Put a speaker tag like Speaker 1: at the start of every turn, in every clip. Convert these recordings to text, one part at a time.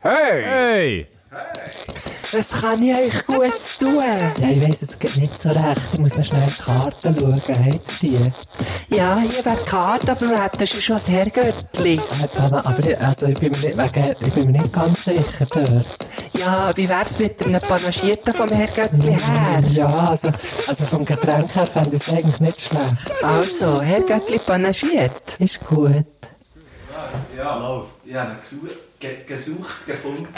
Speaker 1: Hey!
Speaker 2: Hey!
Speaker 3: Was kann ich euch Gutes tun?
Speaker 4: Ja, ich weiss, es geht nicht so recht. Ich muss noch schnell die Karten schauen. Habt ihr die?
Speaker 3: Ja, hier wäre die Karte, aber wir hätten schon das Herrgöttli.
Speaker 4: Äh, Dana, aber ich, also ich, bin mir nicht, wegen, ich bin mir nicht ganz sicher dort.
Speaker 3: Ja, wie wär's mit einem Panagierten vom Herrgöttli her?
Speaker 4: Ja, also, also vom Getränk her fände ich es eigentlich nicht schlecht.
Speaker 3: Also, Herrgöttli panagiert.
Speaker 4: Ist gut.
Speaker 5: Ja, läuft. Ich habe ihn gesucht, ge gesucht, gefunden.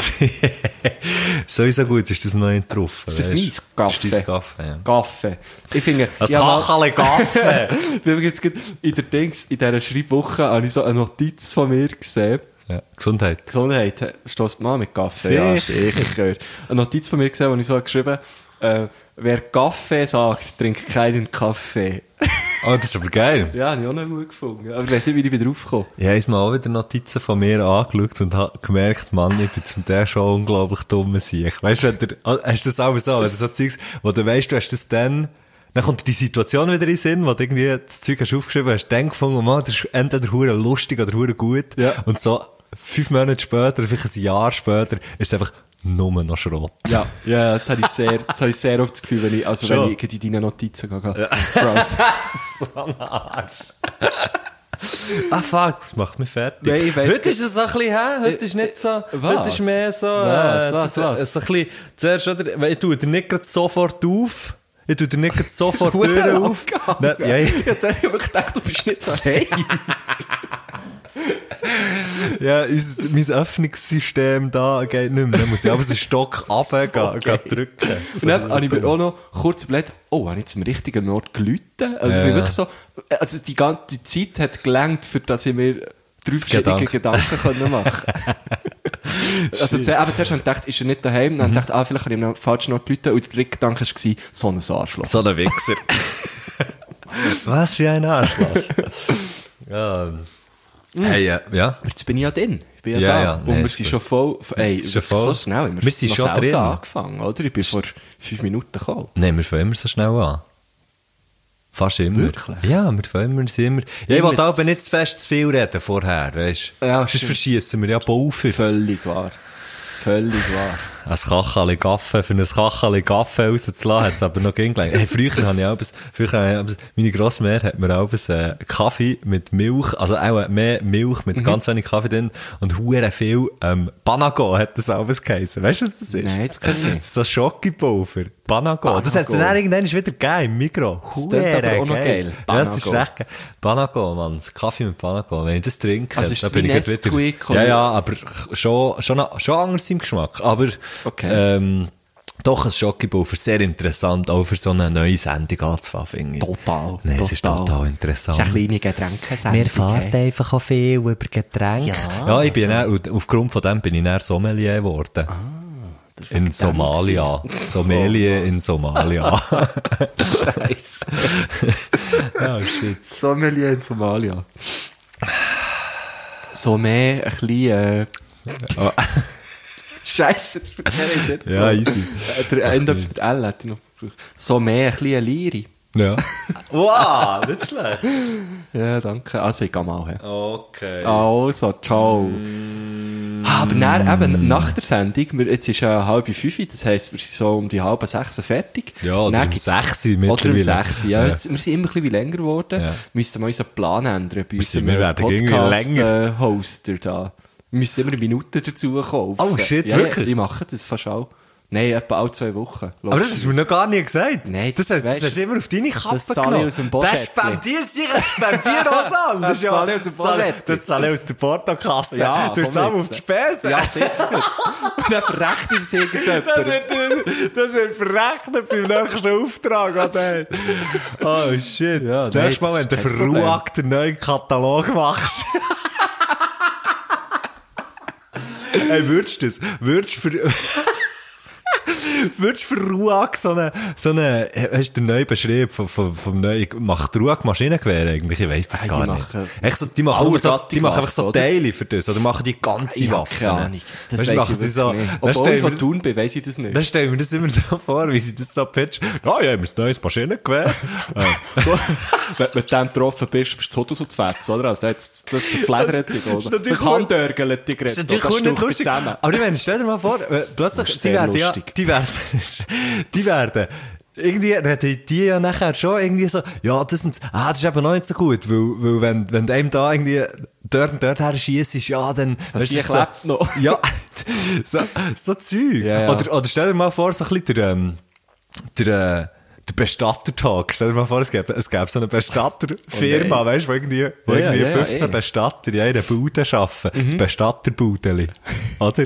Speaker 6: Sowieso gut ist das noch nicht drauf.
Speaker 1: Ist das
Speaker 6: weißt?
Speaker 1: mein Kaffee?
Speaker 6: Ist dein Kaffee, ja.
Speaker 1: Kaffee. Ich finde,
Speaker 6: Das
Speaker 1: ich habe mal-
Speaker 6: Kachele Kaffee!
Speaker 1: Ich bin übrigens gerade in der Dings, in dieser Schreibwoche habe ich so eine Notiz von mir gesehen.
Speaker 6: ja. Gesundheit.
Speaker 1: Gesundheit, stößt man mit Kaffee?
Speaker 6: Sicher.
Speaker 1: Ja, sicher. Eine Notiz von mir gesehen, wo ich so geschrieben habe, äh, wer Kaffee sagt, trinkt keinen Kaffee.
Speaker 6: Oh, das ist aber geil.
Speaker 1: Ja, habe ich auch noch gut gefunden. Aber ich weiss nicht, wie ich wieder draufgekommen
Speaker 6: Ich habe jetzt mal auch wieder Notizen von mir angeschaut und habe gemerkt, Mann, ich bin zum Teil schon unglaublich dumm Sieg. Weißt du, wenn der, oh, hast du das auch so, wenn du so Zeugs, wo du weißt, du hast das dann, dann kommt dir die Situation wieder in den Sinn, wo du irgendwie das Zeug hast aufgeschrieben hast, dann gefunden, Mann, das ist entweder hure lustig oder hure gut.
Speaker 1: Ja.
Speaker 6: Und so fünf Monate später, vielleicht ein Jahr später, ist es einfach nur noch Schrott.
Speaker 1: Ja, ja, das habe ich sehr, das habe ich sehr oft das Gefühl, wenn ich, also
Speaker 6: Schon.
Speaker 1: wenn ich gerade in deine Notizen gehe. Krass.
Speaker 6: Ah, fuck, das macht mich fertig.
Speaker 1: Nein, ich weiss- Äh,
Speaker 6: heute ist es so ein bisschen, hä? Heute ist nicht so,
Speaker 1: Was?
Speaker 6: heute ist mehr so,
Speaker 1: Was, was,
Speaker 6: äh,
Speaker 1: was?
Speaker 6: so ein bisschen, zuerst, oder, weil ich tue dir nicht grad sofort auf, ich tue dir nicht grad sofort die Türen auf. Nein, ja, ich-
Speaker 1: äh, Ich habe wirklich gedacht, du bist nicht so
Speaker 6: ja, unser, mein Öffnungssystem da geht nicht mehr, dann muss ich aber den Stock runter gehen- gehen drücken.
Speaker 1: Und dann habe ich mir auch noch kurz überlegt, oh, habe ich zum richtigen Ort geläutet? Also, ich bin
Speaker 6: Ja.
Speaker 1: wirklich so, also die ganze Zeit hat gelangt, für dass ich mir drei verschiedene
Speaker 6: Gedanken.
Speaker 1: Gedanken können machen Also zuerst, eben, zuerst habe ich gedacht, ist er nicht daheim? Dann habe ich gedacht, ah, vielleicht habe ich ihm noch falsch noch geläutet. Und der dritte Gedanke war, so ein Arschloch.
Speaker 6: So ein Wichser. was für ein Arschloch. ja, hey, ja, ja.
Speaker 1: Aber jetzt bin ich ja drin. Ich bin ja,
Speaker 6: Ja,
Speaker 1: da.
Speaker 6: ja,
Speaker 1: und
Speaker 6: nee,
Speaker 1: wir
Speaker 6: ist
Speaker 1: sind
Speaker 6: gut.
Speaker 1: schon voll, ey,
Speaker 6: sind schon voll.
Speaker 1: so schnell.
Speaker 6: Wir sind
Speaker 1: noch
Speaker 6: schon
Speaker 1: selten
Speaker 6: drin.
Speaker 1: angefangen, oder? Ich bin vor fünf Minuten gekommen.
Speaker 6: Nein, wir fangen immer so schnell an. Fast immer.
Speaker 1: Wirklich?
Speaker 6: Ja, wir fangen immer, sind immer. Ja, ich
Speaker 1: Immer
Speaker 6: wollte aber
Speaker 1: z-
Speaker 6: nicht zu fest zu viel reden vorher, weißt du?
Speaker 1: Ja,
Speaker 6: Sonst
Speaker 1: stimmt.
Speaker 6: verschießen wir ja Baufer.
Speaker 1: Völlig wahr. Völlig wahr.
Speaker 6: Ein Kacheli Gaffe, für ein Kacheli Gaffe rauszulassen, hat es aber noch ging hey, Früher habe ich auch, früher habe ich auch, meine Grossmär hat mir auch äh, Kaffee mit Milch, also auch mehr Milch
Speaker 1: Mhm.
Speaker 6: mit ganz wenig Kaffee drin und hure viel, ähm, Panago hat das auch geheißen. Weißt du, was das ist?
Speaker 1: Nein, das kenn ich nicht.
Speaker 6: So Schokipulver. Panago. Das hat es dann irgendwann wieder gegeben im Mikro.
Speaker 1: klingt aber auch noch
Speaker 6: Hure
Speaker 1: geil.
Speaker 6: Ja, das ist
Speaker 1: Panago.
Speaker 6: recht geil. Panago, Mann. Kaffee mit Panago. Wenn ich das trinke,
Speaker 1: Also ist
Speaker 6: dann
Speaker 1: es wie
Speaker 6: bin ich gleich
Speaker 1: Nesquik
Speaker 6: wieder... Ja,
Speaker 1: oder-
Speaker 6: ja, Ah, aber schon, schon, schon anders im Geschmack. Aber
Speaker 1: Okay.
Speaker 6: ähm, doch ein Schokipulver, sehr interessant, auch für so eine neue Sendung anzufangen. finde ich.
Speaker 1: Total.
Speaker 6: Nein, es ist total
Speaker 1: Das ist eine
Speaker 6: interessant.
Speaker 1: kleine Getränkesendung.
Speaker 6: Wir fahren einfach auch viel über Getränke. Ja, ich bin auch, aufgrund von dem bin ich dann Sommelier geworden. Ah, in Somalia. Sommelier in Somalia.
Speaker 1: Scheiße.
Speaker 6: ja, shit.
Speaker 1: Sommelier in Somalia. So mehr ein bisschen... Äh...
Speaker 6: Oh.
Speaker 1: Scheiße, jetzt verkehre ich es.
Speaker 6: Ja, easy.
Speaker 1: Äh, Der Endabs mit L hätte ich noch gebraucht. So mehr ein bisschen eine Liri.
Speaker 6: Ja. wow, nicht schlecht. Ah,
Speaker 1: Ja, Ah, danke. Also, ich gehe mal her.
Speaker 6: Okay.
Speaker 1: Also, ciao.
Speaker 6: Mm.
Speaker 1: Ah, Aber dann, eben, nach der Sendung, wir, jetzt ist ja halb fünf, das heisst, wir sind so um die halbe sechs fertig.
Speaker 6: Ja, oder
Speaker 1: Dann
Speaker 6: um
Speaker 1: gibt's-
Speaker 6: sechs mittlerweile.
Speaker 1: Oder um sechs, ja.
Speaker 6: Ja.
Speaker 1: Jetzt, wir sind immer ein bisschen länger geworden.
Speaker 6: Ja.
Speaker 1: Müssen wir unseren Plan ändern bei
Speaker 6: sind-
Speaker 1: unserem
Speaker 6: wir werden irgendwie länger.
Speaker 1: Äh, Hoster da. Wir müssen immer eine Minute dazu kaufen.
Speaker 6: Oh, shit,
Speaker 1: ja,
Speaker 6: wirklich?
Speaker 1: Ja, ich mache das fast auch. Nein, etwa alle zwei Wochen.
Speaker 6: Aber das hast du mir noch gar nie gesagt.
Speaker 1: Nein,
Speaker 6: das,
Speaker 1: das
Speaker 6: heißt,
Speaker 1: weisst
Speaker 6: das hast
Speaker 1: du-
Speaker 6: du immer auf deine Kappe
Speaker 1: das zahle ich
Speaker 6: genommen.
Speaker 1: aus dem
Speaker 6: das
Speaker 1: Boschettli.
Speaker 6: spendiert sich, das spendiert uns an.
Speaker 1: Das zahle ich aus dem Boschettli.
Speaker 6: Das zahle ich aus der Portokasse.
Speaker 1: Ja,
Speaker 6: du hast
Speaker 1: komm
Speaker 6: auch auf
Speaker 1: jetzt.
Speaker 6: die Spesen.
Speaker 1: Ja, sicher. Und dann verrechnet es irgendjemand.
Speaker 6: Das wird, das wird verrechnet beim nächsten Auftrag, oder? Oh shit.
Speaker 1: Ja,
Speaker 6: das
Speaker 1: nein,
Speaker 6: nächste Mal, wenn du
Speaker 1: das ist kein
Speaker 6: verruagt den neuen Katalog machst. dus. hey, würdest du das? Würdest du ver- Würdest du für Ruag so eine, so eine, hast du den neuen Beschrieb vom, vom, vom neuen, macht Ruag Maschinengewehr eigentlich? Ich weiss das
Speaker 1: Ah, die
Speaker 6: gar nicht.
Speaker 1: machen-
Speaker 6: Echt so, die machen,
Speaker 1: Alle
Speaker 6: nur so,
Speaker 1: Gattung
Speaker 6: die machen einfach
Speaker 1: Waffen,
Speaker 6: so
Speaker 1: oder?
Speaker 6: Teile für das, oder machen die ganze
Speaker 1: Ich hab
Speaker 6: Waffen.
Speaker 1: keine Ahnung. Das
Speaker 6: Weisst du,
Speaker 1: weiss
Speaker 6: machen
Speaker 1: ich
Speaker 6: sie so,
Speaker 1: wirklich nicht.
Speaker 6: dann
Speaker 1: Obwohl ich
Speaker 6: stellen
Speaker 1: von
Speaker 6: wir,
Speaker 1: Thun bin, weiss ich das nicht.
Speaker 6: dann stellen wir das immer so vor, wie sie das so pitchen. Ah, Ja, ja, wir haben ein neues Maschinengewehr. äh.
Speaker 1: Wenn du mit dem getroffen bist, bist du total so zu fetzen, oder? Also jetzt, das ist verfledert dich,
Speaker 6: ist
Speaker 1: oder?
Speaker 6: natürlich
Speaker 1: Das Handörgelt dich gerade.
Speaker 6: Das ist nicht lustig. Aber ich meine, stell dir mal vor, äh, plötzlich,
Speaker 1: ist
Speaker 6: die
Speaker 1: sehr
Speaker 6: werden, ja,
Speaker 1: lustig.
Speaker 6: die werden, die werden, irgendwie reden die eh, ja nachher schon irgendwie so, ja, das, sind, ah, das ist eben noch nicht so gut, weil, weil wenn, wenn du einem da irgendwie dort und dort her schiessest, ja, dann,
Speaker 1: Das
Speaker 6: du,
Speaker 1: hier klebt noch.
Speaker 6: Ja, so, so Zeug.
Speaker 1: Ja, ja.
Speaker 6: Oder, oder stell dir mal vor, so ein bisschen der, ähm, der, äh, der Bestattertag. Stell dir mal vor, es gäbe, es gäbe so eine Bestatterfirma,
Speaker 1: Oh nein.
Speaker 6: weißt du, wo irgendwie, wo
Speaker 1: Ja,
Speaker 6: irgendwie
Speaker 1: ja, ja,
Speaker 6: 15
Speaker 1: eh.
Speaker 6: Bestatter in einer Bude arbeiten. Das Bestatterbudeli. Oder?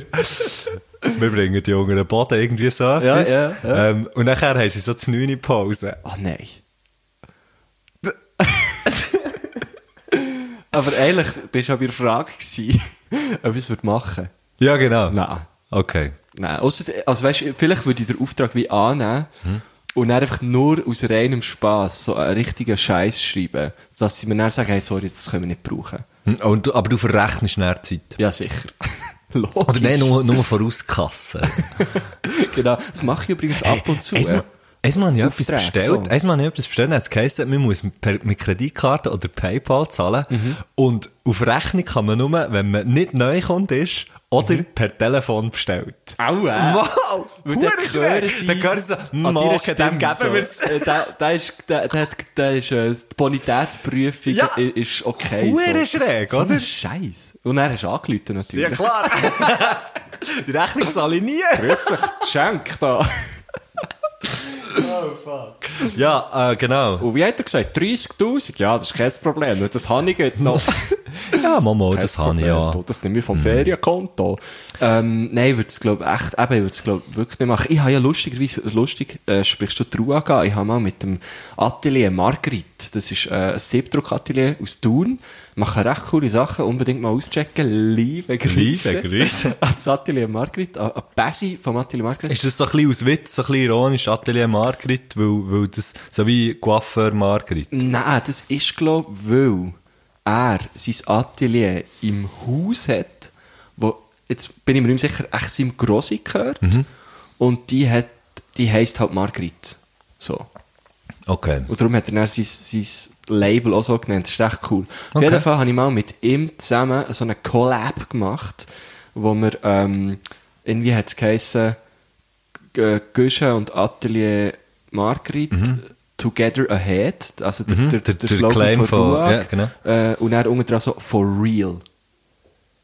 Speaker 6: Wir bringen die Jungen den Boden irgendwie so. etwas.
Speaker 1: ja, ja.
Speaker 6: Ähm, und nachher haben sie so die 9 Pause.
Speaker 1: Oh nein. Aber ehrlich, bist du auch bei der Frage gewesen, ob ich es würde machen
Speaker 6: Ja, genau.
Speaker 1: Nein.
Speaker 6: Okay.
Speaker 1: Nein. Ausser, also weißt, vielleicht würde ich den Auftrag wie annehmen
Speaker 6: Mhm.
Speaker 1: und dann einfach nur aus reinem Spass so einen richtigen Scheiß schreiben, dass sie mir dann sagen, hey, sorry, das können wir nicht brauchen.
Speaker 6: Hm, Und du, aber du verrechnest näher Zeit.
Speaker 1: Ja, sicher. Logisch.
Speaker 6: Oder nein, nur, nur vorauskassen.
Speaker 1: Genau. Das mache ich übrigens ab und zu.
Speaker 6: Eins Mal- eins Mal habe ich etwas
Speaker 1: Aufträge,
Speaker 6: bestellt.
Speaker 1: so.
Speaker 6: Eins Mal habe ich etwas bestellt. Dann hat es geheißen, man muss per, mit Kreditkarte oder PayPal zahlen. Und auf Rechnung kann man nur, wenn man nicht neu kommt, ist, oder per Telefon bestellt. Äh,
Speaker 1: Aua!
Speaker 6: Wow!
Speaker 1: Weil
Speaker 6: Hure
Speaker 1: dann
Speaker 6: schnell.
Speaker 1: hören sie...
Speaker 6: Dann hören sie so,
Speaker 1: an
Speaker 6: «Hm,
Speaker 1: deiner
Speaker 6: okay, dem
Speaker 1: Stimme
Speaker 6: geben
Speaker 1: so.
Speaker 6: wir es.
Speaker 1: Äh, Da, da ist, da, da, hat- da ist äh, die Bonitätsprüfung
Speaker 6: Ja.
Speaker 1: i- ist okay.
Speaker 6: Hure schräg,
Speaker 1: so ein
Speaker 6: oder?
Speaker 1: Scheiß. Und er ist angeläutet natürlich.
Speaker 6: Ja, klar! Die Rechnung zahle ich nie!
Speaker 1: Schenk da.
Speaker 6: Ja, äh, genau.
Speaker 1: Und wie hat er gesagt? 30'000? Ja, das ist kein Problem. Nur Das habe ich jetzt noch.
Speaker 6: Ja, Mama,
Speaker 1: Kein
Speaker 6: das habe ich
Speaker 1: Problem,
Speaker 6: ja. Mhm.
Speaker 1: du, Das nehme ich vom Ferienkonto. Ähm, nein, ich würde es, glaube echt, eben, ich würde es, glaube wirklich nicht machen. Ich habe ja lustigerweise, lustig, äh, sprichst du die Ruhe an, ich habe mal mit dem Atelier Margrit, das ist äh, ein Siebdruckatelier aus Thun, machen recht coole Sachen, unbedingt mal auschecken. Liebe Grüße.
Speaker 6: Liebe Grüße.
Speaker 1: An das Atelier Margrit, an, an Bessi vom Atelier Margrit.
Speaker 6: Ist das so ein bisschen aus Witz, so ein bisschen ironisch, Atelier Margrit, weil, weil das, so wie Coiffeur Margrit.
Speaker 1: Nein, das ist, glaube ich, weil er sein Atelier im Haus hat, wo, jetzt bin ich mir nicht mehr sicher, echt seinem Grossi gehört. Und die hat, die heisst halt Margrit. So.
Speaker 6: Okay.
Speaker 1: Und darum hat er dann sein, sein Label auch so genannt. Das ist echt cool. Auf
Speaker 6: Okay.
Speaker 1: jeden Fall habe ich mal mit ihm zusammen so eine Collab gemacht, wo wir, ähm, irgendwie hat es geheissen, G- Guschen und Atelier Margrit Together Ahead. Also der, der, der,
Speaker 6: Mhm. Der- der
Speaker 1: Slogan
Speaker 6: Claim
Speaker 1: von
Speaker 6: von-
Speaker 1: Ruag.
Speaker 6: ja, genau.
Speaker 1: äh, und dann unten dran so «For real».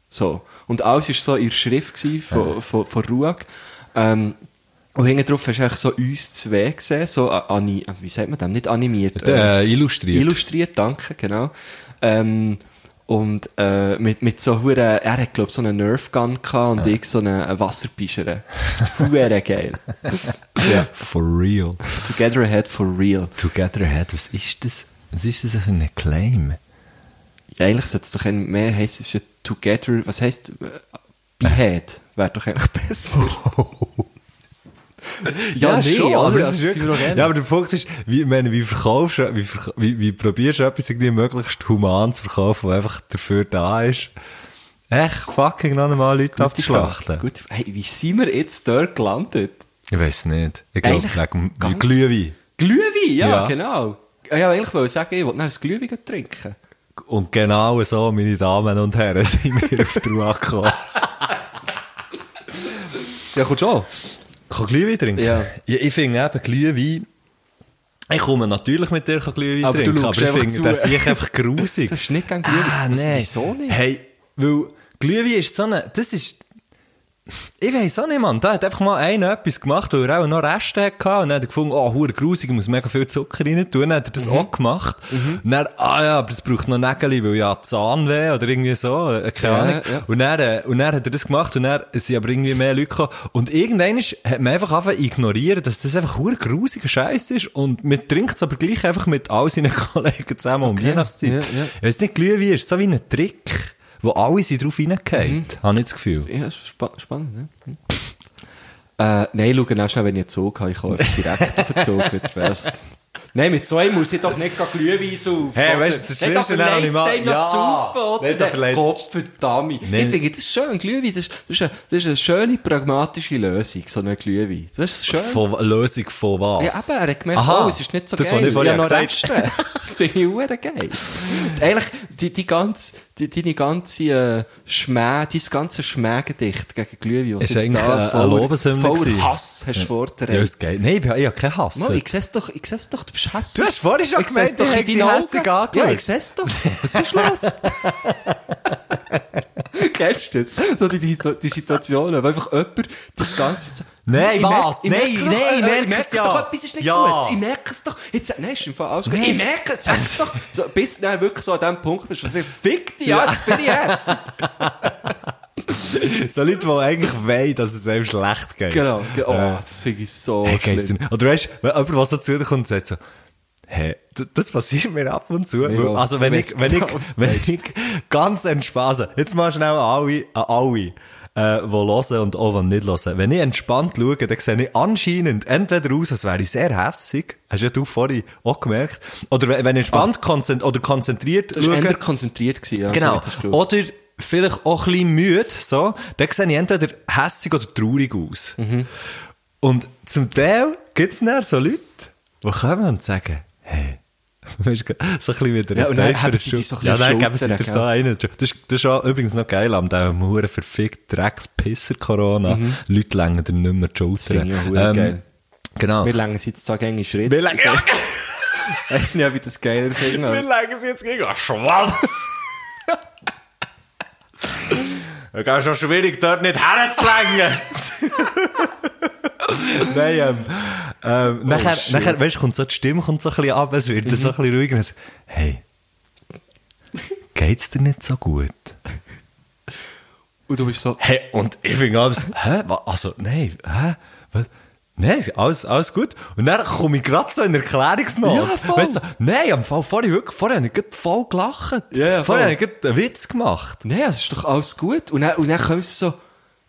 Speaker 1: So. Und alles war so in der Schrift gewesen von, von, von Ruag. Ähm, und hinten drauf hast du eigentlich so uns zwei gesehen, so äh, ani wie sagt man dem? Nicht animiert.
Speaker 6: Äh,
Speaker 1: äh,
Speaker 6: illustriert.
Speaker 1: illustriert, danke, genau. Ähm, und äh, mit, mit so hure er hat glaube so einen Nerf Gun gehabt und ich so einen Wasserpischere. Hure geil. ja.
Speaker 6: For real.
Speaker 1: Together ahead for real.
Speaker 6: Togetherhead, was ist das? Was ist das für ein Claim?
Speaker 1: Ja, eigentlich sollte es doch ein- mehr heißen, es ist ja together, was heißt äh, behead, wäre doch eigentlich besser.
Speaker 6: Ja, schon,
Speaker 1: oder?
Speaker 6: aber das
Speaker 1: Also,
Speaker 6: ist
Speaker 1: sind wir doch
Speaker 6: wirklich,
Speaker 1: ehrlich.
Speaker 6: ja, aber der Punkt ist, wie, ich meine, wie verkaufst du, wie, verk- wie, wie probierst du etwas irgendwie möglichst human zu verkaufen, was einfach dafür da ist, echt fucking noch einmal Leute
Speaker 1: Gute Frage.
Speaker 6: abzuschlachten?
Speaker 1: Gut, hey, wie sind wir jetzt dort gelandet?
Speaker 6: Ich weiß nicht. Ich glaube,
Speaker 1: Eigentlich
Speaker 6: wegen dem
Speaker 1: ganz-
Speaker 6: Glühwein.
Speaker 1: Glühwein, ja,
Speaker 6: Ja.
Speaker 1: genau. Ah Ja, eigentlich wollte ich sagen, ich wollte nachher das Glühwein trinken.
Speaker 6: Und genau so, meine Damen und Herren, sind wir auf die Ruhe gekommen.
Speaker 1: Ja, kommt schon.
Speaker 6: Kann Glühwein trinken?
Speaker 1: Ja.
Speaker 6: ich finde eben Glühwein. Ich komme natürlich mit dir kann Glühwein
Speaker 1: Aber du
Speaker 6: trinken, aber
Speaker 1: schaust
Speaker 6: ich
Speaker 1: einfach
Speaker 6: finde
Speaker 1: zu.
Speaker 6: das ich einfach grusig.
Speaker 1: Du hast nicht gern Glühwein. Was, Wieso nicht?
Speaker 6: Ah, Hey, weil Glühwein ist so eine, das ist, ich weiß auch nicht, Mann. Da hat einfach mal einer etwas gemacht, weil er auch noch Reste hatte. Und dann hat er gefunden, oh, hure grusig, ich muss mega viel Zucker rein tun. Dann hat er das
Speaker 1: Mhm.
Speaker 6: auch gemacht. Und dann, ah ja, aber es braucht noch Nägel, weil ja Zahnweh oder irgendwie so. äh, Keine
Speaker 1: Ja,
Speaker 6: Ahnung.
Speaker 1: ja.
Speaker 6: Und, dann, äh, und dann hat er das gemacht und dann sind aber irgendwie mehr Leute gekommen. Und irgendwann ist- hat man einfach angefangen zu ignorieren, dass das einfach hure grusiger Scheiß ist. Und man trinkt es aber gleich einfach mit all seinen Kollegen zusammen um Weihnachtszeit.
Speaker 1: Ja, ja.
Speaker 6: Ich weiss nicht, Glühwein ist so wie ein Trick,
Speaker 1: Mhm.
Speaker 6: wo alle sind drauf reingehen. Habe ich das Gefühl.
Speaker 1: Ja, ist spa spannend, ne? Hm. Äh, nein, schau dann schnell, wenn ich einen Zug habe. Ich kann einfach direkt auf den Zug wieder wär's. Nein, mit so einem muss ich doch nicht Glühwein saufen.
Speaker 6: Hey, weißt du, das Schlimmste
Speaker 1: ist,
Speaker 6: dann,
Speaker 1: wenn
Speaker 6: wenn ich mal- Ja,
Speaker 1: Ja,
Speaker 6: nicht,
Speaker 1: nicht
Speaker 6: da verleiht-
Speaker 1: Gottverdammt.
Speaker 6: Nein.
Speaker 1: Ich finde, das ist schön. Glühwein, das ist, das ist, eine, das ist eine schöne, pragmatische Lösung, so ein Glühwein. Das ist schön.
Speaker 6: Von, Lösung von was?
Speaker 1: Ja, eben, er hat gemerkt,
Speaker 6: Aha,
Speaker 1: oh, es ist nicht so
Speaker 6: das, was
Speaker 1: geil.
Speaker 6: ich vorher
Speaker 1: habe noch
Speaker 6: gesagt
Speaker 1: Reste. das finde ich verdammt geil. Und Eigentlich, die, die ganze, die, deine ganze, äh, Schmäh, dein ganze Schmähgedicht gegen Glühwein, was
Speaker 6: Ist
Speaker 1: du jetzt
Speaker 6: eigentlich
Speaker 1: da
Speaker 6: eine- eine Lobeshymne
Speaker 1: voller
Speaker 6: gewesen.
Speaker 1: Hass hast du
Speaker 6: Ja,
Speaker 1: vorgereicht.
Speaker 6: es geht. Nein, ich, bin- ich habe keinen Hass.
Speaker 1: Mo, ich sehe es doch, ich sehe es doch, du bist hässlich.
Speaker 6: Du hast vorhin schon
Speaker 1: Ich sehe es
Speaker 6: gemeint, ich hätte
Speaker 1: in deinen
Speaker 6: dich
Speaker 1: Augen.
Speaker 6: hässig angeschaut.
Speaker 1: Ja, ich sehe es doch. Was ist los? Kennst du das? So die, die, die Situationen, wo einfach jemand die ganze Zeit... so-
Speaker 6: Nein,
Speaker 1: Ich
Speaker 6: was?
Speaker 1: merke-
Speaker 6: Nein, nein, ich merke
Speaker 1: ich merke
Speaker 6: es
Speaker 1: doch,
Speaker 6: ja.
Speaker 1: etwas ist nicht
Speaker 6: Ja.
Speaker 1: gut. Ich merke es doch. Jetzt, nein, ist im Fall alles gut.
Speaker 6: Nein,
Speaker 1: Ich
Speaker 6: ist-
Speaker 1: merke es, sag's doch. So, bis du dann wirklich so an dem Punkt bist, wo du sagst, fick dich, ja, jetzt bin ich hässlich.
Speaker 6: So Leute, die eigentlich wollen, dass es einem schlecht geht.
Speaker 1: Genau. Oh,
Speaker 6: Äh.
Speaker 1: das finde ich so
Speaker 6: Hey, geht's
Speaker 1: schlimm.
Speaker 6: dir- Oder weißt du, wenn jemand was dazu kommt und sagt so, hey, d- das passiert mir ab und zu.
Speaker 1: Mega.
Speaker 6: Weil- Also wenn ich, wenn ich,
Speaker 1: Backstage.
Speaker 6: wenn ich ganz entspannt, also jetzt mal schnell an alle, an alle, äh, die hören und auch die nicht hören. Wenn ich entspannt schaue, dann sehe ich anscheinend entweder aus, als wäre ich sehr hässig. Hast ja du vorhin auch gemerkt. Oder wenn wenn ich entspannt konzent oder konzentriert
Speaker 1: Du warst
Speaker 6: schaue-
Speaker 1: eher konzentriert. Gewesen, ja,
Speaker 6: Genau.
Speaker 1: So, das ist gut.
Speaker 6: Oder vielleicht auch ein bisschen müde, so. Dann sehe ich entweder hässig oder traurig aus.
Speaker 1: Mhm.
Speaker 6: Und zum Teil gibt es dann so Leute, die kommen und sagen, hey, Weisst du, so ein bisschen wieder
Speaker 1: Ja, und dann
Speaker 6: tiefere
Speaker 1: haben sie
Speaker 6: Schu-
Speaker 1: die so ein bisschen
Speaker 6: Ja, dann geben sie
Speaker 1: Schultern,
Speaker 6: dir so
Speaker 1: gell?
Speaker 6: einen. Das ist, das ist auch übrigens noch geil an diesem huren verfickt Drecks-Pisser-Corona. Leute längen dir nicht mehr die Schultern.
Speaker 1: Mhm. Finde ich auch hure geil.
Speaker 6: Genau.
Speaker 1: Wir längen es jetzt so gängige Schritte.
Speaker 6: Wir längen-
Speaker 1: Okay. Ich weiß nicht, ob ich das geiler finde.
Speaker 6: Wir
Speaker 1: aber-
Speaker 6: legen sie jetzt gegen den Schwanz. Da geht schon schwierig, dort nicht herzulegen. Nein, ähm, ähm, nachher,
Speaker 1: shit.
Speaker 6: nachher, weißt du, kommt so die Stimme kommt so ein bisschen ab, es wird so ein bisschen ruhiger. Also, hey, geht's dir nicht so gut?
Speaker 1: Und du bist so,
Speaker 6: Hey, und ich fing an, so, hä, wa- also, nein, hä, was? Nein, alles, alles gut. Und dann komme ich gerade so in Erklärungsnot.
Speaker 1: Ja, voll.
Speaker 6: Weißt du, nein, am Fall, vorhin wirklich, vorher habe ich gerade voll gelacht.
Speaker 1: Ja,
Speaker 6: vorher
Speaker 1: ja, voll.
Speaker 6: habe ich gerade einen Witz gemacht.
Speaker 1: nein, es ist doch alles gut. Und dann, und dann kommen sie so,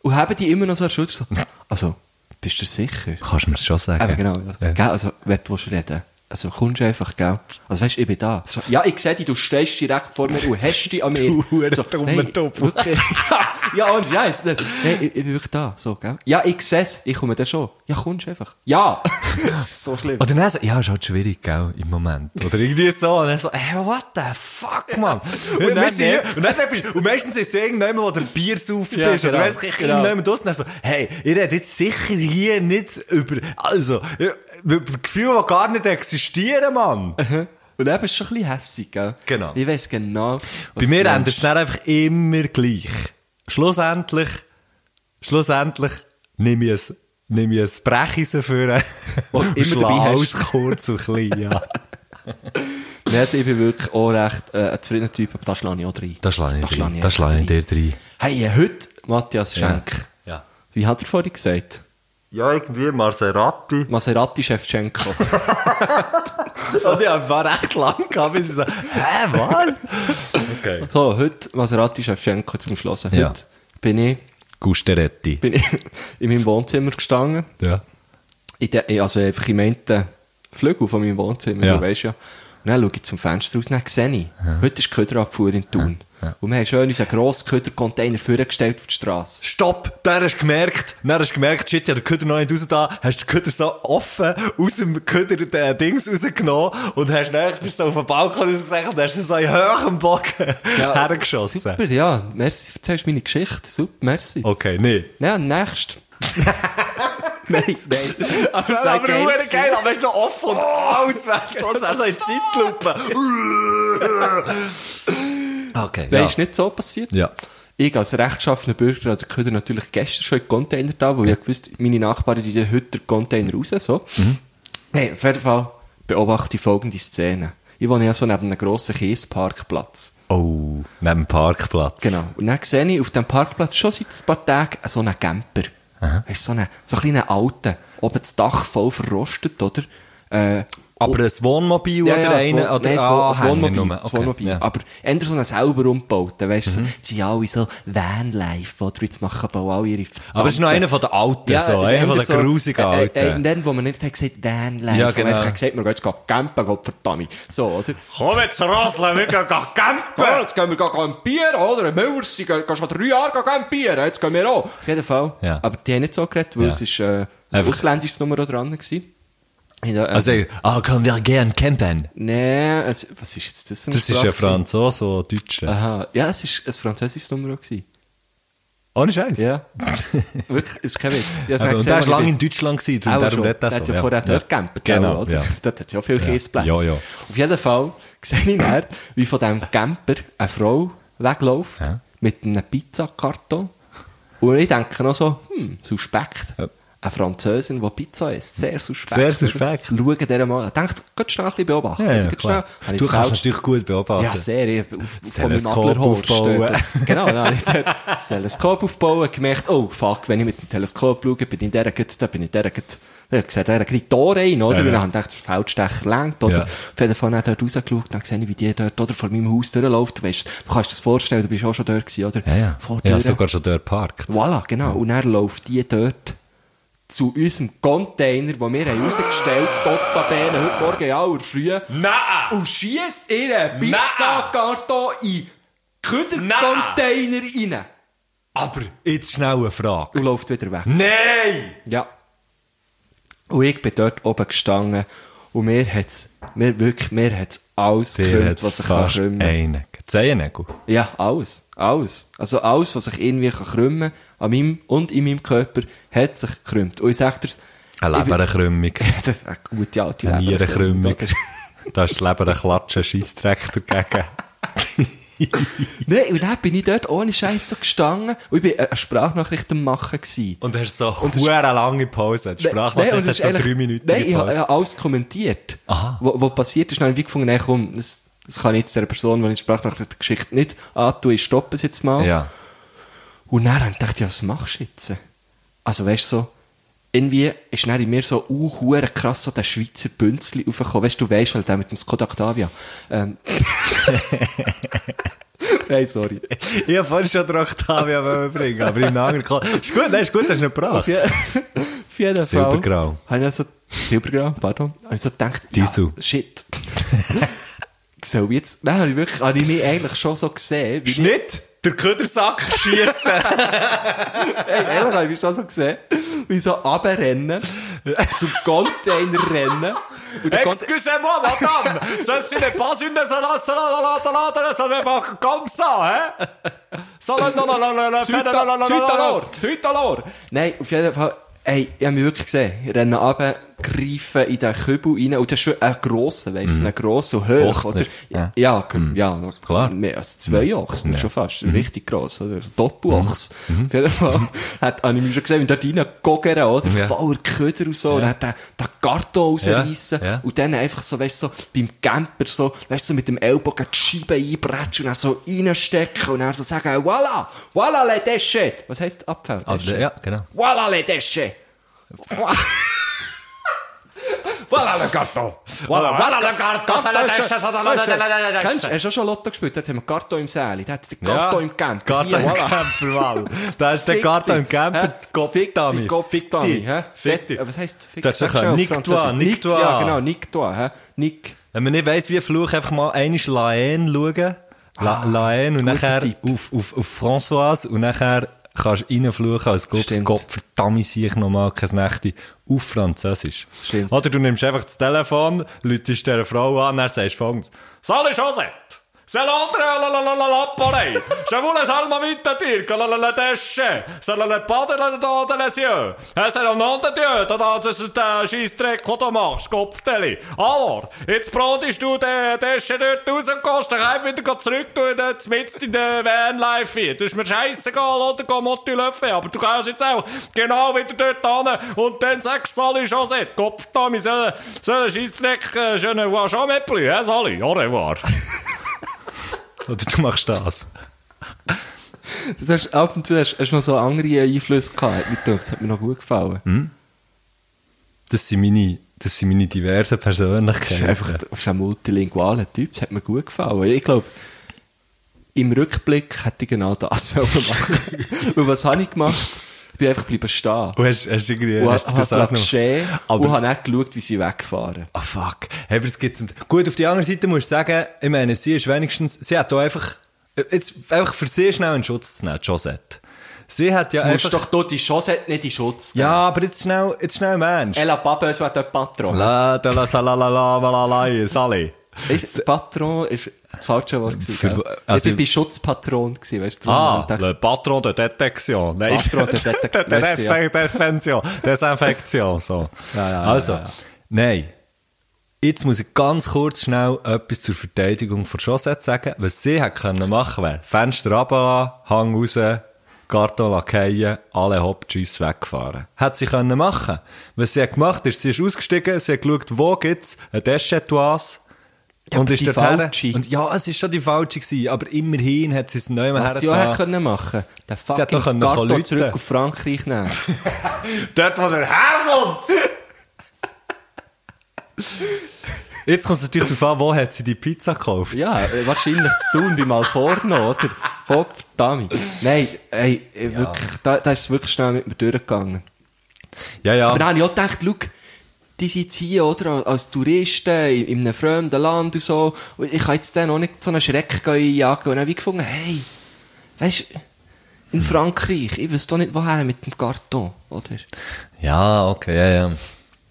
Speaker 1: und haben die immer noch so an der Schulter so, also, bist du sicher?
Speaker 6: Kannst du mir das schon sagen?
Speaker 1: Eben, genau. Also,
Speaker 6: Ja.
Speaker 1: Gell, also, wenn du willst reden also kommst du einfach, gell? Also weißt du, ich bin da. So, ja, ich sehe dich, du stehst direkt vor mir und hast dich an mir.
Speaker 6: Du hure
Speaker 1: so,
Speaker 6: dummer
Speaker 1: nein,
Speaker 6: Doppel.
Speaker 1: wirklich. ja, und ja, es, nein, ich, ich bin wirklich da, so, gell? Ja, ich sehe es, ich komme dann schon. Ja, kommst einfach. Ja! das ist so schlimm.
Speaker 6: Oder dann so, ja, ist halt schwierig, gell, im Moment. Oder irgendwie so. Und dann so, hey, what the fuck, man? Und,
Speaker 1: Und
Speaker 6: dann,
Speaker 1: dann
Speaker 6: wir sind-
Speaker 1: nicht.
Speaker 6: und, dann bist, und meistens ist es irgendjemand, wo der Bier sauft
Speaker 1: Ja,
Speaker 6: ist. Oder
Speaker 1: genau,
Speaker 6: weiss ich,
Speaker 1: genau.
Speaker 6: irgendjemand draussen. Dann so, hey, ihr redet jetzt sicher hier nicht über, also, ja, über Gefühle, die gar nicht existieren, Mann.
Speaker 1: Und dann bist du schon ein bisschen hässig, gell?
Speaker 6: Genau.
Speaker 1: Ich weiss genau.
Speaker 6: Bei mir endet es dann einfach immer gleich. Schlussendlich, schlussendlich nehme ich es, nehme ich es Brecheisen für Oh,
Speaker 1: Wo du immer dabei hast.
Speaker 6: alles kurz und klein, ja.
Speaker 1: Nein, also ich bin wirklich auch recht äh, ein zufriedener Typ, aber da schlage ich auch rein.
Speaker 6: Das schlage ich, dir- das
Speaker 1: echt
Speaker 6: schlage ich dir rein.
Speaker 1: Hey, äh, heute Matthias Schenk.
Speaker 6: Ja.
Speaker 1: Wie hat er vorhin gesagt?
Speaker 6: Ja, irgendwie Maserati.
Speaker 1: Maserati Shevchenko.
Speaker 6: So, die haben war recht lang gehabt, bis ich so, hä, was? Okay.
Speaker 1: so, heute Maserati Shevchenko zum Schluss. Heute
Speaker 6: Ja.
Speaker 1: bin, ich,
Speaker 6: Gusteretti.
Speaker 1: bin ich in meinem Wohnzimmer gestanden.
Speaker 6: Ja.
Speaker 1: In de, also einfach im einen Flügel von meinem Wohnzimmer,
Speaker 6: Ja.
Speaker 1: du weißt ja. Und dann schaue ich zum Fenster raus, dann sehe ich, heute ist die Köderabfuhr in Thun. Und wir haben schön unseren grossen Ködercontainer vorgestellt auf die Straße.
Speaker 6: Stopp! Dann hast du gemerkt, dann hast du gemerkt, shit, ich habe den Köder noch nicht raus da, hast den Köder so offen aus dem Köder den Dings rausgenommen und hast dann bist so auf den Balkon rausgesagt und hast ihn so in höherem Bogen hergeschossen.
Speaker 1: Super, ja. Merci, erzählst meine Geschichte. Super, merci.
Speaker 6: Okay, nee.
Speaker 1: Ja, nächst. nein, nein.
Speaker 6: Also,
Speaker 1: Das
Speaker 6: das
Speaker 1: wär
Speaker 6: aber
Speaker 1: geil
Speaker 6: verdammt
Speaker 1: gewesen. Oh.
Speaker 6: geil, aber es ist noch offen und alles wäre so, es wäre so in Zeitlupe. okay,
Speaker 1: Nein, ist nicht so passiert.
Speaker 6: Ja.
Speaker 1: Ich als rechtschaffener Bürger hatte den Köder natürlich gestern schon in den Container da, weil ich wusste, meine Nachbarn die tun heute den Container raus. So.
Speaker 6: Mhm.
Speaker 1: Nein, auf jeden Fall beobachte ich folgende Szene. Ich wohne ja so neben einem grossen Kiesparkplatz.
Speaker 6: Oh, neben dem Parkplatz.
Speaker 1: Genau. Und dann sehe ich auf dem Parkplatz schon seit ein paar Tagen so einen Camper. Weisst, So einen, so einen kleinen alten, oben das Dach voll verrostet, oder? Äh,
Speaker 6: Aber ein Wohnmobil
Speaker 1: Ja,
Speaker 6: oder
Speaker 1: ja, das
Speaker 6: einen
Speaker 1: Wohn-
Speaker 6: oder
Speaker 1: nein, das Wohn-
Speaker 6: Ah,
Speaker 1: das
Speaker 6: Hänger
Speaker 1: Wohnmobil.
Speaker 6: nur.
Speaker 1: das
Speaker 6: Okay,
Speaker 1: Wohnmobil.
Speaker 6: ja. Mhm.
Speaker 1: Aber eher so einen selber umgebauten, weißt du, so, sie sind alle so Vanlife, die jetzt machen, bauen alle ihre
Speaker 6: Aber es ist noch einer von den Alten, so,
Speaker 1: es ist
Speaker 6: einer von
Speaker 1: eher
Speaker 6: den
Speaker 1: so,
Speaker 6: grusigen
Speaker 1: äh,
Speaker 6: Alten.
Speaker 1: Äh, äh, dann, wo man nicht hat gesagt Vanlife,
Speaker 6: Ja,
Speaker 1: wo
Speaker 6: genau.
Speaker 1: man einfach gesagt, wir gehen jetzt gehen campen, Gott verdammt. So, oder?
Speaker 6: Komm jetzt, Rosle, wir gehen campen!
Speaker 1: Ja, jetzt gehen wir gehen campieren, oder? Müllers, die gehen gehen schon drei Jahre campieren, jetzt gehen wir auch. Auf jeden Fall.
Speaker 6: Ja.
Speaker 1: Aber die haben nicht so geredet, weil
Speaker 6: Ja.
Speaker 1: es ist, äh, ein
Speaker 6: Einfach-
Speaker 1: ausländisches Nummer auch dran war. Ja, äh,
Speaker 6: Also, ah, können wir gern campen?
Speaker 1: nee, es, was ist jetzt das für eine
Speaker 6: Das ist
Speaker 1: Sprache
Speaker 6: ein
Speaker 1: gewesen?
Speaker 6: Franzose, so ein Deutscher.
Speaker 1: Aha, ja, es war ein französisches Nummer auch. gewesen.
Speaker 6: Ohne Scheiß.
Speaker 1: Ja. Wirklich, ist kein Witz. Ich hab's
Speaker 6: Aber, Also, und
Speaker 1: nicht gesehen,
Speaker 6: der war
Speaker 1: wo ich
Speaker 6: lange
Speaker 1: bin.
Speaker 6: in Deutschland gewesen,
Speaker 1: Auch
Speaker 6: und darum
Speaker 1: schon.
Speaker 6: dort
Speaker 1: Der
Speaker 6: das
Speaker 1: hat
Speaker 6: so.
Speaker 1: ja vorher dort gekämpft. Genau.
Speaker 6: Genau,
Speaker 1: Oder?
Speaker 6: ja.
Speaker 1: Dort hat es ja viele
Speaker 6: Ja.
Speaker 1: Kiesplätze.
Speaker 6: Ja, ja.
Speaker 1: Auf jeden Fall sehe ich dann, wie von diesem Camper eine Frau wegläuft
Speaker 6: Ja.
Speaker 1: mit einem Pizzakarton. Und ich denke noch so, hm, suspekt.
Speaker 6: Ja.
Speaker 1: Eine Französin, die Pizza isst, sehr suspekt.
Speaker 6: Sehr suspekt.
Speaker 1: Schauen der mal, denkt, geht schnell ein bisschen beobachten.
Speaker 6: Ja, ja,
Speaker 1: Geht
Speaker 6: klar.
Speaker 1: Habe ich
Speaker 6: Du kannst
Speaker 1: falsch-
Speaker 6: natürlich gut beobachten.
Speaker 1: ja, sehr. Ich hab auf, auf von meinem
Speaker 6: Teleskop
Speaker 1: Adlerhorst.
Speaker 6: aufbauen.
Speaker 1: dort- Genau, dann habe ich dort das Teleskop aufbauen gemerkt, oh fuck, wenn ich mit dem Teleskop schaue, bin ich in dieser Gett, da bin ich in dieser Gett, ich habe gesagt, der kriegt Tore rein, oder?
Speaker 6: Ja,
Speaker 1: Und
Speaker 6: ja.
Speaker 1: dann habe ich gedacht, das ist Feldstecher lenkt, oder?
Speaker 6: Ja.
Speaker 1: Auf jeden Fall habe ich dort rausgeschaut, dann sehe ich, wie die dort, oder, vor meinem Haus durchläuft, weißt, du kannst dir das vorstellen, du bist auch schon dort gewesen, oder?
Speaker 6: Ja, ja.
Speaker 1: Vor
Speaker 6: Ich
Speaker 1: der
Speaker 6: habe
Speaker 1: Tür.
Speaker 6: sogar schon dort geparkt.
Speaker 1: Voilà, genau. Und er läuft die dort zu unserem Container, den wir haben rausgestellt haben, Bene, heute Morgen in aller Früh.
Speaker 6: Nein!
Speaker 1: Und schießt ihren Pizzakarton in Ködercontainer rein.
Speaker 6: Aber jetzt schnell eine Frage.
Speaker 1: Und läuft wieder weg.
Speaker 6: Nein!
Speaker 1: Ja. Und ich bin dort oben gestanden und mir hat's, mir wirklich, mir hat's alles
Speaker 6: Dir hat
Speaker 1: gekrümmt, was
Speaker 6: es
Speaker 1: ich kann
Speaker 6: fast
Speaker 1: krümmen
Speaker 6: einen. Zehennägel.
Speaker 1: Ja, alles. Alles. Also alles, was ich irgendwie kann krümmen an meinem und in meinem Körper, hat sich gekrümmt. Und ich sag dir,
Speaker 6: Eine
Speaker 1: ich bin-
Speaker 6: Leberkrümmung.
Speaker 1: das ist eine gute alte
Speaker 6: Eine Nierenkrümmung.
Speaker 1: oder?
Speaker 6: Da ist das Leben ein Klatschen, Scheissdreck dagegen.
Speaker 1: Nein, und dann bin ich dort ohne Scheiß so gestanden und ich war eine Sprachnachricht am Machen. Gewesen.
Speaker 6: Und hast so eine lange Pause. Die Sprachnachricht
Speaker 1: Nein, und
Speaker 6: hat
Speaker 1: es
Speaker 6: so
Speaker 1: ist eigentlich-
Speaker 6: drei Minuten
Speaker 1: Nein, ich habe ich
Speaker 6: Pause.
Speaker 1: habe alles kommentiert.
Speaker 6: Aha.
Speaker 1: Was passiert ist, dann habe ich wie gefunden, nein, komm, das, das kann ich jetzt der Person, die ich die Sprachnachricht-Geschichte nicht antue, ich stoppe es jetzt mal.
Speaker 6: Ja.
Speaker 1: Und dann habe ich gedacht, ja, was machst du jetzt? Also weißt du, so, irgendwie ist dann in mir so uh, hure krass so der Schweizer Bünzli aufgekommen. Weißt du, du weißt, weil der mit dem Skoda Octavia. Ähm. nein, sorry.
Speaker 6: Ich habe vorhin schon den Octavia wollen bringen, aber im anderen Kla- Ist gut, nein, ist gut, hast du ihn
Speaker 1: Auf
Speaker 6: gebracht.
Speaker 1: je- auf jeden Fall.
Speaker 6: Silbergrau.
Speaker 1: Habe ich also, Silbergrau, pardon. Habe ich so gedacht,
Speaker 6: Diesel.
Speaker 1: Ja, shit. so, jetzt, nein, habe ich wirklich, habe ich mich eigentlich schon so gesehen. Wie
Speaker 6: Schnitt! Der Ködersack schiessen!
Speaker 1: Ey, ehrlich, habe ich mich schon so gesehen. Wie so runterrennen, zum Container rennen. Und der Container,
Speaker 6: Excusez-moi, madame! Ceci n'est pas une salade, salade, salade, salade, salade, comme ça, hein? Salade, salade, salade,
Speaker 1: Südta- Südtalor, Südtalor. Nein, auf jeden Fall, ey, ich habe mich wirklich gesehen. Rennen runter, greifen in den Kübel rein. Und das ist schon ein grosser, weißt du, ein grosser und hoch,
Speaker 6: Mhm. Ochsner,
Speaker 1: oder?
Speaker 6: ja. Mhm.
Speaker 1: Ja, ja, g- ja
Speaker 6: Klar. Mhm.
Speaker 1: Mehr als zwei Ochsen, schon fast. Richtig gross, oder? Also Doppelachs. Auf jeden Fall hat, habe ich mich schon gesehen, wie dort reingogern, oder?
Speaker 6: Ja.
Speaker 1: Voller Köder und so. Und dann hat der, der Karton rausreissen.
Speaker 6: Ja, ja.
Speaker 1: Und dann einfach so, weißt du, so, beim Camper so, weißt du, so mit dem Ellbogen die Scheibe einbretschen und dann so reinstecken und dann so sagen, voilà, voilà le déchet. Was heisst Abfall? Déchet?
Speaker 6: Ja, genau.
Speaker 1: Voilà le déchet. voilà le carton. Ah,
Speaker 6: Voilà, voilà le carton, ça le déchet, ça le déchet, ça le déchet.
Speaker 1: Kennst du, hast du auch schon Lotto gespielt? Jetzt haben wir Karton im Säli, da hat den Karton im Camper.
Speaker 6: Karton
Speaker 1: Hier,
Speaker 6: im
Speaker 1: voilà.
Speaker 6: Camper, Mann. Da ist der
Speaker 1: Fick
Speaker 6: Karton im
Speaker 1: dich.
Speaker 6: Camper.
Speaker 1: Hä?
Speaker 6: Kopf
Speaker 1: Fick
Speaker 6: Dummy.
Speaker 1: dich, Kopf Dummy,
Speaker 6: hein?
Speaker 1: hä?
Speaker 6: Fick dich.
Speaker 1: Äh, Was heisst Fick?
Speaker 6: Das ist
Speaker 1: Sag's
Speaker 6: doch ein
Speaker 1: schnell auf
Speaker 6: Nick
Speaker 1: Französisch.
Speaker 6: toi, Nick toi.
Speaker 1: Ja, genau, Nick toi, hä? Nick.
Speaker 6: Wenn man nicht weiss, wie Fluch, einfach mal einmal Laen schauen. La, Laen und
Speaker 1: Ah, guter
Speaker 6: nachher
Speaker 1: Tipp.
Speaker 6: auf, auf, auf Françoise und nachher kannst du reinfluchen, als gäbe es
Speaker 1: Stimmt.
Speaker 6: Gott verdammt sich nochmal kein Nächte auf Französisch.
Speaker 1: Stimmt.
Speaker 6: Oder du nimmst einfach das Telefon, läutest dieser Frau an, dann sagst du folgendes. Salut Josette! C'est l'André, la la la la la l'appareil. Je vous laisse allemand weiter la la la déche. C'est le pas de la E de les yeux. Et c'est le nom de Dieu, da da das ist der Scheissdreck, den du machst, Kopfteli. Alors, jetzt brotest du den Desche dort raus und gehst dich einfach wieder zurück, du in den, mitten in den Vanlife hier. Das ist mir scheissegal, oder? Geh Motti Löffel, aber du gehst jetzt auch genau wieder dort hin und dann sagst du, salut Josette, Kopftami, so so ein Scheissdreck, äh, je ne vois jamais plus, hein, salut, au revoir. Oder du machst das.
Speaker 1: Du hast ab und zu hast, hast noch
Speaker 6: Hm.
Speaker 1: so andere Einflüsse gehabt. Mit dem, das hat mir noch gut gefallen.
Speaker 6: Das sind meine Das sind meine diversen
Speaker 1: Das
Speaker 6: Persönlichkeiten.
Speaker 1: ist einfach das ist ein multilingualer Typ, das hat mir gut gefallen. Ich glaube, im Rückblick hätte ich genau das sollen machen Weil was habe ich gemacht? Ich bin einfach geblieben stehen.
Speaker 6: Und hast, hast irgendwie,
Speaker 1: Und
Speaker 6: hast
Speaker 1: habe
Speaker 6: du das alles
Speaker 1: das
Speaker 6: noch?
Speaker 1: geschehen und
Speaker 6: Aber-
Speaker 1: habe nicht geschaut, wie sie wegfahren.
Speaker 6: Ah, fuck. Hey, aber es gibt's, gut, auf die andere Seite musst du sagen, ich meine, sie ist wenigstens, sie hat da einfach, jetzt, einfach für sie schnell einen Schutz zu nehmen, Josette. Sie hat ja
Speaker 1: Du musst
Speaker 6: einfach,
Speaker 1: doch hier die Chance nicht in Schutz nehmen.
Speaker 6: ja, aber jetzt schnell, jetzt schnell Mensch.
Speaker 1: Ella Papa, es war der Patron.
Speaker 6: La, da, la, sa, la, la, la, la, la, la, Sally.
Speaker 1: Ist, Patron ist das falsche Wort gewesen.
Speaker 6: Für-
Speaker 1: gell?
Speaker 6: also-
Speaker 1: ich bin bei Schutzpatron gewesen, weißt du?
Speaker 6: Ah,
Speaker 1: darum habe
Speaker 6: le
Speaker 1: ich
Speaker 6: patron de détection. Nein,
Speaker 1: Patron de détection,
Speaker 6: de
Speaker 1: merci, ja.
Speaker 6: Defe- Defension. Desinfektion, so.
Speaker 1: Ja, ja, ja,
Speaker 6: also,
Speaker 1: ja, ja.
Speaker 6: nein. Jetzt muss ich ganz kurz schnell etwas zur Verteidigung von Josette sagen. Was sie hätte können machen wäre, Fenster runterlassen, Hang raus, Karton lackieren, alle hopp, tschüss, wegfahren. Hätte sie können machen. Was sie hat gemacht ist, sie ist ausgestiegen, sie hat geschaut, wo gibt's eine Deschetoise,
Speaker 1: Ja, aber die
Speaker 6: dorthin.
Speaker 1: falsche.
Speaker 6: Und ja, es war schon die falsche, gewesen, aber immerhin hat sie es neu
Speaker 1: Was sie auch hätte können machen den
Speaker 6: hat doch
Speaker 1: fucking
Speaker 6: können
Speaker 1: Karton
Speaker 6: läuten.
Speaker 1: zurück auf Frankreich nehmen.
Speaker 6: Dort, wo der herkommt! Jetzt kommt es natürlich darauf an, wo hat sie die Pizza gekauft.
Speaker 1: ja, äh, wahrscheinlich zu tun, beim Alforno, oder? Hopp, Dami. Nein, ey, äh, wirklich, da, da ist es wirklich schnell mit mir durchgegangen.
Speaker 6: Ah. Ja,
Speaker 1: Aber
Speaker 6: ja.
Speaker 1: dann habe ich auch gedacht, schau, die sind jetzt hier, oder? Als Touristen in, in einem fremden Land und so. Und ich kann jetzt denen auch nicht so einen Schreck jagen. Und dann habe ich gefunden, hey, weißt du, in Frankreich, ich weiß doch nicht woher mit dem Karton, oder?
Speaker 6: Ja, okay, ja, ja.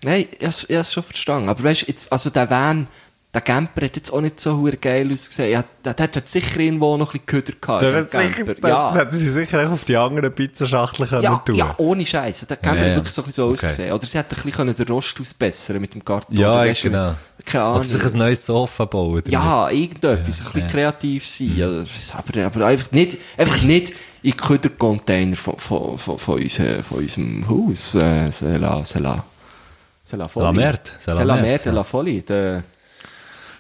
Speaker 1: Nein, ich habe es schon verstanden. Aber weißt du, jetzt, also der Van, der Camper hat jetzt auch nicht so hure geil ausgesehen. Ja, der, der hat sicher irgendwo noch ein bisschen Köder gehabt.
Speaker 6: Das,
Speaker 1: der
Speaker 6: hat sicher,
Speaker 1: Camper. ja.
Speaker 6: das hätten sie sicher auch auf die anderen Pizzaschachteln
Speaker 1: Ja,
Speaker 6: können tun
Speaker 1: ja, ohne Scheiße. Der Camper
Speaker 6: Ja, ja.
Speaker 1: hat wirklich so ein bisschen so
Speaker 6: Okay.
Speaker 1: ausgesehen. Oder sie hätte ein bisschen können den Rost ausbessern mit dem Karton.
Speaker 6: Ja,
Speaker 1: oder,
Speaker 6: ja,
Speaker 1: weisst du,
Speaker 6: genau.
Speaker 1: Keine
Speaker 6: Oder sich
Speaker 1: Ahnung.
Speaker 6: ein neues Sofa bauen. damit.
Speaker 1: Ja, irgendetwas. ein bisschen
Speaker 6: ja. Mhm.
Speaker 1: kreativ sein. Oder, was, aber, aber einfach nicht, einfach nicht in den Ködercontainer von, von, von, von, unserem, von unserem Haus. Äh, c'est la, c'est la, c'est la folie.
Speaker 6: La merde, c'est la
Speaker 1: C'est la
Speaker 6: merde,
Speaker 1: merde,
Speaker 6: ja.
Speaker 1: la folie. Der,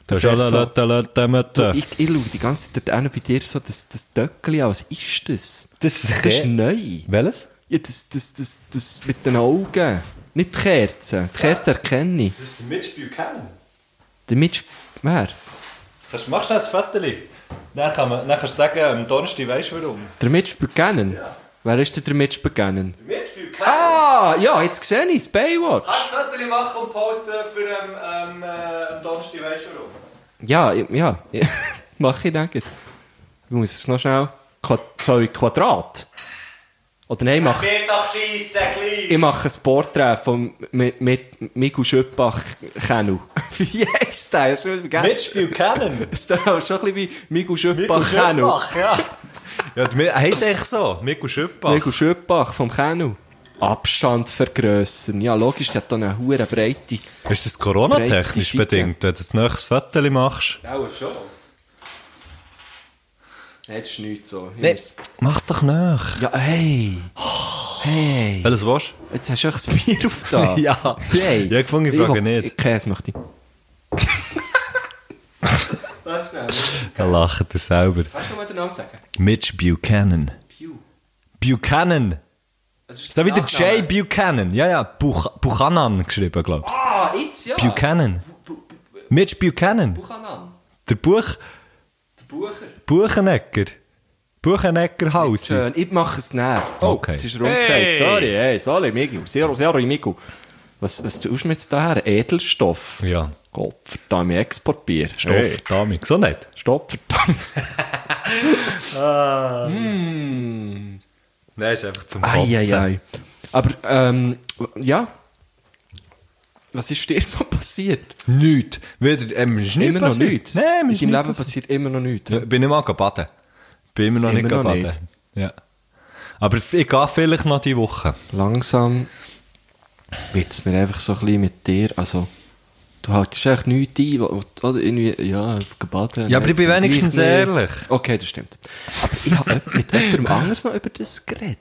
Speaker 6: Da schon
Speaker 1: Verso.
Speaker 6: la- la- la- la- la-
Speaker 1: Du,
Speaker 6: la-
Speaker 1: ich, ich schaue die ganze Zeit dort hin bei dir so das, das Döckli an. Was ist das?
Speaker 6: Das ist
Speaker 1: Das ist
Speaker 6: Ke-
Speaker 1: neu.
Speaker 6: Welches?
Speaker 1: Ja, das, das, das, das mit den Augen. Nicht die Kerzen. Die Kerzen erkenne ich.
Speaker 6: Das ist der Mitspiel kennen.
Speaker 1: Der Mitch... Wer?
Speaker 6: Kannst, machst du das Vetterli? Dann, kann man, dann kannst du sagen, am Donnerstag weisst du warum.
Speaker 1: Der Mitch Buchanan? Wer ist denn der Mitch Buchanan?
Speaker 6: Der Mitspiel kennen!
Speaker 1: Ah, ja, jetzt sehe ich Baywatch.
Speaker 6: Kannst du ein Foto machen und posten für den ähm, äh, am Donnerstag, weißt du warum?
Speaker 1: Ja, ich- ja. Mache ich, denke ich. Ich muss es noch schnell... Qua- Sorry, Quadrat? Oder nein, ich mache...
Speaker 6: Geht doch scheissen, gleich!
Speaker 1: Ich mache ein Porträt von mit, mit Miku Schöppach Kenu. Wie heisst der? Hast du wieder vergessen?
Speaker 6: Mitspiel kennen!
Speaker 1: Das ist doch schon ein bisschen wie Miku Schöppach Kenu.
Speaker 6: ja! Ja, der Mi- er heisst eigentlich so, Mikko Schüppach.
Speaker 1: Miku Schöppach vom Kenu. Abstand vergrössern. Ja, logisch, der hat da eine hohe Breite.
Speaker 6: Ist das Corona-technisch
Speaker 1: Breite Seite.
Speaker 6: bedingt, wenn du das nächstes Foto machst?
Speaker 1: Auch schon. Nein, das ist nicht so.
Speaker 6: Nein, mach's doch nach.
Speaker 1: Ja, hey. Hey.
Speaker 6: Welches willst
Speaker 1: Jetzt hast du echt ein Bier auf da.
Speaker 6: Ja.
Speaker 1: Hey.
Speaker 6: Ja, ich fand, ich frage
Speaker 1: will-
Speaker 6: nicht.
Speaker 1: Ich Käse möchte ich.
Speaker 5: Lass schnell.
Speaker 6: du? Dann lacht er selber.
Speaker 1: Kannst du noch mal den Namen sagen?
Speaker 6: Mitch Buchanan.
Speaker 1: Pew.
Speaker 6: Buchanan! So wie der Jay Buchanan. Ja, ja, Buch Buchanan geschrieben, glaubst du.
Speaker 1: Ah, jetzt ja.
Speaker 6: Buchanan. Mitch Buchanan.
Speaker 1: Buchanan.
Speaker 6: Der Buch...
Speaker 1: Der Bucher.
Speaker 6: Buchenecker. Bucheneckerhaus.
Speaker 1: Schön. Ich mache es näher. Oh,
Speaker 6: Okay.
Speaker 1: Jetzt ist er umgekehrt. Sorry, hey, sorry, Migu. Sorry, sorry, Migu. Was, was tust du mir jetzt da her? Edelstoff.
Speaker 6: Ja.
Speaker 1: Gott, verdammt, ich exportiere.
Speaker 6: Stoff, hey. Dami. So nicht.
Speaker 1: Stopp, verdammt.
Speaker 6: Nein, ist einfach zum
Speaker 1: Eieiei. Aber, ähm, ja. Was ist dir so passiert?
Speaker 6: Nichts. Wieder, ähm, ist
Speaker 1: immer noch
Speaker 6: passiert.
Speaker 1: nichts.
Speaker 6: Nein, mir
Speaker 1: In
Speaker 6: ist
Speaker 1: deinem
Speaker 6: nichts
Speaker 1: Leben passiert immer noch nichts.
Speaker 6: Ja, bin ich mal gebaden. Bin immer noch
Speaker 1: Immer
Speaker 6: nicht
Speaker 1: noch
Speaker 6: gebaden.
Speaker 1: nicht.
Speaker 6: Ja. Aber f- ich gehe vielleicht noch die Woche.
Speaker 1: Langsam wird es mir einfach so ein bisschen mit dir, also... Du haltest echt nichts ein, wo- wo- oder irgendwie, ja, gebaden.
Speaker 6: Ja, aber
Speaker 1: nein,
Speaker 6: ich bin
Speaker 1: jetzt
Speaker 6: wenigstens
Speaker 1: gleich nicht.
Speaker 6: ehrlich.
Speaker 1: Okay, das stimmt. Aber ich habe mit jemandem anders noch über das geredet.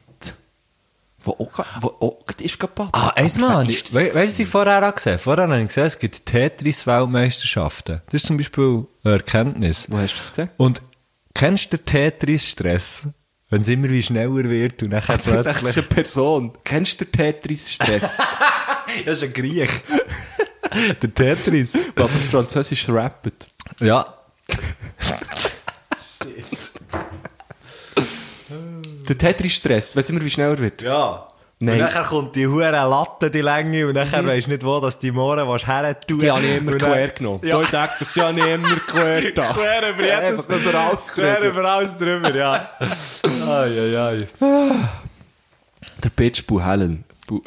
Speaker 1: Wo auch, wo auch ist gebadet.
Speaker 6: Ah, eins mal.
Speaker 1: Aber wer
Speaker 6: Weißt
Speaker 1: ist
Speaker 6: du,
Speaker 1: das
Speaker 6: was ich vorher auch gesehen habe? Vorher habe ich gesehen, es gibt Tetris-Weltmeisterschaften. Das ist zum Beispiel eine Erkenntnis.
Speaker 1: Wo hast du das gesehen?
Speaker 6: Und kennst du den Tetris-Stress? Wenn es immer wie schneller wird und dann
Speaker 1: Das ist
Speaker 6: plötzlich...
Speaker 1: eine Person. Kennst du den Tetris-Stress?
Speaker 6: Das ist ein Griech. Der Tetris.
Speaker 1: was auf Französisch rappt.
Speaker 6: Ja.
Speaker 1: Der Tetris-Stress, weißt du immer, wie schnell er wird?
Speaker 6: Ja.
Speaker 1: Nein.
Speaker 6: Und dann kommt die hure Latte, die Länge, und dann mhm. weisst du nicht, wo dass die Mohren was her tun.
Speaker 1: Die habe ich immer
Speaker 6: Und dann-
Speaker 1: quer genommen.
Speaker 6: Ja.
Speaker 1: Da sagt er, die habe ich immer quer da.
Speaker 6: Quer über jedes,
Speaker 1: Einfach über alles
Speaker 6: quer
Speaker 1: drüber.
Speaker 6: über alles drüber, ja. ai, ai, ai.
Speaker 1: Der Bitch Buhellen. Bu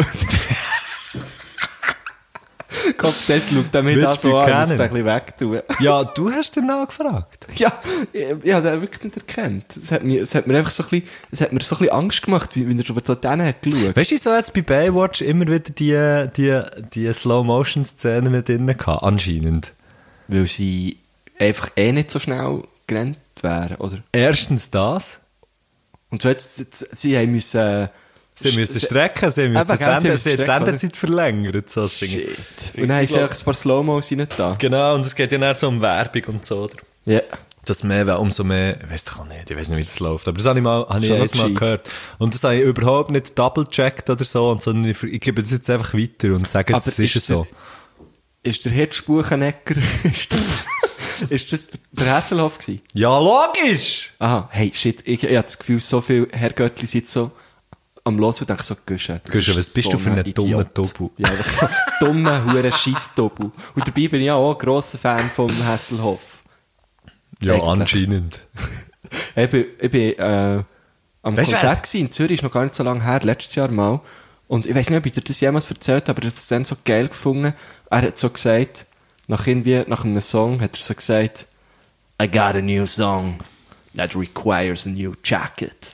Speaker 1: Kommt, jetzt schaut er mich
Speaker 6: Bitch
Speaker 1: da so an, muss
Speaker 6: Buchanan.
Speaker 1: den ein bisschen wegtun.
Speaker 6: Ja, du hast den Namen gefragt.
Speaker 1: Ja, ich, ich habe den wirklich nicht erkannt. Es hat mir, es hat mir einfach so ein bisschen, es hat mir so ein bisschen Angst gemacht, wie, wie er über den hat geschaut.
Speaker 6: Weißt du, so jetzt bei Baywatch immer wieder die, die, die Slow-Motion-Szene mit drin gehabt, anscheinend.
Speaker 1: Weil sie einfach eh nicht so schnell gerannt wären, oder?
Speaker 6: Erstens das.
Speaker 1: Und zweitens, sie- sie haben müssen... äh,
Speaker 6: Sie müssen strecken, sie müssen
Speaker 1: Eben, gell, sie
Speaker 6: senden,
Speaker 1: müssen
Speaker 6: sie haben die
Speaker 1: strecken,
Speaker 6: Sendezeit verlängert. So das Ding.
Speaker 1: Shit. Und dann haben sie einfach ein paar Slow-Mos nicht da.
Speaker 6: Genau, und es geht ja dann so um Werbung und so, oder?
Speaker 1: Ja.
Speaker 6: dass mehr wäre, umso mehr, ich weiß doch auch nicht, ich weiß nicht, wie das läuft, aber das habe ich mal, habe ich
Speaker 1: Schon noch
Speaker 6: eins mal
Speaker 1: gescheit.
Speaker 6: gehört. Und das habe ich überhaupt nicht double-checked oder so, und sondern ich, ich gebe das jetzt einfach weiter und sage,
Speaker 1: Aber
Speaker 6: jetzt, es ist,
Speaker 1: ist
Speaker 6: so.
Speaker 1: Ist der Hirsch Buchenecker, ist das, ist das der Hesselhoff gewesen?
Speaker 6: Ja, logisch!
Speaker 1: Aha, hey, shit, ich, ich habe das Gefühl, so viele Herrgöttli sind so am Los und denken so, Güsche.
Speaker 6: Güsche, was bist du für ein dummer Tobu?
Speaker 1: Ja, wirklich, dummer, hure scheiß Tobu. Und dabei bin ich ja auch ein grosser Fan vom Hesselhoff.
Speaker 6: Ja,
Speaker 1: Eigentlich.
Speaker 6: anscheinend.
Speaker 1: Ich bin, ich bin äh, am
Speaker 6: Weißt du, wer-
Speaker 1: Konzert gewesen, in Zürich, ist noch gar nicht so lange her, letztes Jahr mal. Und ich weiß nicht, ob ich dir das jemals erzählt habe, aber ich habe es dann so geil gefunden. Er hat so gesagt, nach irgendwie, nach einem Song, hat er so gesagt, I got a new song that requires a new jacket.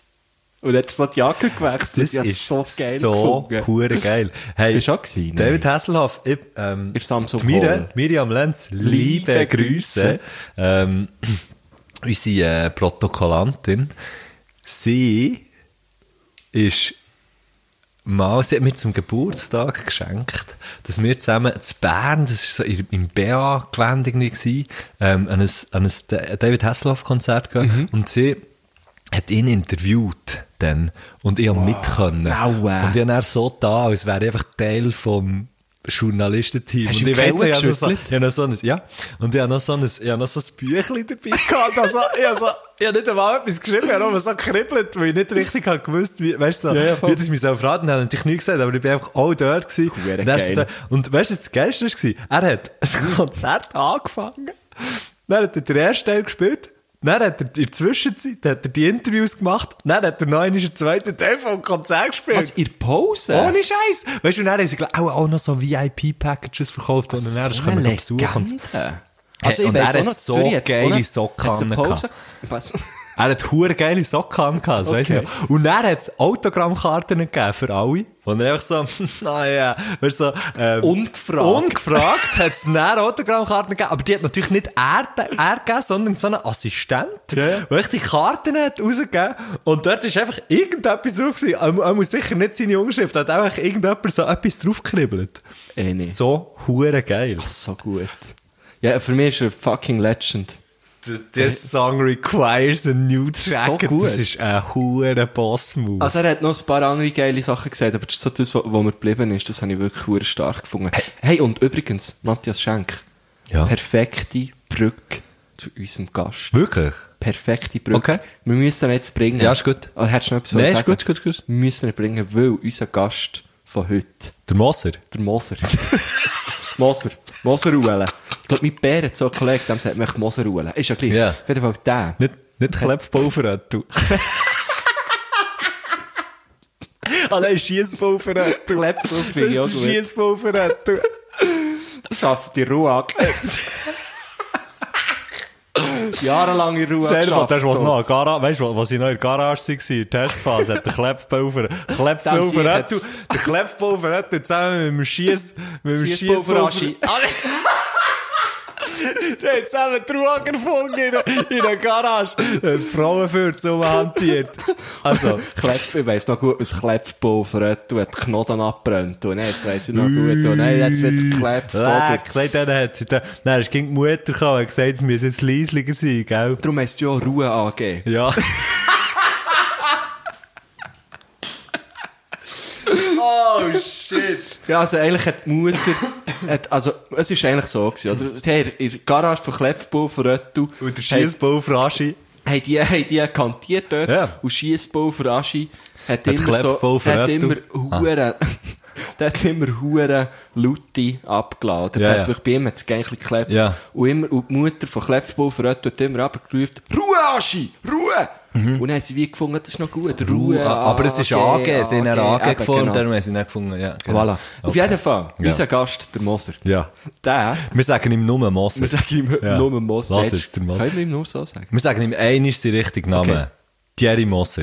Speaker 1: Und hat er so die Jacke gewechselt.
Speaker 6: Das
Speaker 1: ich habe
Speaker 6: ist
Speaker 1: es so geil
Speaker 6: so
Speaker 1: gefunden.
Speaker 6: hure geil. Hey,
Speaker 1: Bist du auch gewesen?
Speaker 6: David Hasselhoff, ich, ähm,
Speaker 1: Ist Samsung
Speaker 6: die Mira-
Speaker 1: Hall.
Speaker 6: Miriam Lenz, liebe,
Speaker 1: Liebe Grüße.
Speaker 6: Grüße. Ähm, unsere äh, Protokollantin, sie ist mal, sie hat mir zum Geburtstag geschenkt, dass wir zusammen zu Bern, das war so in- im BA-Gelände irgendwie, gewesen, ähm, an ein, an ein Da- David Hasselhoff-Konzert gegangen
Speaker 1: Mhm.
Speaker 6: und sie hat ihn interviewt dann und ich habe mitkönnen.
Speaker 1: Aua.
Speaker 6: Und ich habe dann so da, als wäre ich einfach Teil vom Journalistenteam.
Speaker 1: Hast
Speaker 6: und
Speaker 1: du
Speaker 6: ich weiss
Speaker 1: Kehle
Speaker 6: ich habe noch so,
Speaker 1: geschüttelt?
Speaker 6: ich habe noch so ein, ja, und ich habe noch so ein, ich habe noch so ein Büchlein dabei gehabt. Also, ich habe so, ich habe nicht einmal etwas geschrieben, ich habe nur so gekribbelt, weil ich nicht richtig habe gewusst, wie, weißt du, so,
Speaker 1: Ja, ja, voll.
Speaker 6: wie das mich so fragen habe, natürlich nie gesagt, aber ich bin einfach all dort gewesen.
Speaker 1: Huere
Speaker 6: Und er ist
Speaker 1: geil.
Speaker 6: da- Und weißt du, was das Geilste war? Er hat das Konzert angefangen, dann hat er den ersten Teil gespielt, dann hat er in der Zwischenzeit hat er die Interviews gemacht, dann hat er noch einmal den zweiten Teil vom Konzert gespielt.
Speaker 1: Was, ihr Pause?
Speaker 6: Ohne Scheiß! Weißt du, und dann haben sie glaub, auch, auch noch so VIP-Packages verkauft, und dann
Speaker 1: so
Speaker 6: können
Speaker 1: eine
Speaker 6: wir besuchen.
Speaker 1: Legende.
Speaker 6: Also ich
Speaker 1: und
Speaker 6: weiss
Speaker 1: er
Speaker 6: auch
Speaker 1: hat
Speaker 6: noch,
Speaker 1: so
Speaker 6: Zürich hat's
Speaker 1: geile
Speaker 6: auch noch-
Speaker 1: Socken
Speaker 6: hat's eine Pause-
Speaker 1: angehabt. Was?
Speaker 6: Er hat hure geile Socken an gehabt, das weiss ich
Speaker 1: Okay.
Speaker 6: noch. Und dann hat es Autogrammkarten gegeben für alle. Wo er einfach so, ah ja, weißt du, so, ähm,
Speaker 1: Ungefragt.
Speaker 6: Ungefragt hat es dann Autogrammkarten gegeben. Aber die hat natürlich nicht er, er gegeben, sondern so ein Assistent,
Speaker 1: Ja, ja.
Speaker 6: der echt die Karten hat rausgegeben. Und dort ist einfach irgendetwas drauf gewesen. Er, mu- er muss sicher nicht seine Unterschrift, hat einfach irgendjemand so etwas draufgekribbelt.
Speaker 1: Eh, nee.
Speaker 6: So hure geil.
Speaker 1: so gut. Ja, für mich ist er fucking Legend.
Speaker 6: This song requires a new track.
Speaker 1: gut.
Speaker 6: Das ist ein hure Boss-Move.
Speaker 1: Also er hat noch ein paar andere geile Sachen gesagt, aber das ist so das, was mir geblieben ist. Das habe ich wirklich verdammt stark gefunden. Hey, und übrigens, Matthias Schenk.
Speaker 6: Ja.
Speaker 1: Perfekte Brücke zu unserem Gast.
Speaker 6: Wirklich?
Speaker 1: Perfekte Brücke.
Speaker 6: Okay.
Speaker 1: Wir müssen ihn jetzt bringen.
Speaker 6: Ja, ist gut.
Speaker 1: Oh, hättest du noch etwas zu
Speaker 6: Nein, ist
Speaker 1: sagen?
Speaker 6: gut, ist gut, ist gut.
Speaker 1: Wir müssen ihn bringen, weil unser Gast von heute
Speaker 6: Der Moser?
Speaker 1: Der Moser. Moser. Moseruhle. Ich glaube, mein Bär hat so einen Kollegen, dem sagt man echt Moseruhle. Ist ja gleich.
Speaker 6: Ja.
Speaker 1: Auf jeden Fall der.
Speaker 6: Nicht, nicht Klepfpulverät, du. Allein Schiesspulverät, du.
Speaker 1: Klepfpulver
Speaker 6: Das
Speaker 1: finde ich
Speaker 6: ist
Speaker 1: auch
Speaker 6: der
Speaker 1: gut.
Speaker 6: Schiesspulverät, du.
Speaker 1: Schafft die Ruag. Jahrelange Ruhe.
Speaker 6: Sehr gut, das ist was
Speaker 1: und-
Speaker 6: noch. Gara weißt du, was ich noch in der Garage war, in der Testphase, hat der Klepfpulver, Klepfpulverät, du.
Speaker 1: Dem sicher
Speaker 6: Der Klepfpulverät, du zusammen mit dem Schiess, mit dem
Speaker 1: Schiesspulver-
Speaker 6: Schiesspulver. Der hat zusammen die Ruhe gefunden in, der- in der Garage. Äh, Die Frauen für zum hantiert. Also.
Speaker 1: Klepp, ich weiss noch gut, was Klepppulver hat. Du hast Knoten abbrennt. Und nein, jetzt weiss ich noch gut. Und nein, jetzt wird gekleppt. oder?
Speaker 6: Leck, nein, dann hat sie dann, dann ist gegen die Mutter gekommen und hat gesagt, es müsse jetzt leisliger sein, gell?
Speaker 1: Darum heisst es ja auch Ruhe angeben.
Speaker 6: Ja. oh,
Speaker 5: Oh shit!
Speaker 1: Ja, also eigentlich hat die Mutter, hat, also es ist eigentlich so gewesen, oder? Sie haben in der Garage von Kleppbau, von Röttu,
Speaker 6: Und der
Speaker 1: haben,
Speaker 6: Schiessbau für Aschi.
Speaker 1: haben die, haben die kantiert dort
Speaker 6: Ja.
Speaker 1: und Schiessbau für Aschi hat, immer
Speaker 6: Kleppbau
Speaker 1: so,
Speaker 6: für Ah.
Speaker 1: hat
Speaker 6: Röttu.
Speaker 1: immer hure, der hat immer hure Lutti abgeladen.
Speaker 6: Ja,
Speaker 1: der
Speaker 6: ja.
Speaker 1: hat wirklich bei ihm hat es gängig geklebt
Speaker 6: Ja.
Speaker 1: und immer, und die Mutter von Kleppbau für Röttu hat immer abgerufen, Ruhe Aschi, Ruhe! Und dann haben sie wie gefunden, das ist noch gut, Ruhe,
Speaker 6: Mhm. Ah,
Speaker 1: Ah,
Speaker 6: Aber es ist AG, sie haben eine AG
Speaker 1: eben,
Speaker 6: geformt,
Speaker 1: genau.
Speaker 6: darum haben sie ihn gefunden. Ja, genau.
Speaker 1: Voilà. Auf
Speaker 6: Okay.
Speaker 1: jeden Fall,
Speaker 6: Ja.
Speaker 1: unser Gast, der Moser,
Speaker 6: Ja.
Speaker 1: der,
Speaker 6: Wir sagen ihm nur Moser.
Speaker 1: wir sagen ihm
Speaker 6: Ja.
Speaker 1: nur Moser.
Speaker 6: Was
Speaker 1: Der
Speaker 6: ist der Moser?
Speaker 1: Können wir ihm nur so sagen?
Speaker 6: Wir sagen ihm einen ist der richtige Name.
Speaker 1: Okay.
Speaker 6: Thierry Moser.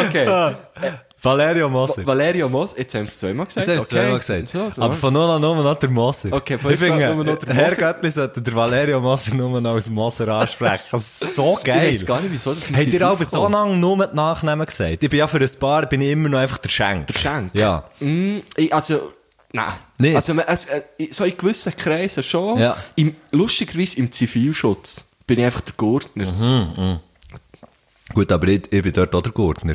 Speaker 1: Okay.
Speaker 6: Valerio Moser.
Speaker 1: Valerio Moser, jetzt haben wir es zweimal gesagt.
Speaker 6: Jetzt hast du es
Speaker 1: okay.
Speaker 6: zweimal gesagt.
Speaker 1: So, so.
Speaker 6: Aber von nun an nur noch der Moser.
Speaker 1: Okay, von
Speaker 6: ich
Speaker 1: jetzt an
Speaker 6: finde,
Speaker 1: nur noch der
Speaker 6: Herr
Speaker 1: Moser.
Speaker 6: Göttli sollte der Valerio Moser nur noch als Moser ansprechen. Das ist so geil.
Speaker 1: Ich weiß gar nicht, wieso das
Speaker 6: Habt ihr auch so
Speaker 1: draufgekommen?
Speaker 6: lange nur den Nachnamen gesagt? Ich bin ja für ein paar bin ich immer noch einfach der Schenk. Der
Speaker 1: Schenk?
Speaker 6: Ja.
Speaker 1: Mm, ich, also, nein.
Speaker 6: Nicht?
Speaker 1: Also, man- es, äh, so in gewissen Kreisen schon.
Speaker 6: Ja.
Speaker 1: Im, lustigerweise im Zivilschutz bin ich einfach der Gurtner.
Speaker 6: Mhm. Gut, aber ich, ich bin dort auch der Gurtner.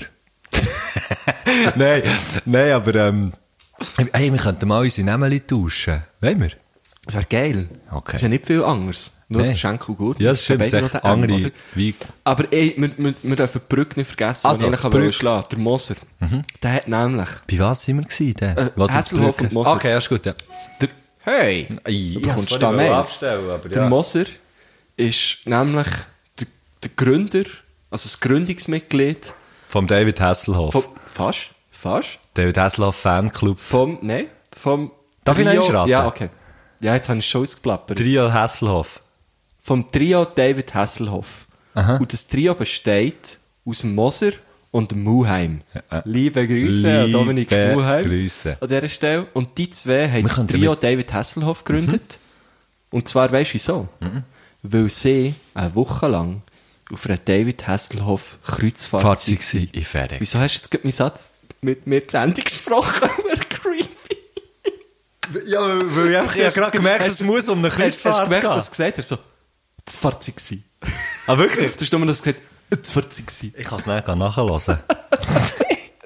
Speaker 6: nein, nein, aber ähm, ey, wir könnten mal unsere Namen tauschen. Wollen wir?
Speaker 1: Das wäre geil.
Speaker 6: Okay.
Speaker 1: Das ist ja nicht viel anders. Nur
Speaker 6: Nee.
Speaker 1: Schenk und Gurt.
Speaker 6: Ja, das stimmt.
Speaker 1: Beide
Speaker 6: Es
Speaker 1: noch
Speaker 6: ist echt
Speaker 1: den M,
Speaker 6: andere
Speaker 1: oder?
Speaker 6: wie-
Speaker 1: Aber ey, wir, wir, wir dürfen die Brücke nicht vergessen,
Speaker 6: Also,
Speaker 1: also, ich
Speaker 6: Brügg.
Speaker 1: wollte schlagen. Der Moser,
Speaker 6: Mhm.
Speaker 1: der hat nämlich...
Speaker 6: Bei was sind wir gewesen? Der?
Speaker 1: Äh,
Speaker 6: Wo du
Speaker 1: Hasselhoff
Speaker 6: zurück-
Speaker 1: und Moser.
Speaker 6: Okay, ja, ist gut, ja.
Speaker 1: Der, hey!
Speaker 6: ich
Speaker 1: Du
Speaker 6: hab's
Speaker 1: bekommst
Speaker 6: vorhin
Speaker 1: da
Speaker 6: wollen
Speaker 1: Mails.
Speaker 6: abstellen, aber
Speaker 1: Der
Speaker 6: ja.
Speaker 1: Moser ist nämlich der, der Gründer, also das Gründungsmitglied
Speaker 6: Vom David Hasselhoff.
Speaker 1: vom... Fast, fast.
Speaker 6: David Hasselhoff Fanclub.
Speaker 1: Vom, nein, vom...
Speaker 6: Darf ich noch eins raten?
Speaker 1: Ja, okay. Ja, jetzt habe ich schon ausgeplappert.
Speaker 6: Trio Hasselhoff.
Speaker 1: vom Trio David Hasselhoff. Und das Trio besteht aus dem Moser und dem Muheim.
Speaker 6: Ja.
Speaker 1: Liebe Grüße an
Speaker 6: Liebe
Speaker 1: Dominik Muheim
Speaker 6: Grüße.
Speaker 1: an dieser Stelle. Und die zwei haben das
Speaker 6: können
Speaker 1: Trio
Speaker 6: damit- Mhm.
Speaker 1: David Hasselhoff gegründet. Und zwar weißt du wieso? Weil sie eine Woche lang auf einer David Hasselhoff Kreuzfahrt
Speaker 6: Fahrt sie in Ferien.
Speaker 1: Wieso hast du jetzt gerade meinen Satz mit mir zu Ende gesprochen? Wäre creepy.
Speaker 6: Ja, weil ich einfach ich hab
Speaker 1: Hast du
Speaker 6: gerade
Speaker 1: ge-
Speaker 6: gemerkt,
Speaker 1: hast-
Speaker 6: es muss um eine
Speaker 1: Hast hast du
Speaker 6: Kreuzfahrt
Speaker 1: gemerkt,
Speaker 6: gehen.
Speaker 1: was du gesagt hast? So, das Fahrzeug war.
Speaker 6: Ah, wirklich?
Speaker 1: Du hast nur das gesagt, das Fahrzeug war.
Speaker 6: Ich kann es nicht nachhören. sorry,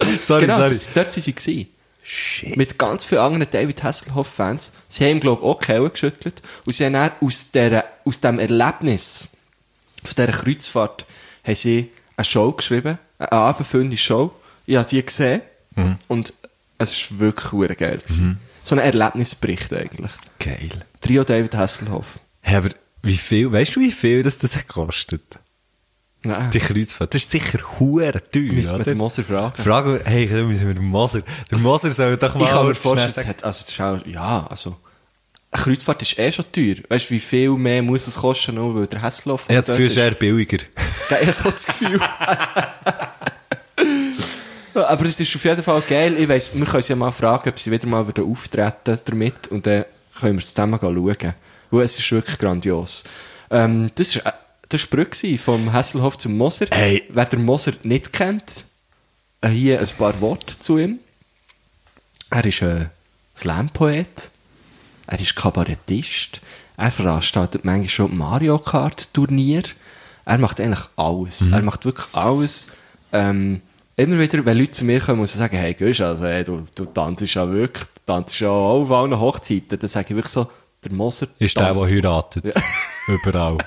Speaker 1: Genau,
Speaker 6: sorry.
Speaker 1: das, dort waren sie. Gewesen. Shit. Mit ganz vielen anderen David Hasselhoff-Fans. Sie haben ihm, glaube ich, auch die Kelle geschüttelt. Und sie haben dann aus, dieser, aus diesem Erlebnis, von dieser Kreuzfahrt, haben sie eine Show geschrieben. Eine abendfüllende Show. Ich habe die gesehen.
Speaker 6: Mhm.
Speaker 1: Und es war wirklich hure geil. Mhm. So ein Erlebnisbericht eigentlich.
Speaker 6: Geil.
Speaker 1: Trio David Hasselhoff.
Speaker 6: Hey, aber wie viel, weißt du, wie viel das, das hat gekostet?
Speaker 1: Ja.
Speaker 6: Die Kreuzfahrt. Das ist sicher huere teuer,
Speaker 1: Müssen wir
Speaker 6: oder?
Speaker 1: den Moser fragen.
Speaker 6: Frage, hey, da müssen wir den Moser. Der Moser soll doch mal...
Speaker 1: Ich kann mir
Speaker 6: schnell
Speaker 1: vorstellen, es
Speaker 6: sagen-
Speaker 1: hat, also, das ist auch, ja, also, eine Kreuzfahrt ist eh schon teuer. Weißt du, wie viel mehr muss es kosten, nur weil der Hasselhoff
Speaker 6: Ich habe das
Speaker 1: dort
Speaker 6: Gefühl, es ist
Speaker 1: ist?
Speaker 6: eher billiger.
Speaker 1: Ja, ich habe so das Gefühl. Aber es ist auf jeden Fall geil. Ich weiss, wir können sie ja mal fragen, ob sie wieder mal wieder auftreten damit und dann können wir es zusammen schauen. Weil es ist wirklich grandios. Ähm, das war äh, das war die Brücke gewesen, vom Hasselhoff zum Moser.
Speaker 6: Hey.
Speaker 1: Wer den Moser nicht kennt, äh, hier ein paar Worte zu ihm. Er ist ein Slam-Poet. Er ist Kabarettist. Er veranstaltet manchmal schon Mario Kart-Turnier. Er macht eigentlich alles.
Speaker 6: Mhm.
Speaker 1: Er macht wirklich alles. Ähm, immer wieder, wenn Leute zu mir kommen und so sagen, hey, gehst also, hey, du, du tanzt ja wirklich, du tanzt ja auch auf allen Hochzeiten, dann sage ich wirklich so, der Moser
Speaker 6: Ist der, der
Speaker 1: tanzt
Speaker 6: heiratet. Überall.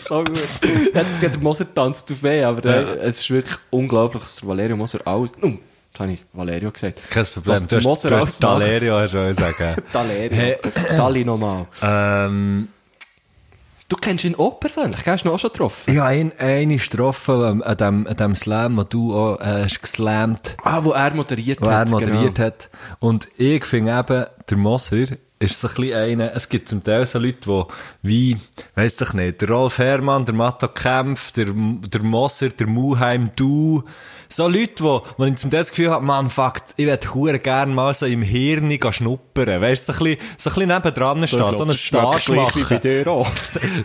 Speaker 1: so gut. Ich hätte gesagt, der Moser tanzt auf weh, aber äh, es ist wirklich unglaublich, dass der Valerio Moser alles... Nun, jetzt habe ich Valerio gesagt.
Speaker 6: Kein Problem.
Speaker 1: Was
Speaker 6: Du
Speaker 1: der
Speaker 6: hast,
Speaker 1: Moser
Speaker 6: du
Speaker 1: alles
Speaker 6: hast
Speaker 1: macht.
Speaker 6: Dalerio, hast du auch sagen.
Speaker 1: Dalerio.
Speaker 6: Hey.
Speaker 1: Dali nochmal.
Speaker 6: ähm...
Speaker 1: Du kennst ihn auch persönlich, gell? hast du ihn auch schon getroffen?
Speaker 6: Ich habe ihn eine getroffen ähm, an dem, an dem Slam, den du auch äh, hast geslammt,
Speaker 1: Ah, wo er moderiert
Speaker 6: wo er moderiert
Speaker 1: genau.
Speaker 6: hat. Und ich finde eben, der Moser ist so ein bisschen einer, es gibt zum Teil so Leute, die wie, weiss doch nicht, der Rolf Herrmann, der Matto Kempf, der, der Moser, der Muheim, du, so Leute, wo, wo ich zum Teil das Gefühl habe, man, fuck, ich würde hure gerne mal so im Hirn gehen schnuppern, weißt du, so ein bisschen, so ein bisschen nebendran stehen, so einen Stage machen.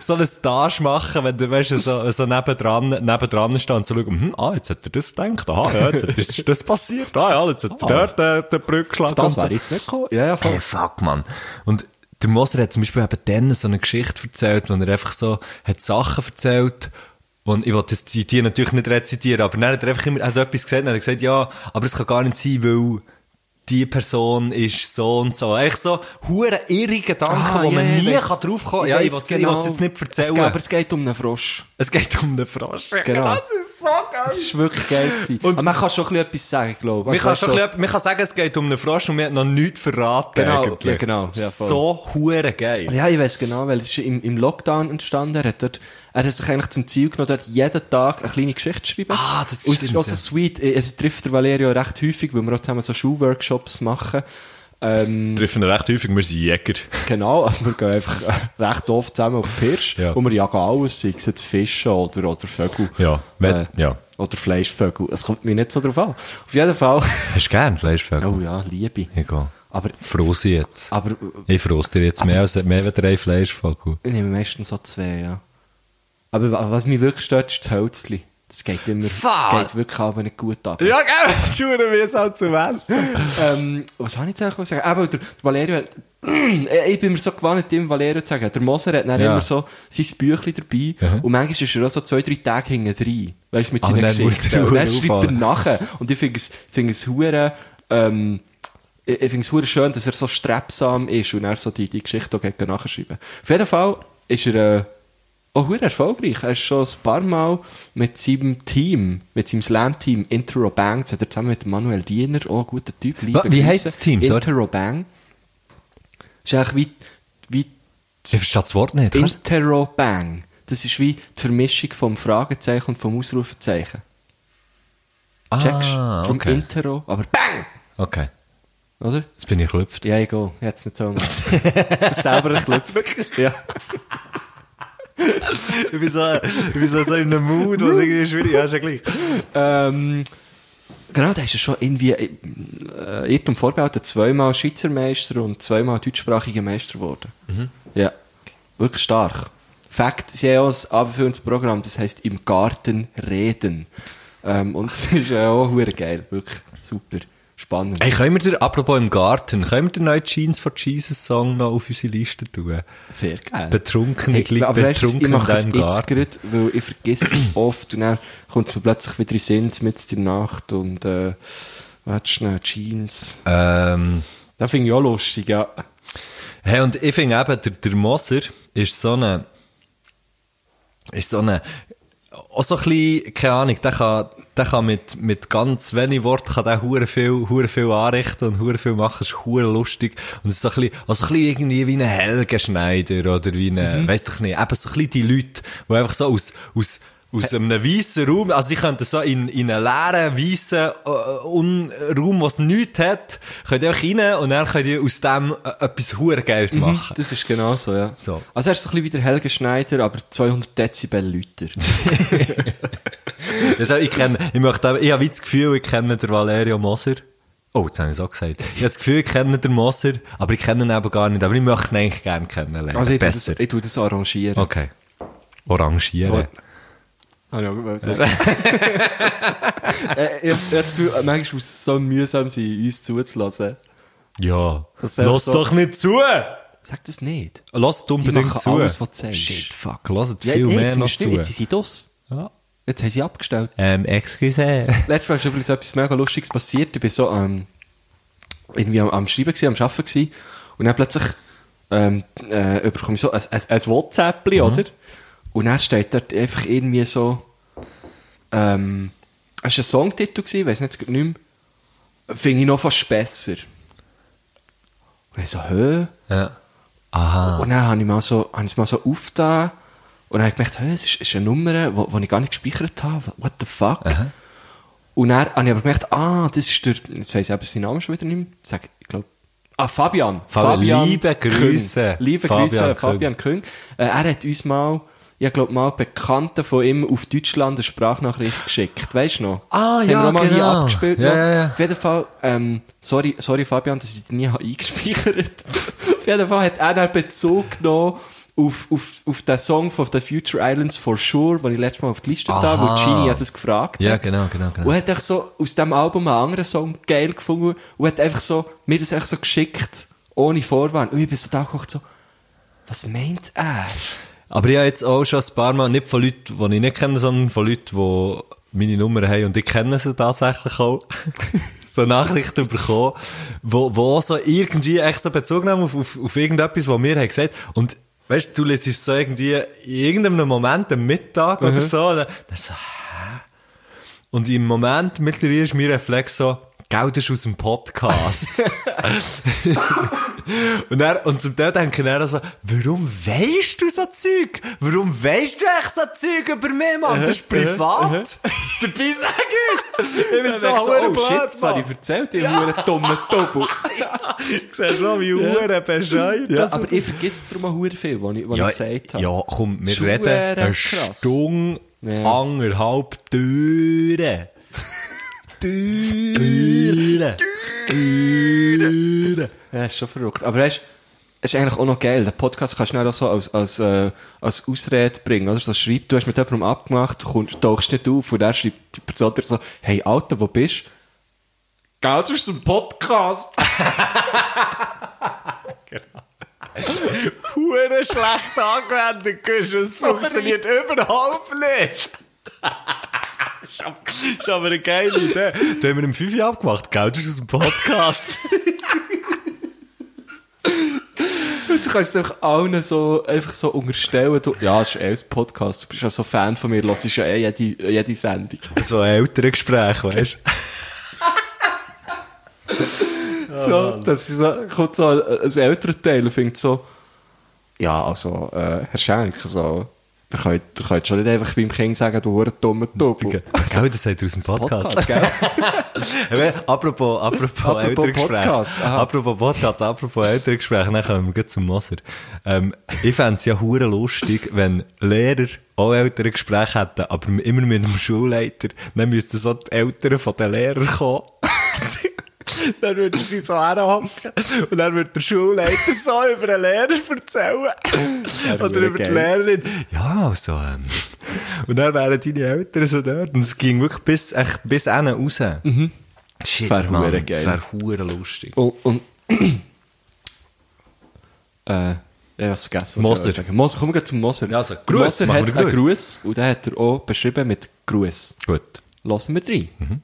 Speaker 6: so einen Stage machen, wenn du weißt, so, so nebendran, nebendran stehst und so schauen, hm, ah, jetzt hat er das gedacht, aha, ja, jetzt hat- ist das passiert, ah, ja, jetzt hat er dort äh, den Brückschlag
Speaker 1: Das wäre jetzt nicht gekommen. Ja, ja, voll.
Speaker 6: Hey, fuck, Mann. Und der Moser hat zum Beispiel eben dann so eine Geschichte erzählt, wo er einfach so hat Sachen erzählt, Und ich wollte das- die, die natürlich nicht rezitieren, aber dann hat er einfach immer hat etwas gesagt und hat gesagt, ja, aber es kann gar nicht sein, weil die Person ist so und so. Echt so hure irre
Speaker 1: Ah,
Speaker 6: Gedanken, wo man nie kann drauf kommen kann. Ja, ich will es jetzt nicht
Speaker 1: genau. Es,
Speaker 6: erzählen.
Speaker 1: geht-
Speaker 6: Es,
Speaker 1: aber es geht um einen Frosch.
Speaker 6: geht um einen Frosch.
Speaker 1: Genau. Das ist so geil. Das ist wirklich geil. gewesen.
Speaker 6: Und-
Speaker 1: aber man kann schon ein bisschen etwas sagen, glaube ich.
Speaker 6: Man kann,
Speaker 1: Also,
Speaker 6: schon ein bisschen- man kann sagen, es geht um einen Frosch und man hat noch nichts verraten.
Speaker 1: Genau,
Speaker 6: eigentlich.
Speaker 1: ja, genau. Ja, voll.
Speaker 6: so hure geil.
Speaker 1: Ja, ich weiß genau, weil es ist im, im Lockdown entstanden. Er hat, dort, er hat sich eigentlich zum Ziel genommen, dort jeden Tag eine kleine Geschichte zu schreiben.
Speaker 6: Ah, das
Speaker 1: Und es ist
Speaker 6: stimmt,
Speaker 1: auch so
Speaker 6: ja.
Speaker 1: sweet. Es trifft der Valerio recht häufig, weil wir auch zusammen so Schulworkshops machen. Ähm,
Speaker 6: Wir treffen ihn recht häufig, wir sind Jäger.
Speaker 1: genau, also wir gehen einfach äh, recht oft zusammen auf den Pirsch
Speaker 6: Ja.
Speaker 1: und wir jagen alles, sei es jetzt Fische oder, oder Vögel. Äh,
Speaker 6: Ja, wenn- ja.
Speaker 1: Oder Fleischvögel. Es kommt mir nicht so drauf an. Auf jeden Fall.
Speaker 6: Hast du gern Fleischvögel?
Speaker 1: Oh ja, Liebe.
Speaker 6: Egal.
Speaker 1: Aber,
Speaker 6: Frose jetzt.
Speaker 1: aber
Speaker 6: Ich frose dir jetzt mehr als mehr als drei Fleischvögel.
Speaker 1: Ich nehme meistens so zwei, ja. Aber wa- was mich wirklich stört, ist das Hölzli. Das geht immer, das geht wirklich aber nicht gut ab.
Speaker 6: Ja, gell? Schuhe, wie es halt zu essen.
Speaker 1: Ähm, was habe ich jetzt eigentlich sagen? Eben, der, der Valerio hat, Äh, ich bin mir so gewohnt, dem Valerio zu sagen. Der Moser hat dann
Speaker 6: Ja.
Speaker 1: immer so sein Büchlein dabei
Speaker 6: Ja.
Speaker 1: und manchmal ist er auch so zwei, drei Tage hinten drin. Weißt du, mit
Speaker 6: Aber
Speaker 1: seinen
Speaker 6: dann muss
Speaker 1: Geschichten.
Speaker 6: er
Speaker 1: Und dann
Speaker 6: auch
Speaker 1: schreibt er
Speaker 6: aufhören.
Speaker 1: nachher. Und ich finde es, finde es hure, ähm, ich ich finde es hure schön, dass er so strebsam ist und er so die, die Geschichte auch gegen nachschreiben. Auf jeden Fall ist er, äh, auch hure erfolgreich. Er ist schon ein paar Mal mit seinem Team, mit seinem Slam-Team Interrobang, das hat er zusammen mit Manuel Diener, auch ein guter Typ, liebe
Speaker 6: Wa- wie
Speaker 1: Grüße.
Speaker 6: heisst das Team? Sorry.
Speaker 1: Interrobang. Ist eigentlich wie,
Speaker 6: Ich verstehe das Wort nicht.
Speaker 1: wie
Speaker 6: Kannst-
Speaker 1: Interrobang. Das ist wie die Vermischung vom Fragezeichen und vom Ausrufezeichen. Checkst?
Speaker 6: Ah,
Speaker 1: Darum
Speaker 6: okay.
Speaker 1: Intero, aber Bang!
Speaker 6: Okay.
Speaker 1: Oder?
Speaker 6: Jetzt bin ich gelüpft.
Speaker 1: Ja, ich gehe. Jetzt nicht so. Selber geklopft. ja.
Speaker 6: Ich bin so, ich bin so, so in einem Mood, was irgendwie schwierig ist. Ja, ist ja gleich.
Speaker 1: Ähm, genau, da ist er schon irgendwie äh, Irrtum vorbehalten, zweimal Schweizer Meister und zweimal deutschsprachiger Meister geworden.
Speaker 6: Mhm.
Speaker 1: Ja, wirklich stark. Fakt, sie haben auch ein abendfüllendes Programm, das heisst «Im Garten reden». Ähm, und es ist ja auch hure geil, wirklich super spannend.
Speaker 6: Hey, können wir dir, apropos im Garten, können wir den neuen Jeans for Jesus Song noch auf unsere Liste tun?
Speaker 1: Sehr geil.
Speaker 6: Betrunkene
Speaker 1: Äh, Hey,
Speaker 6: Glied-
Speaker 1: aber weißt, du, ich
Speaker 6: Betrunkene
Speaker 1: mache das
Speaker 6: in
Speaker 1: jetzt
Speaker 6: deinem Garten.
Speaker 1: gerade, weil ich vergesse es oft und dann kommt es mir plötzlich wieder in den Sinn, mit in der Nacht und äh, warte schnell, Jeans.
Speaker 6: Ähm,
Speaker 1: Das finde ich auch lustig, ja.
Speaker 6: Hey, und ich finde eben, der, der Moser ist so eine, ist so eine, auch so ein bisschen, keine Ahnung, der kann, der kann mit, mit ganz wenig Worten kann der hure viel, hure viel anrichten und hure viel machen, ist hure lustig. Und es ist so ein bisschen, also ein bisschen irgendwie wie ein Helge Schneider oder wie ein, weiss doch nicht, eben so ein bisschen die Leute, die einfach so aus, aus, aus einem weißen Raum, also sie könnten so in, in einen leeren, weißen äh, Un- Raum, was nichts hat, könnt ihr einfach rein und dann könnt ihr aus dem äh, etwas hure Geiles machen.
Speaker 1: Das ist genau so, ja.
Speaker 6: So.
Speaker 1: Also er ist so ein bisschen wie der Helge Schneider, aber 200 Dezibel lauter.
Speaker 6: Also ich kenne, ich möchte, eben- ich habe wie das Gefühl, ich kenne den Valerio Moser. Oh, jetzt habe ich es auch gesagt. Ich habe das Gefühl, ich kenne den Moser, aber ich kenne ihn eben gar nicht. Aber ich möchte ihn eigentlich gerne kennenlernen.
Speaker 1: Also ich tue das,
Speaker 6: Besser.
Speaker 1: ich tue das arrangieren.
Speaker 6: Okay. Orangieren.
Speaker 1: Ah, ja, gut, was ich sagen. Äh, Ich habe das Gefühl, äh, manchmal muss es so mühsam sein, uns zuzulassen.
Speaker 6: Ja.
Speaker 1: Das ist
Speaker 6: Lass
Speaker 1: so-
Speaker 6: doch nicht zu!
Speaker 1: Sag das nicht.
Speaker 6: Lass unbedingt
Speaker 1: machen
Speaker 6: zu.
Speaker 1: alles, was du sagst.
Speaker 6: Shit, fuck. Lass
Speaker 1: Ja,
Speaker 6: viel
Speaker 1: nee,
Speaker 6: mehr
Speaker 1: jetzt,
Speaker 6: noch
Speaker 1: müssen
Speaker 6: zu.
Speaker 1: wir- jetzt sind sie das.
Speaker 6: Ja.
Speaker 1: Jetzt haben sie abgestellt.
Speaker 6: Ähm, excuse.
Speaker 1: Letztes Mal ist übrigens etwas mega Lustiges passiert. Ich bin so ähm, irgendwie am, am Schreiben, gewesen, am Arbeiten gewesen. und dann plötzlich ähm, äh, überkomme ich so ein, ein, ein WhatsApp, oder? Und dann steht dort einfach irgendwie so, ähm, es war ein Songtitel, gewesen, ich weiß nicht, nicht mehr, finde ich noch fast besser. Und ich so, hä?
Speaker 6: Ja. Aha.
Speaker 1: Und dann habe ich, mal so, habe ich es mal so aufgetan und dann habe ich gemerkt, hey, es ist, ist eine Nummer, die wo, wo ich gar nicht gespeichert habe. What the fuck? Und dann habe ich aber gemerkt, ah, das ist der, jetzt weiss ich aber seinen Namen schon wieder nicht mehr. Ich sag, ich glaube, ah, Fabian.
Speaker 6: Fabian, liebe Grüße.
Speaker 1: Küng. Liebe
Speaker 6: Fabian Küng.
Speaker 1: Grüße, Fabian Küng. Äh, er hat uns mal, ich glaube mal Bekannten von ihm auf Deutschland eine Sprachnachricht geschickt. Weißt du noch?
Speaker 6: Ah,
Speaker 1: Haben
Speaker 6: ja,
Speaker 1: wir auch mal hier
Speaker 6: genau.
Speaker 1: abgespielt.
Speaker 6: Ja,
Speaker 1: noch.
Speaker 6: ja, ja.
Speaker 1: Auf jeden Fall, ähm, sorry, sorry Fabian, dass ich dich nie habe eingespeichert Auf jeden Fall hat er dann Bezug genommen auf, auf, auf den Song von The Future Islands for Sure, den ich letztes Mal auf die Liste da, wo
Speaker 6: Aha.
Speaker 1: Genie hat das gefragt
Speaker 6: Ja,
Speaker 1: hat.
Speaker 6: genau, genau, genau.
Speaker 1: Und hat einfach so aus diesem Album einen anderen Song geil gefunden und hat einfach so, mir das einfach so geschickt, ohne Vorwarn. Und ich bin so da gekocht so, was meint er?
Speaker 6: Aber ich habe jetzt auch schon ein paar Mal, nicht von Leuten, die ich nicht kenne, sondern von Leuten, die meine Nummer haben und ich kenne sie tatsächlich auch, so Nachrichten bekommen, wo, wo auch so irgendwie echt so Bezug nehmen auf, auf, auf irgendetwas, was mir haben gesagt Und weißt du, du liest es so irgendwie in irgendeinem Moment, am Mittag oder so, und dann, dann so, hä? Und im Moment, mittlerweile ist mein Reflex so, Geld ist aus dem Podcast. Und, er, und zum Teil denke ich dann auch so, warum weisst du so Zeug? Warum weisst du echt so Zeug über mich, Mann? Das
Speaker 1: Äh,
Speaker 6: ist privat. Dabei sag ich's. Ich bin
Speaker 1: Dann
Speaker 6: so
Speaker 1: denkst du,
Speaker 6: verdammt
Speaker 1: oh shit,
Speaker 6: blöd,
Speaker 1: das
Speaker 6: Mann.
Speaker 1: habe ich erzählt, ihr ja. dummen Doppel.
Speaker 6: Ich sehe schon, wie verdammt bescheuert
Speaker 1: Ja,
Speaker 6: das
Speaker 1: aber Also, ich vergesse darum auch verdammt viel, was ich, was ich gesagt habe.
Speaker 6: Ja, komm, wir
Speaker 1: Ist
Speaker 6: reden
Speaker 1: verdammt
Speaker 6: eine
Speaker 1: krass.
Speaker 6: Stunde,
Speaker 1: Ja.
Speaker 6: anderthalb Türen. Türen. Türen.
Speaker 1: Ja, ist schon verrückt. Aber weißt, es ist eigentlich auch noch geil. Den Podcast kannst du dann auch so als, als, äh, als Ausrede bringen. Oder so schreibt, du hast mit jemandem abgemacht, du kommst, tauchst nicht auf und dann schreibt die Person dir so, hey Alter, wo bist du? Gell, das ist ein Podcast.
Speaker 6: Hure schlecht angewendet, Gusch. Es funktioniert überhaupt nicht. Ist aber- ist aber eine geile Idee. Da haben wir im 5 Uhr abgemacht. Geld ist aus dem Podcast.
Speaker 1: Und du kannst es einfach allen so, einfach so unterstellen. Du, ja, es ist eh ein Podcast. Du bist ja so Fan von mir, lass ja eh jede, jede Sendung.
Speaker 6: so ein Elterngespräch, weißt du? Oh,
Speaker 1: so, das ist so, kommt so ein ein älterer Teil und findet so, ja, also, äh, Herr Schenk, also, ihr könnt, ihr könnt schon nicht einfach beim Kind sagen, du hast dummer Doppel.
Speaker 6: Geld, das sagt er aus dem Podcast.
Speaker 1: Podcast, gell?
Speaker 6: Eben, apropos, apropos
Speaker 1: Apropos
Speaker 6: Elterngespräch.
Speaker 1: Podcast, aha.
Speaker 6: Apropos Podcast, apropos Elterngespräch, dann kommen wir gleich zum Moser. Ähm, ich fände es ja hure lustig, wenn Lehrer auch Elterngespräche hätten, aber immer mit dem Schulleiter. Dann müssten so die Eltern von den Lehrern kommen. dann würden sie so anhocken und dann würde der Schulleiter so über den Lehrer erzählen. Oder
Speaker 1: wäre
Speaker 6: über die
Speaker 1: geil.
Speaker 6: Lehrerin. Ja, also, ähm. Und dann wären deine Eltern so dort und es ging wirklich bis, echt bis hinten raus. Shit,
Speaker 1: Das wär
Speaker 6: Mann,
Speaker 1: hure geil.
Speaker 6: Das wäre hure lustig.
Speaker 1: Und, und äh, ich habe vergessen, was
Speaker 6: Moser.
Speaker 1: ich sagen. Moser, kommen wir gleich zum Moser.
Speaker 6: Ja, also,
Speaker 1: Der
Speaker 6: Gruß,
Speaker 1: Moser
Speaker 6: machen
Speaker 1: hat
Speaker 6: wir
Speaker 1: einen
Speaker 6: Gruß.
Speaker 1: Gruß und den hat er auch beschrieben mit Gruß.
Speaker 6: Gut.
Speaker 1: Lassen wir rein.
Speaker 6: Lassen wir drei.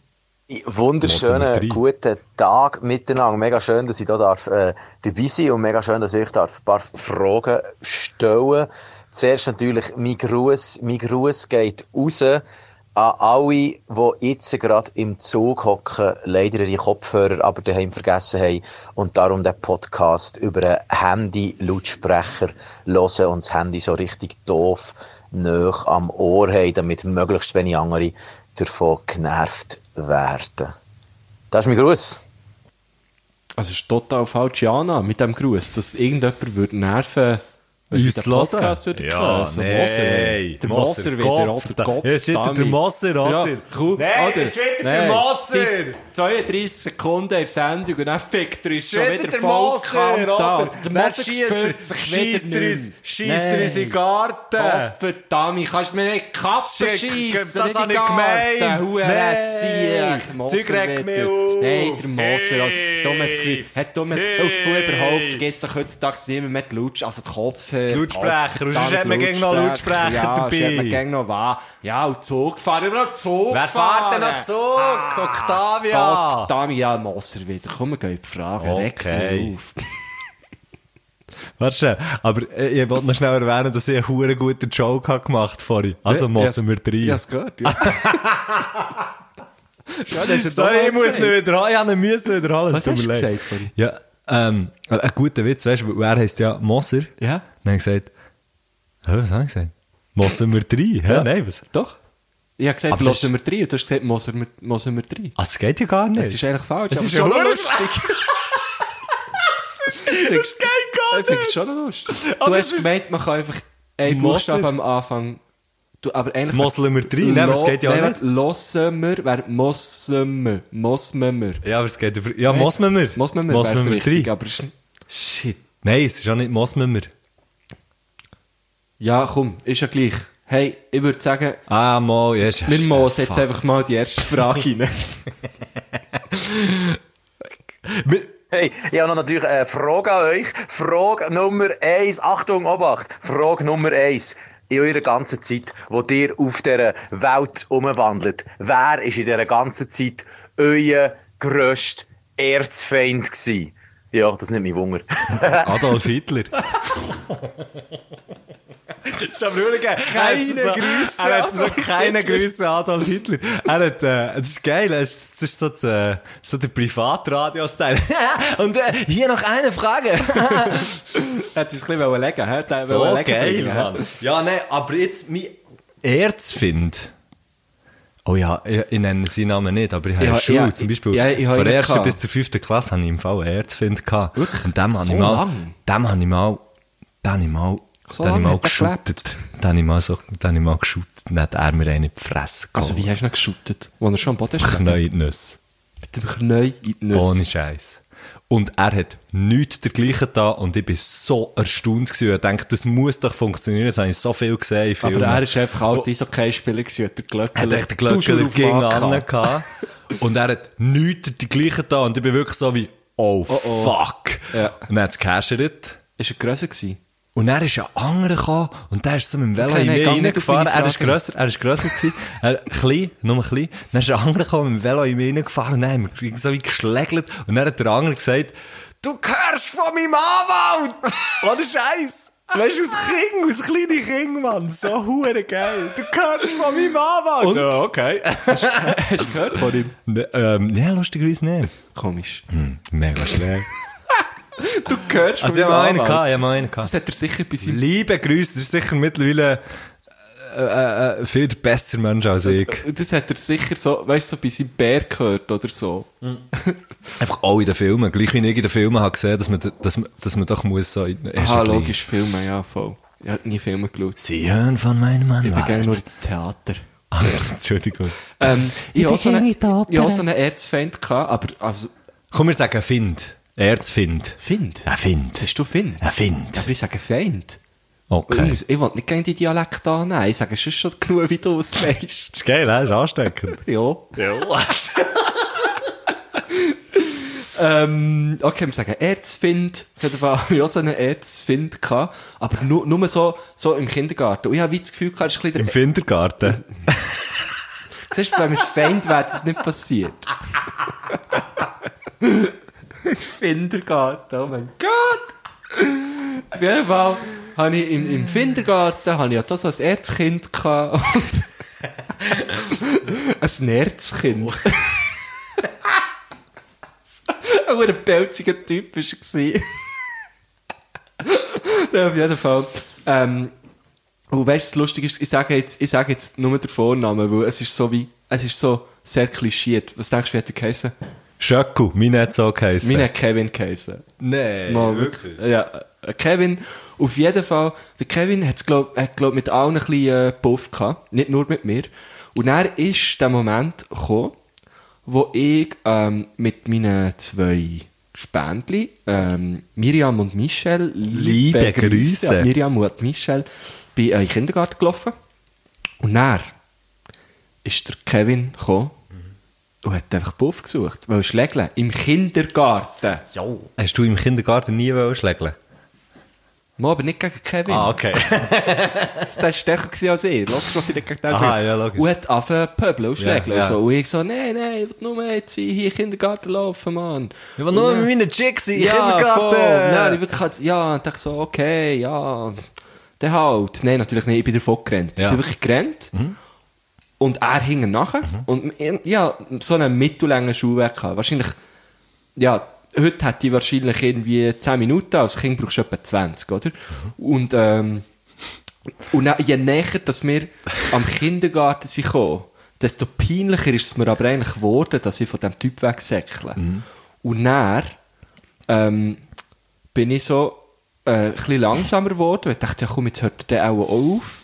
Speaker 2: Wunderschönen guten Tag miteinander. Mega schön, dass ich da darf, äh, dabei sein und mega schön, dass ich darf ein paar Fragen stellen Zuerst natürlich mein Gruß. Mein Gruß geht raus an alle, die jetzt gerade im Zug hocken, leider ihre Kopfhörer aber daheim vergessen haben und darum den Podcast über einen Handy-Lautsprecher hören und das Handy so richtig doof nöch am Ohr haben, damit möglichst wenig andere davon genervt werden. Das ist mein Gruß.
Speaker 1: Also, es ist total falsche Annahme mit dem Gruß, dass irgendjemand würde nerven wenn
Speaker 6: Uns
Speaker 1: sie den
Speaker 6: zu hören?
Speaker 1: Podcast würde
Speaker 6: Ja,
Speaker 1: hören. Also
Speaker 6: nee.
Speaker 1: Moser,
Speaker 6: Moser,
Speaker 1: Der Moser wieder,
Speaker 6: Gott,
Speaker 1: Alter.
Speaker 6: da-
Speaker 1: Gott,
Speaker 6: Jetzt wieder
Speaker 1: damit.
Speaker 6: der Moser, Alter.
Speaker 1: Ja, cool.
Speaker 6: Nein,
Speaker 1: Alter,
Speaker 6: jetzt wieder der Moser.
Speaker 1: Seit 32 Sekunden in der Sendung und dann fickt er uns schon wieder voll kalt an. Der Moser spürt sich wieder nicht mehr. Nein. Gott verdammt, kannst du mir nicht Kappen
Speaker 6: Schick,
Speaker 1: schiessen?
Speaker 6: das
Speaker 1: nicht
Speaker 6: hab
Speaker 1: in
Speaker 6: ich
Speaker 1: Garten,
Speaker 6: gemeint.
Speaker 1: Hure
Speaker 6: Nein,
Speaker 1: Sieg,
Speaker 6: das
Speaker 1: Moser
Speaker 6: Zeug regt mich
Speaker 1: wieder.
Speaker 6: auf.
Speaker 1: Nein, der Moser,
Speaker 6: Hey.
Speaker 1: hey. dummes Gefühl. Hat dumme,
Speaker 6: Hey.
Speaker 1: oh, oh, überhaupt, vergiss doch heutzutage niemand mehr die Lutsch, also die Kopfhörer.
Speaker 6: Die Lautsprecher,
Speaker 1: Kopfhörer,
Speaker 6: und sonst hat man gegen noch Lautsprecher
Speaker 1: ja, sonst
Speaker 6: dabei.
Speaker 1: hat man gegen noch was. Ja, und Zug fahren, überall Zug
Speaker 6: Wer fährt denn noch Zug? Octavia.
Speaker 1: Octavia! Octavia Moser wieder, komm, wir gehen in die Frage, regt
Speaker 6: Okay.
Speaker 1: mich auf.
Speaker 6: Warte schnell, aber äh, ich wollte noch schnell erwähnen, dass ich einen hure guten Joke habe gemacht vorhin. Also müssen wir
Speaker 1: Ich
Speaker 6: drei.
Speaker 1: hab's gehört, ja. Schade, hast du
Speaker 6: Sorry,
Speaker 1: doch
Speaker 6: ich muss
Speaker 1: gesagt.
Speaker 6: nicht wiederholen. Ich habe ihn müssen wiederholen.
Speaker 1: Was
Speaker 6: es tut
Speaker 1: hast
Speaker 6: mir
Speaker 1: du
Speaker 6: leid.
Speaker 1: gesagt vorhin?
Speaker 6: Ja, ähm, äh, ein guter Witz, weißt du, er heisst ja Moser.
Speaker 1: Ja.
Speaker 6: Dann habe ich gesagt, hä, was habe ich gesagt? Mossen wir drei? Hä? Nein, was?
Speaker 1: Doch. Ich habe gesagt,
Speaker 6: Aber das
Speaker 1: lassen wir drei. Und du hast gesagt, müssen wir, müssen wir drei.
Speaker 6: Ah, das geht ja gar nicht.
Speaker 1: Das ist eigentlich falsch.
Speaker 6: Das
Speaker 1: aber
Speaker 6: ist
Speaker 1: schon
Speaker 6: ja
Speaker 1: noch
Speaker 6: lustig.
Speaker 1: lustig.
Speaker 6: geht
Speaker 1: Ich finde es schon noch lustig. Du
Speaker 6: Aber
Speaker 1: hast
Speaker 6: es ist-
Speaker 1: gemeint, man kann einfach einen
Speaker 6: Moser.
Speaker 1: Buchstaben am Anfang... Du, aber eigentlich...
Speaker 6: Moseln wir drei? Nein, aber es geht ja auch nicht.
Speaker 1: Lassen wir, wäre mossen wir. Mossen wir.
Speaker 6: Ja, aber es geht über... Ja, Mossen wir.
Speaker 1: Mossen wir,
Speaker 6: Mossen wir
Speaker 1: richtig.
Speaker 6: drei.
Speaker 1: Aber es ist-
Speaker 6: Shit. Nein, es ist auch nicht Mossen wir.
Speaker 1: ja, komm, ist ja gleich. Hey, ich würde sagen,
Speaker 6: Ah, mal, ja, ist
Speaker 1: wir mosen jetzt
Speaker 6: fuck.
Speaker 1: einfach mal die erste Frage rein.
Speaker 6: Wir-
Speaker 2: Hey, ich habe noch natürlich eine Frage an euch. Frage Nummer 1. Achtung, Obacht. Frage Nummer 1. In eurer ganzen Zeit, wo ihr auf dieser Welt umwandelt, wer war in dieser ganzen Zeit euer grösster Erzfeind? Gewesen? Ja, das nimmt mich Wunder.
Speaker 6: Adolf Hitler. Das ist am Schauen gegeben. Keine so, Grüße. Er hat so keine Grüße an Adolf Hitler. Er hat, äh, das ist geil. Das ist, das ist so, das, äh, so der Privatradiostyle. Und äh, hier noch eine Frage. hat uns ein bisschen legen wollen. Hat
Speaker 1: So geil, Mann.
Speaker 6: Mann. Ja, nein, aber jetzt mein Erzfind. Oh ja, ich, ich nenne seinen Namen nicht, aber ich habe
Speaker 1: Ja,
Speaker 6: ja, Schule
Speaker 1: ja,
Speaker 6: zum Beispiel.
Speaker 1: ja, ich habe
Speaker 6: von
Speaker 1: ihn
Speaker 6: der ersten
Speaker 1: gehabt.
Speaker 6: bis zur fünften Klasse hatte ich im Fall einen Erzfind. Gehabt.
Speaker 1: Wirklich?
Speaker 6: Und dem habe
Speaker 1: So
Speaker 6: ich mal,
Speaker 1: lang?
Speaker 6: dem habe ich mal, den habe ich mal,
Speaker 1: So
Speaker 6: den habe ich mal
Speaker 1: lange hat er gelebt?
Speaker 6: geschuttet. Den habe ich mal so, den habe ich mal geschuttet. Dann hat er mir einen in die Fresse
Speaker 1: Also, wie hast du ihn geschüttet? Als er schon am Boden stand?
Speaker 6: Knäuidnüsse.
Speaker 1: Mit dem Knäu in die Nüsse.
Speaker 6: Ohne Scheiß. Und er hat nichts dergleichen da und ich bin so erstaunt gewesen. Ich dachte, das muss doch funktionieren. Das habe ich so viel gesehen in
Speaker 1: Aber
Speaker 6: Filmen.
Speaker 1: er ist einfach alt Eishockey-Spieler gewesen, hat der Glöckler.
Speaker 6: Er hat echt den Glöckler
Speaker 1: Duschelaufwand
Speaker 6: gegen
Speaker 1: gehabt.
Speaker 6: an gehabt. Und er hat nichts die gleichen da. Und ich bin wirklich so wie, oh,
Speaker 1: oh.
Speaker 6: fuck.
Speaker 1: Ja.
Speaker 6: Und dann hat es gecashert.
Speaker 1: Ist er grösser gewesen?
Speaker 6: Und er ist ein anderer gekommen und der ist so mit dem Velo
Speaker 1: Okay,
Speaker 6: in
Speaker 1: nein,
Speaker 6: mich
Speaker 1: gang nicht auf
Speaker 6: reingefahren.
Speaker 1: meine
Speaker 6: Er ist
Speaker 1: Frage.
Speaker 6: grösser, er ist grösser gewesen. Er, klein, nur klein. Dann ist ein anderer gekommen mit dem Velo in mich reingefahren und dann haben wir so wie geschlägelt. Und dann hat der andere gesagt, du gehörst von meinem Anwalt! Ohne Scheiß! Weißt du, aus Kind, aus kleinen Kind, Mann. So hure geil. Du gehörst von meinem Anwalt!
Speaker 1: Und?
Speaker 6: Ja, okay.
Speaker 1: Hast du gehört von ihm?
Speaker 6: Ne, ähm, ja, lustigerweise nicht.
Speaker 1: Komisch.
Speaker 6: Mega schwer.
Speaker 1: Du gehörst
Speaker 6: Also,
Speaker 1: von
Speaker 6: ich
Speaker 1: ihm
Speaker 6: habe einen
Speaker 1: Anwalt.
Speaker 6: gehabt, ich habe einen gehabt.
Speaker 1: Das hat er sicher bei seinem...
Speaker 6: Liebe Grüße, das ist sicher mittlerweile äh, äh, äh, viel besser Mensch als ich.
Speaker 1: Das hat er sicher so, weißt du, so bei seinem Bär gehört oder so.
Speaker 6: Einfach auch in den Filmen. Gleich wie ich in den Filmen habe gesehen, dass man, dass man, dass man doch muss so... in- erst
Speaker 1: Aha,
Speaker 6: ein bisschen-
Speaker 1: logisch, Filme, ja, voll. Ich habe nie Filme geschaut.
Speaker 6: Sie hören von meinem Mann.
Speaker 1: Ich bin gerne nur
Speaker 6: nur...
Speaker 1: ins Theater.
Speaker 6: Entschuldigung.
Speaker 1: Ähm, ich
Speaker 4: bin
Speaker 1: hatte auch so
Speaker 4: gerne
Speaker 1: einen-
Speaker 4: in der Oper.
Speaker 1: ich hatte auch so einen Erzfeind, gehabt, aber... Also,
Speaker 6: Komm, wir sagen Find. Erzfind.
Speaker 1: Find?
Speaker 6: Ein Find.
Speaker 1: Hast du Find?
Speaker 6: Ein Find.
Speaker 1: Aber ich sage Feind. Ich,
Speaker 6: Okay.
Speaker 1: muss, ich will nicht gegen die Dialekte annehmen. Ich sage, es ist schon genug, wie du es weißt.
Speaker 6: Das ist geil, das ist ansteckend.
Speaker 1: Ja. Ja. ähm, okay, wir sagen Erzfind. Auf jeden Fall habe ich auch so einen Erzfind gehabt. Aber nur, nur so, so im Kindergarten. Und ich habe wie das Gefühl gehabt, das ist ein bisschen
Speaker 6: Im
Speaker 1: der,
Speaker 6: Kindergarten.
Speaker 1: siehst du, wenn mit Feind wäre das nicht passiert. Kindergarten, oh mein Gott. Auf jeden Fall habe ich im, im Kindergarten, habe ich ja das als Erzkind gehabt. Und ein Erzkind. Auch ein pelziger Typ war er. ja, auf jeden Fall. Ähm, und weißt du, das Lustige ist, ich sage jetzt, ich sage jetzt nur den Vornamen, weil es ist so wie, es ist so sehr klischiert. Was denkst du, wie hat er geheißen?
Speaker 6: Schöcku, mein hat so geheissen.
Speaker 1: Meine hat Kevin geheißen.
Speaker 6: Nee,
Speaker 1: Mal
Speaker 6: wirklich.
Speaker 1: wirklich. Ja, äh, Kevin, auf jeden Fall, der Kevin hat's, glaub, hat, glaub, mit allen ein bisschen äh, Puff gehabt, nicht nur mit mir. Und dann ist der Moment gekommen, wo ich ähm, mit meinen zwei Spendli, ähm, Miriam und Michelle,
Speaker 6: Liebe Grüße.
Speaker 1: an Miriam und Michelle, bin äh, in den Kindergarten gelaufen. Und dann ist der Kevin gekommen
Speaker 6: Mhm.
Speaker 1: und hat einfach Puff gesucht, weil Schlägle im Kindergarten.
Speaker 6: Hast du im Kindergarten nie wollen schlägeln?
Speaker 1: Mo, aber nicht gegen Kevin.
Speaker 6: Ah, okay.
Speaker 1: Der war stärker gewesen als ich. Logisch, was ich nicht gegen den
Speaker 6: Aha,
Speaker 1: spiele.
Speaker 6: ja, logisch.
Speaker 1: Und hat angefangen zu pöbeln und schlägeln
Speaker 6: Ja, ja.
Speaker 1: und so. Und ich so, nein, nein, ich will nur jetzt hier in den Kindergarten laufen, Mann.
Speaker 6: Ich will nur
Speaker 1: Und dann-
Speaker 6: mit meinen Chicks in den
Speaker 1: Voll. Nein, ich
Speaker 6: Kindergarten.
Speaker 1: wirklich, halt- ja, und dachte so, okay, ja, der halt. Nein, natürlich nicht, ich bin davon gerannt.
Speaker 6: Ja. Mhm.
Speaker 1: Ich bin wirklich gerannt. Und er hing nachher. Und ja, so einen mittellangen Schuhweg gehabt. Wahrscheinlich, ja, heute hätte ich wahrscheinlich irgendwie 10 Minuten, als Kind brauchst du etwa 20, oder?
Speaker 6: Mhm.
Speaker 1: Und, ähm, und dann, je näher, dass wir am Kindergarten sind gekommen, desto peinlicher ist es mir aber eigentlich geworden, dass ich von diesem Typ wegsäckle. Und dann ähm, bin ich so äh, ein bisschen langsamer geworden, weil ich dachte, ja komm, jetzt hört er dann auch auf.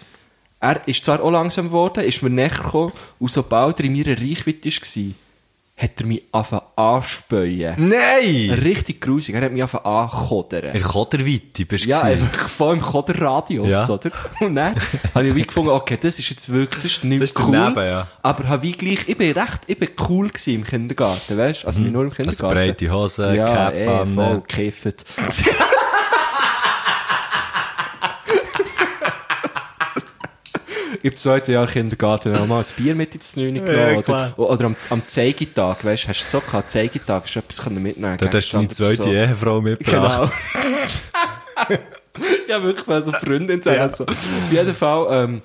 Speaker 1: Er ist zwar auch langsam geworden, ist mir näher gekommen und sobald er in meiner Reichweite war, hat er mich anfangen anspähen.
Speaker 6: Nein!
Speaker 1: Richtig grusig. Er hat mich anfangen ankodern.
Speaker 6: In Kotterweite bist du.
Speaker 1: Ja,
Speaker 6: gewesen.
Speaker 1: einfach voll im Koderradius,
Speaker 6: Ja.
Speaker 1: oder? Und dann habe ich wie gefunden, okay, das ist jetzt wirklich, das ist nicht
Speaker 6: Das ist
Speaker 1: cool.
Speaker 6: daneben, ja.
Speaker 1: Aber habe wie gleich, ich bin recht, ich bin cool gewesen im Kindergarten, weißt? Also nicht nur im Kindergarten.
Speaker 6: Mhm. breite Hose,
Speaker 1: ja,
Speaker 6: Cap
Speaker 1: eh,
Speaker 6: an,
Speaker 1: voll
Speaker 6: ne?
Speaker 1: gekifft. Im zweiten Jahr Kindergarten haben wir mal ein Bier mit ins Neune
Speaker 6: Ja,
Speaker 1: genommen.
Speaker 6: klar.
Speaker 1: oder, oder am, am Zeigetag, weißt du, hast du so gehabt, Zeigetag, hast du etwas können mitnehmen
Speaker 6: Dort hast du deine
Speaker 1: Gegenstand oder
Speaker 6: zweite
Speaker 1: Genau, so.
Speaker 6: Ehefrau mitgebracht.
Speaker 1: Genau. ja, wirklich, weil so Freundin sein.
Speaker 6: Ja.
Speaker 1: Also. Auf jeden Fall ähm,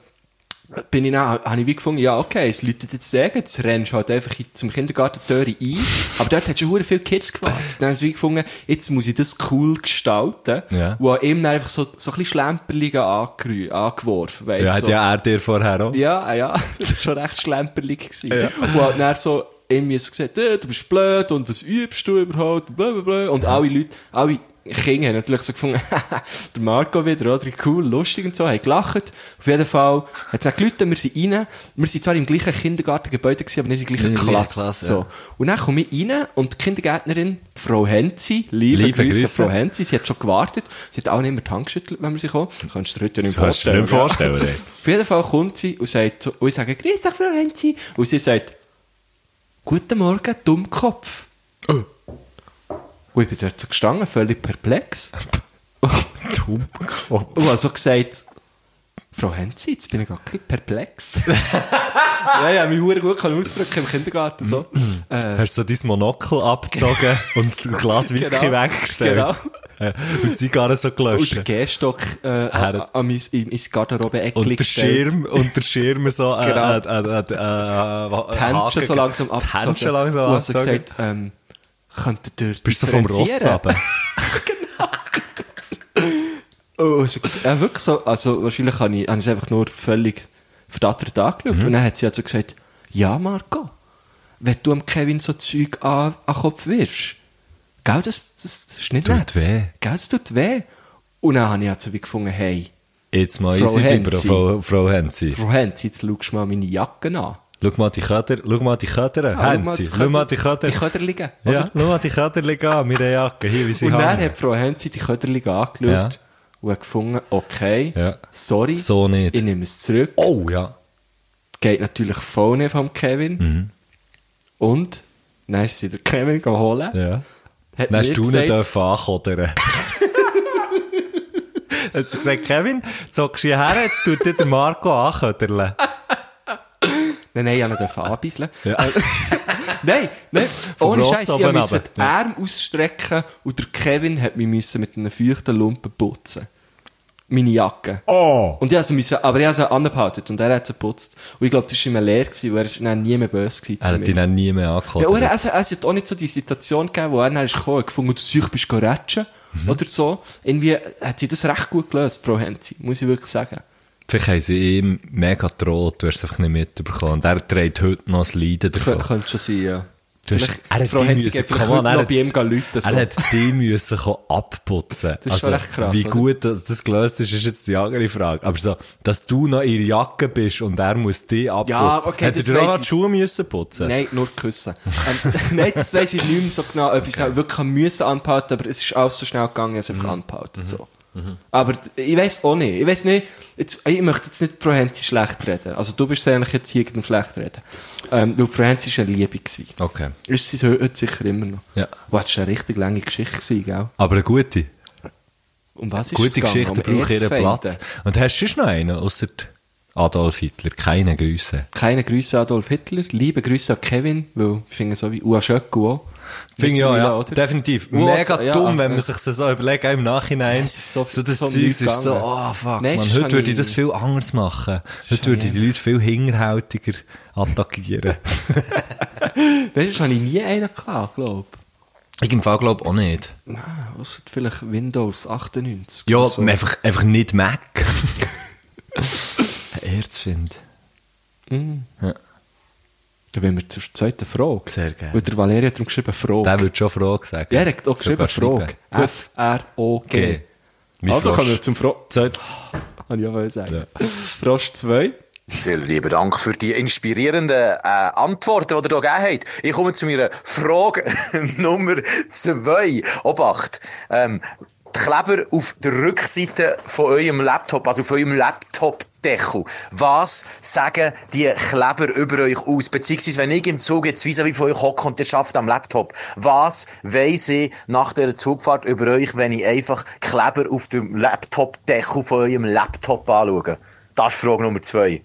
Speaker 1: bin ich dann, habe ich wie gefunden, ja, okay, es läutet jetzt sagen, jetzt rennst du halt einfach in- zum Kindergarten die Türe ein. Aber dort hat schon hure viele Kids gewartet. Dann habe ich wie gefunden, jetzt muss ich das cool gestalten.
Speaker 6: Ja.
Speaker 1: Und habe ihm dann einfach so, so ein bisschen Schlemperlinge angerü- angeworfen. Weißt,
Speaker 6: Ja, hat
Speaker 1: so.
Speaker 6: ja er dir vorher auch.
Speaker 1: Ja, ah, ja, das war schon recht schlemperlig. gewesen. Und hat dann so irgendwie so gesagt, äh, du bist blöd und was übst du überhaupt, und blablabla. Und alle Leute, alle Kinder haben natürlich so gefunden, der Marco wieder, oder? Cool, lustig und so, haben gelacht. Auf jeden Fall hat es dann gelitten, wir sind rein. Wir sind zwar im gleichen Kindergartengebäude gewesen, aber nicht in der gleichen
Speaker 6: Nicht in der gleichen
Speaker 1: Klasse.
Speaker 6: Klasse,
Speaker 1: so.
Speaker 6: ja.
Speaker 1: Und dann komme ich rein und die Kindergärtnerin, Frau Henzi, liebe,
Speaker 6: Liebe
Speaker 1: Grüße,
Speaker 6: Grüße.
Speaker 1: Frau Henzi, sie hat schon gewartet. Sie hat auch nicht mehr die Hand geschüttelt, wenn wir sie kommen. Kannst du dir heute nicht mehr
Speaker 6: Kannst du dir
Speaker 1: vorstellen.
Speaker 6: nicht vorstellen,
Speaker 1: gell?
Speaker 6: ey.
Speaker 1: Auf jeden Fall kommt sie und sagt, so- und ich sage, grüß dich, Frau Henzi. Und sie sagt, guten Morgen, Dummkopf.
Speaker 6: Oh.
Speaker 1: Und ich bin dort so gestanden, völlig perplex.
Speaker 6: Dummkopf.
Speaker 1: Und also gesagt, Frau Henzi, jetzt bin ich gar nicht perplex. ja, ja, mich hure gut können ausdrücken im Kindergarten, so. äh,
Speaker 6: Hast du so dein Monokel abgezogen und ein Glas Whisky
Speaker 1: Genau.
Speaker 6: weggestellt?
Speaker 1: Genau.
Speaker 6: Äh, Und die Zigarre so
Speaker 1: und der
Speaker 6: gelöscht.
Speaker 1: Gehstock äh, an, an mein, in mein Garderobe-Eck
Speaker 6: Und der Schirm, und der Schirm so, äh,
Speaker 1: Genau.
Speaker 6: äh, äh, äh, äh, äh,
Speaker 1: die Händchen
Speaker 6: Haken-
Speaker 1: so langsam
Speaker 6: die
Speaker 1: abgezogen.
Speaker 6: Händchen langsam
Speaker 1: Und also
Speaker 6: abgezogen.
Speaker 1: gesagt, ähm, könntet ihr
Speaker 6: Bist du vom Ross
Speaker 1: differenzieren?
Speaker 6: runter?
Speaker 1: Oh, also, ja, wirklich so. Also, wahrscheinlich habe ich, habe ich es einfach nur völlig verdattert angeschaut.
Speaker 6: Mhm.
Speaker 1: Und dann hat sie also gesagt, ja, Marco, wenn du am Kevin so Zeug an, an den Kopf wirfst, gell, das, das ist nicht
Speaker 6: Tut
Speaker 1: nett.
Speaker 6: weh.
Speaker 1: Gell, das tut weh. Und dann habe ich also wie gefunden, hey,
Speaker 6: Jetzt mal
Speaker 1: Frau
Speaker 6: easy bleiben,
Speaker 1: Henzi.
Speaker 6: Frau, Frau Henzi.
Speaker 1: Frau Hens, jetzt schaust du mal meine Jacke an.
Speaker 6: Schau mal die Köder, schau mal die Köder,
Speaker 1: Ah,
Speaker 6: Henzi.
Speaker 1: das
Speaker 6: Schau mal die
Speaker 1: Köder-
Speaker 6: Köder.
Speaker 1: Die Köder liegen.
Speaker 6: Ja, schau mal die Köder liegen an, meine Jacke, hier, wie sie
Speaker 1: Und dann
Speaker 6: hängen.
Speaker 1: hat Frau Henzi die Köderlinge angeschaut
Speaker 6: Ja.
Speaker 1: und hat gefunden, okay,
Speaker 6: Ja.
Speaker 1: sorry,
Speaker 6: So nicht.
Speaker 1: ich nehme es zurück.
Speaker 6: Oh, ja.
Speaker 1: Geht natürlich voll nicht vom Kevin.
Speaker 6: Mhm.
Speaker 1: Und dann ist sie der Kevin geholt.
Speaker 6: Ja.
Speaker 1: Hat
Speaker 6: Dann hast
Speaker 1: mir
Speaker 6: du
Speaker 1: gesagt,
Speaker 6: nicht dürfen ankodern. hat sie gesagt, Kevin, zockst du hierher, jetzt tut dir der Marco anköderlen.
Speaker 1: Nein, nein, ich durfte nicht anbeißeln.
Speaker 6: Ja.
Speaker 1: Nein, nein,
Speaker 6: Vom
Speaker 1: ohne
Speaker 6: Ross
Speaker 1: Scheiß, ich
Speaker 6: oben
Speaker 1: musste
Speaker 6: runter.
Speaker 1: den Arm ausstrecken und der Kevin hat mich müssen mit einem feuchten Lumpen putzen. Meine Jacke.
Speaker 6: Oh!
Speaker 1: Und ich also müssen, aber ich habe sie angehalten und er hat sie geputzt. Und ich glaube, das war immer leer, gewesen, weil er ist dann nie mehr böse gewesen zu
Speaker 6: Er hat
Speaker 1: mir.
Speaker 6: ihn dann nie mehr
Speaker 1: Ja,
Speaker 6: angekodert.
Speaker 1: oder also, es hat auch nicht so die Situation gegeben, wo er dann ist gekommen und gefunden, du Sieg bist gerätschen oder so. Irgendwie hat sie das recht gut gelöst, Frau Henzi, muss ich wirklich sagen.
Speaker 6: Vielleicht haben sie ihm mega droht, du hast es einfach nicht mitbekommen. Und er trägt heute noch das Leiden davon.
Speaker 1: Kön könnte schon sein, ja.
Speaker 6: Du hast-
Speaker 1: Vielleicht-
Speaker 6: er hat
Speaker 1: Frau
Speaker 6: die
Speaker 1: Henzi
Speaker 6: müssen-
Speaker 1: geht vielleicht
Speaker 6: come on,
Speaker 1: heute
Speaker 6: er
Speaker 1: noch
Speaker 6: hat-
Speaker 1: bei ihm gehen Leute. So.
Speaker 6: Er hat die müssen kommen abputzen. Also,
Speaker 1: Das ist schon recht krass,
Speaker 6: Wie
Speaker 1: oder?
Speaker 6: gut das, das gelöst ist, ist jetzt die andere Frage. Aber so, dass du noch in der Jacke bist und er muss die abputzen.
Speaker 1: okay,
Speaker 6: Hätte
Speaker 1: das
Speaker 6: dir auch
Speaker 1: weiss
Speaker 6: noch die
Speaker 1: ich.
Speaker 6: Schuhe müssen putzen?
Speaker 1: Nein, nur küssen. ähm, nein, das weiss ich nicht mehr so genau, ob ich es auch wirklich müssen anpauten, aber es ist alles so schnell gegangen, ich habe es einfach angehalten, so. Aber d- ich weiss auch nicht. Ich weiss nicht, jetzt, ich möchte jetzt nicht Frau Henzi schlecht reden. Also du bist eigentlich jetzt hier gegen schlecht reden. Ähm, weil Frau Henzi war eine Liebe. Gewesen.
Speaker 6: Okay.
Speaker 1: Ist sie so heute sicher immer noch.
Speaker 6: Ja.
Speaker 1: Oh, das war eine richtig lange Geschichte, gewesen, gell?
Speaker 6: Aber eine gute.
Speaker 1: Um was ist
Speaker 6: Gute
Speaker 1: es gegangen?
Speaker 6: Geschichte
Speaker 1: um
Speaker 6: braucht
Speaker 1: Ehe zu
Speaker 6: ihren
Speaker 1: finden?
Speaker 6: Platz. Und hast du sonst noch einen, außer Adolf Hitler? Keine Grüße.
Speaker 1: Keine Grüße an Adolf Hitler, liebe Grüße an Kevin, weil ich finde so wie Ua Schöcku auch.
Speaker 6: Finde ich auch,
Speaker 1: Mittlerweile,
Speaker 6: ja.
Speaker 1: oder?
Speaker 6: Definitiv.
Speaker 1: Wo-
Speaker 6: Mega
Speaker 1: ja,
Speaker 6: dumm, wenn
Speaker 1: äh,
Speaker 6: man sich das so überlegt, auch im Nachhinein.
Speaker 1: Es ist so-
Speaker 6: das
Speaker 1: so
Speaker 6: Zeug ist
Speaker 1: nichts
Speaker 6: so,
Speaker 1: gegangen.
Speaker 6: oh fuck,
Speaker 1: Nein,
Speaker 6: man,
Speaker 1: sonst
Speaker 6: heute
Speaker 1: habe
Speaker 6: würde ich
Speaker 1: ich-
Speaker 6: das viel dus anders machen. Heute
Speaker 1: habe
Speaker 6: würde
Speaker 1: ich
Speaker 6: ich die Leute viel hinterhältiger attackieren.
Speaker 1: Weißt du, habe ich nie einen gehabt, glaube
Speaker 6: ich im Fall glaube auch nicht.
Speaker 1: ich. Nein, ausser vielleicht Windows 98.
Speaker 6: Ja,
Speaker 1: oder so.
Speaker 6: einfach, einfach nicht Mac. Erzfind.
Speaker 1: Dann wollen wir zur zweiten Frage.
Speaker 6: Sehr gerne.
Speaker 1: Und der Valeria hat darum geschrieben,
Speaker 6: Der
Speaker 1: Frage.
Speaker 6: würde schon Frage sagen.
Speaker 1: Ja, er hat auch
Speaker 6: Sogar
Speaker 1: geschrieben, Frage.
Speaker 6: schreiben.
Speaker 1: F-R-O-G.
Speaker 6: Wie
Speaker 1: Also
Speaker 6: Frosch.
Speaker 1: kommen wir zum Frosch.
Speaker 6: Zweit-
Speaker 1: Kann ich auch mal sagen. Frosch 2.
Speaker 2: Vielen lieben Dank für die inspirierenden äh, Antworten, die ihr hier gegeben habt. Ich komme zu meiner Frage Nummer zwei. Obacht! Ähm, die Kleber auf der Rückseite von eurem Laptop, also auf eurem Laptop-Deckel. Was sagen die Kleber über euch aus? Beziehungsweise, wenn ich im Zug jetzt vis-à-vis von euch hocke und ihr schafft am Laptop, was weiss ich nach dieser Zugfahrt über euch, wenn ich einfach Kleber auf dem Laptop-Deckel von eurem Laptop anschaue? Das ist Frage Nummer zwei.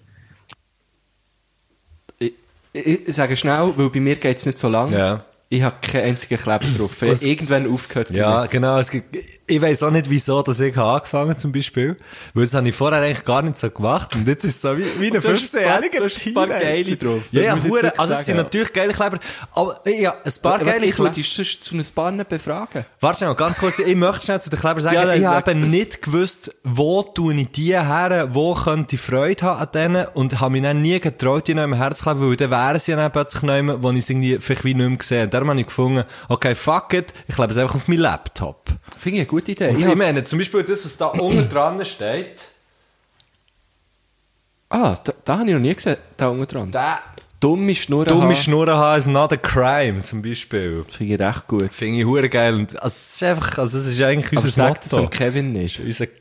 Speaker 1: Ich, ich sage schnell, weil bei mir geht es nicht so lange.
Speaker 6: Ja.
Speaker 1: Ich habe keinen einzigen Kleber drauf. Ich
Speaker 6: Was-
Speaker 1: habe irgendwann aufgehört.
Speaker 6: Ja,
Speaker 1: damit.
Speaker 6: genau. Es gibt, ich weiß auch nicht, wieso dass ich habe angefangen habe, zum Beispiel. Weil das habe ich vorher eigentlich gar nicht so gemacht. Und jetzt ist es so wie, wie ein
Speaker 1: Und du hast ein paar-
Speaker 6: 15-jähriger
Speaker 1: du hast ein paar
Speaker 6: Teenager.
Speaker 1: geile drauf.
Speaker 6: Ja,
Speaker 1: Das
Speaker 6: ja,
Speaker 1: muss ich jetzt
Speaker 6: hure-
Speaker 1: wirklich
Speaker 6: also es sind
Speaker 1: sagen.
Speaker 6: natürlich geile Kleber. Aber ja, ein paar
Speaker 1: Aber
Speaker 6: geile
Speaker 1: ich würde
Speaker 6: Kleber.
Speaker 1: dich sonst zu einem Banner befragen.
Speaker 6: Warte schnell, ganz kurz, ich möchte schnell zu den Klebern sagen,
Speaker 1: Ja, nein,
Speaker 6: ich
Speaker 1: sag.
Speaker 6: habe eben nicht gewusst, wo tue ich die her, wo könnte ich Freude haben an denen und habe mich dann nie getraut, die noch im Herz zu kleben, weil dann wären sie dann plötzlich noch immer, wo ich sie irgendwie vielleicht wie nicht mehr gesehen habe. Darum habe ich gefunden, okay, fuck it, ich klebe es einfach auf meinen Laptop.
Speaker 1: Finde ich eine gute Idee.
Speaker 6: Und
Speaker 1: Ich
Speaker 6: ich
Speaker 1: hab-
Speaker 6: meine, zum Beispiel das, was da unten dran steht,
Speaker 1: ah, da, da habe ich noch nie gesehen, da unten dran.
Speaker 6: der
Speaker 1: Dumme Schnurren.
Speaker 6: dumme
Speaker 1: haben.
Speaker 6: Schnurren haben ist not a crime, zum Beispiel.
Speaker 1: Finde ich recht gut.
Speaker 6: Finde ich hure geil. Und, also, es ist einfach, also, es ist eigentlich
Speaker 1: Aber
Speaker 6: unser
Speaker 1: sag das
Speaker 6: Motto.
Speaker 1: dem Kevin nicht.
Speaker 6: Unser-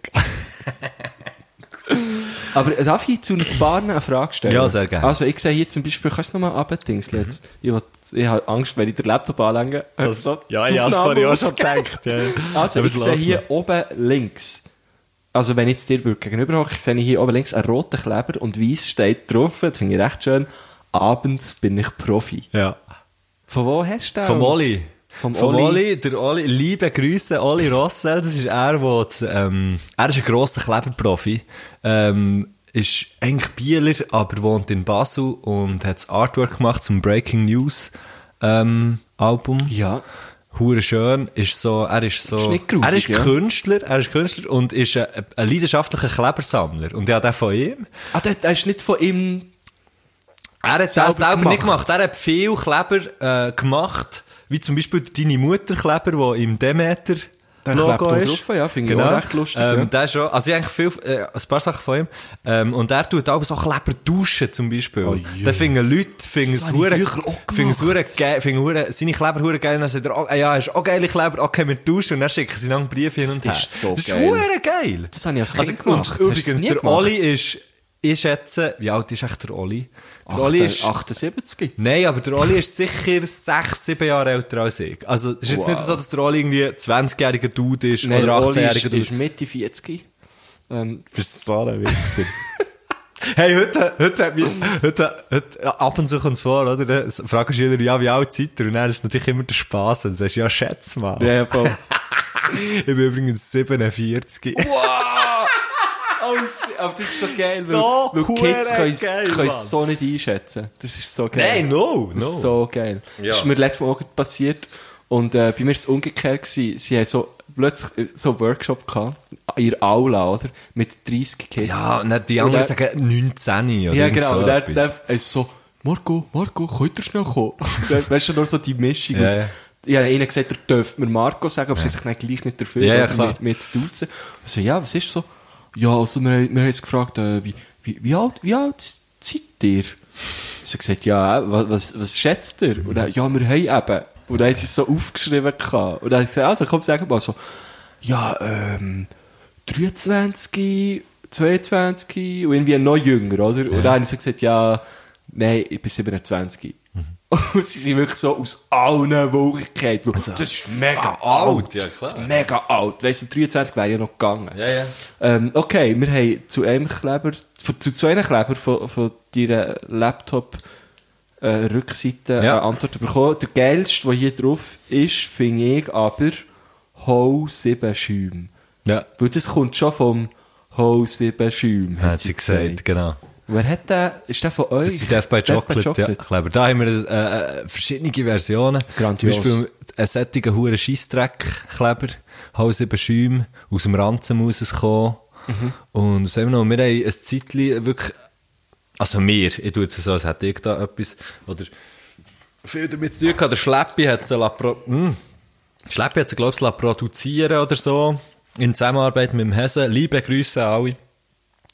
Speaker 1: Aber darf ich zu einem Paar eine Frage stellen?
Speaker 6: Ja, sehr gerne. Mhm.
Speaker 1: Also ich sehe hier zum Beispiel, kannst du nochmal abdingseln jetzt? Ich, will, ich habe Angst, wenn ich den Laptop anlänge.
Speaker 6: Das, ja, ich habe es vorhin auch schon gedacht. Ja.
Speaker 1: Also
Speaker 6: Aber
Speaker 1: ich
Speaker 6: es
Speaker 1: sehe
Speaker 6: läuft
Speaker 1: hier
Speaker 6: noch.
Speaker 1: oben links, also wenn ich jetzt dir wirklich gegenüber hocke, sehe ich hier oben links einen roten Kleber und weiß steht drauf, das finde ich recht schön, abends bin ich Profi.
Speaker 6: Ja.
Speaker 1: Von wo hast du den?
Speaker 6: Vom Oli.
Speaker 1: Vom,
Speaker 6: Vom
Speaker 1: Oli.
Speaker 6: Oli, der Oli, liebe Grüße, Oli Rossel, das ist er, der, das, ähm, er ist ein grosser Kleberprofi, ähm, ist eigentlich Bieler, aber wohnt in Basel und hat das Artwork gemacht zum Breaking News, ähm, Album.
Speaker 1: Ja.
Speaker 6: Hure schön, ist so, er ist so,
Speaker 1: Ist nicht grusig,
Speaker 6: er ist
Speaker 1: ja.
Speaker 6: Künstler, er ist Künstler und ist ein, ein leidenschaftlicher Klebersammler. Und ja, der von ihm.
Speaker 1: Ah, der, der ist nicht von ihm...
Speaker 6: Er hat es
Speaker 1: Selber
Speaker 6: selber, selber
Speaker 1: gemacht.
Speaker 6: nicht gemacht. Er hat viel Kleber äh, gemacht, wie zum Beispiel deine Mutter Kleber, die im Demeter
Speaker 1: Der
Speaker 6: Logo
Speaker 1: klebt da
Speaker 6: ist.
Speaker 1: drauf, ja, finde ich auch recht lustig,
Speaker 6: Ähm,
Speaker 1: ja.
Speaker 6: Der ist schon, also ich habe eigentlich viel, äh, ein paar Sachen von ihm. Ähm, und er tut auch so Kleber duschen zum Beispiel. Oh, da finden Leute, finden es
Speaker 1: habe ich
Speaker 6: hure,
Speaker 1: früher auch
Speaker 6: finden es hure geil, finden hure, seine Kleber hure geil. Und dann sagt er, oh, ja, hast auch geile Kleber, okay, wir duschen. Und dann schicken sie dann Briefe hin
Speaker 1: Das
Speaker 6: und her.
Speaker 1: ist so
Speaker 6: das ist
Speaker 1: geil.
Speaker 6: hure geil. Also,
Speaker 1: Das habe ich als Kind
Speaker 6: und
Speaker 1: gemacht. Hast du das
Speaker 6: Übrigens,
Speaker 1: nie
Speaker 6: der
Speaker 1: gemacht?
Speaker 6: Oli ist, ich schätze, wie alt ist echt der Oli? Der
Speaker 1: Ach,
Speaker 6: Oli
Speaker 1: der
Speaker 6: ist,
Speaker 1: 78.
Speaker 6: Nein, aber der Oli ist sicher sechs, sieben Jahre älter als ich. Also, es ist jetzt
Speaker 1: Wow.
Speaker 6: nicht so, dass der Oli irgendwie 20-jähriger Dude ist
Speaker 1: Nein,
Speaker 6: oder
Speaker 1: der Oli ist,
Speaker 6: 18-jähriger Dude.
Speaker 1: ist Mitte 40. Ähm,
Speaker 6: bist so ein Wichser. hey, heute, heute, hat mich- heute, heute, ja, ab und zu kommt es vor, oder? Dann Fragen Schüler, ja, wie alt seid ihr? Und dann ist natürlich immer der Spaß. Und du sagst, Oh. ja, schätz mal.
Speaker 1: ja, voll.
Speaker 6: Ich bin übrigens 47.
Speaker 1: Oh shit, aber das ist so geil,
Speaker 6: So
Speaker 1: weil, weil Kids
Speaker 6: hure
Speaker 1: können's-
Speaker 6: geil,
Speaker 1: können
Speaker 6: Mann.
Speaker 1: es so nicht einschätzen. Das ist so geil.
Speaker 6: Nein, no,
Speaker 1: Das ist
Speaker 6: no.
Speaker 1: so geil. Das ist mir letztes Mal auch gerade passiert und äh, bei mir ist es umgekehrt gewesen. Sie haben so plötzlich äh, so einen Workshop gehabt, in ihrer Aula, oder? Mit 30 Kids.
Speaker 6: Ja, und dann die anderen
Speaker 1: Und
Speaker 6: sagen 19 oder
Speaker 1: Ja,
Speaker 6: irgend
Speaker 1: genau.
Speaker 6: So
Speaker 1: und er,
Speaker 6: etwas.
Speaker 1: er er ist so, Marco, Marco, könnt ihr schnell kommen? Dann weißt du, nur so die Mischung
Speaker 6: Ja,
Speaker 1: aus...
Speaker 6: ja.
Speaker 1: Ich habe ihnen gesagt, ihr dürft mir Marco sagen, aber sie sich dann gleich nicht dafür
Speaker 6: Ja, ja,
Speaker 1: oder
Speaker 6: klar.
Speaker 1: mit, mit zu duzen. Ich so, ja, was ist so? Ja, also wir, haben- wir haben uns gefragt, äh, wie, wie, wie, alt, wie alt seid ihr? Sie hat gesagt, ja, äh, was, was, was schätzt ihr? Und dann, ja, wir haben eben. Und dann haben sie es so aufgeschrieben. Gehabt. Und dann habe ich gesagt, also komm, sag mal so, ja, ähm, 23, 22 und irgendwie noch jünger, oder? Und dann haben sie gesagt, ja, nein, ich bin 27.
Speaker 6: Mhm.
Speaker 1: Und sie sind wirklich so aus allen Wohlgekehrten.
Speaker 6: Also,
Speaker 1: das ist mega alt.
Speaker 6: alt, ja, klar.
Speaker 1: Mega alt. Weißt du, 23 wäre ja noch gegangen.
Speaker 6: Ja, ja.
Speaker 1: Ähm, okay, wir haben zu einem Kleber, von- zu zwei Kleber von, von deiner Laptop-Rückseite
Speaker 6: Ja.
Speaker 1: eine Antwort bekommen. Der geilste, der hier drauf ist, finde ich aber Ho 7 Schäum.
Speaker 6: ja.
Speaker 1: Weil das kommt schon vom Ho 7 Schäum.
Speaker 6: Hat sie gesagt, genau.
Speaker 1: Wer hat den? Ist der von euch?
Speaker 6: Das sind Death by Chocolate, Ja, Kleber. Da haben wir äh, äh, verschiedene Versionen.
Speaker 1: Grandios.
Speaker 6: Zum Beispiel einen sättigen huren Scheissdreck-Kleber, Haus über Schäume, aus dem Ranzen muss es kommen. Mhm. Und das haben wir noch, wir haben ein Zeitchen wirklich, also mir, ich tue es so, als hätte ich da etwas, oder viel damit zu tun gehabt. Der Schleppi hat sie, la pro- mm. Schleppi hat sie, glaube ich, la produzieren oder so, in Zusammenarbeit mit dem Hesse. Liebe Grüße an alle.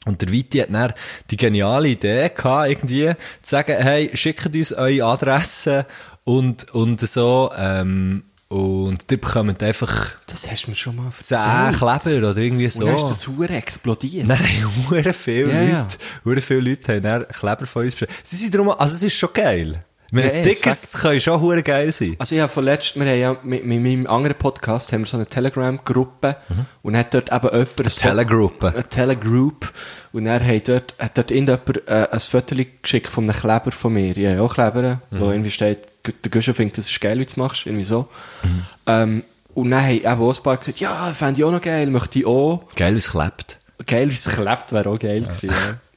Speaker 6: Und der Viti hat dann die geniale Idee gehabt, irgendwie zu sagen, hey, schickt uns eure Adresse und, und so, ähm, und die bekommen einfach
Speaker 1: Das hast du mir schon mal erzählt.
Speaker 6: 10 Kleber oder irgendwie so.
Speaker 1: Und dann ist das Hure explodiert.
Speaker 6: Nein, hure viele
Speaker 1: Ja, ja.
Speaker 6: Leute, hure viele Leute haben dann Kleber von uns bestellt. Sie sind drum, also es ist schon geil. Ich Meine
Speaker 1: Ja, ja,
Speaker 6: Stickers
Speaker 1: es
Speaker 6: können schon hure geil sein.
Speaker 1: Also ich habe vorletzt, wir haben ja mit, mit meinem anderen Podcast haben wir so eine Telegram-Gruppe und hat dort eben jemand... Eine
Speaker 6: Telegruppe.
Speaker 1: Eine Telegroup. Und er hat dort, hat dort irgendjemand äh, ein Foto geschickt von einem Kleber von mir. Ich habe auch Kleber, wo irgendwie steht, «Gu- der Guschen findet, das ist geil, wie du es machst, irgendwie so. Ähm, und dann haben eben auch ein paar gesagt, ja, fände ich auch noch geil, möchte ich auch.
Speaker 6: Geil, wie es klebt.
Speaker 1: Geil, wie es klebt, wäre auch geil gewesen. Ja.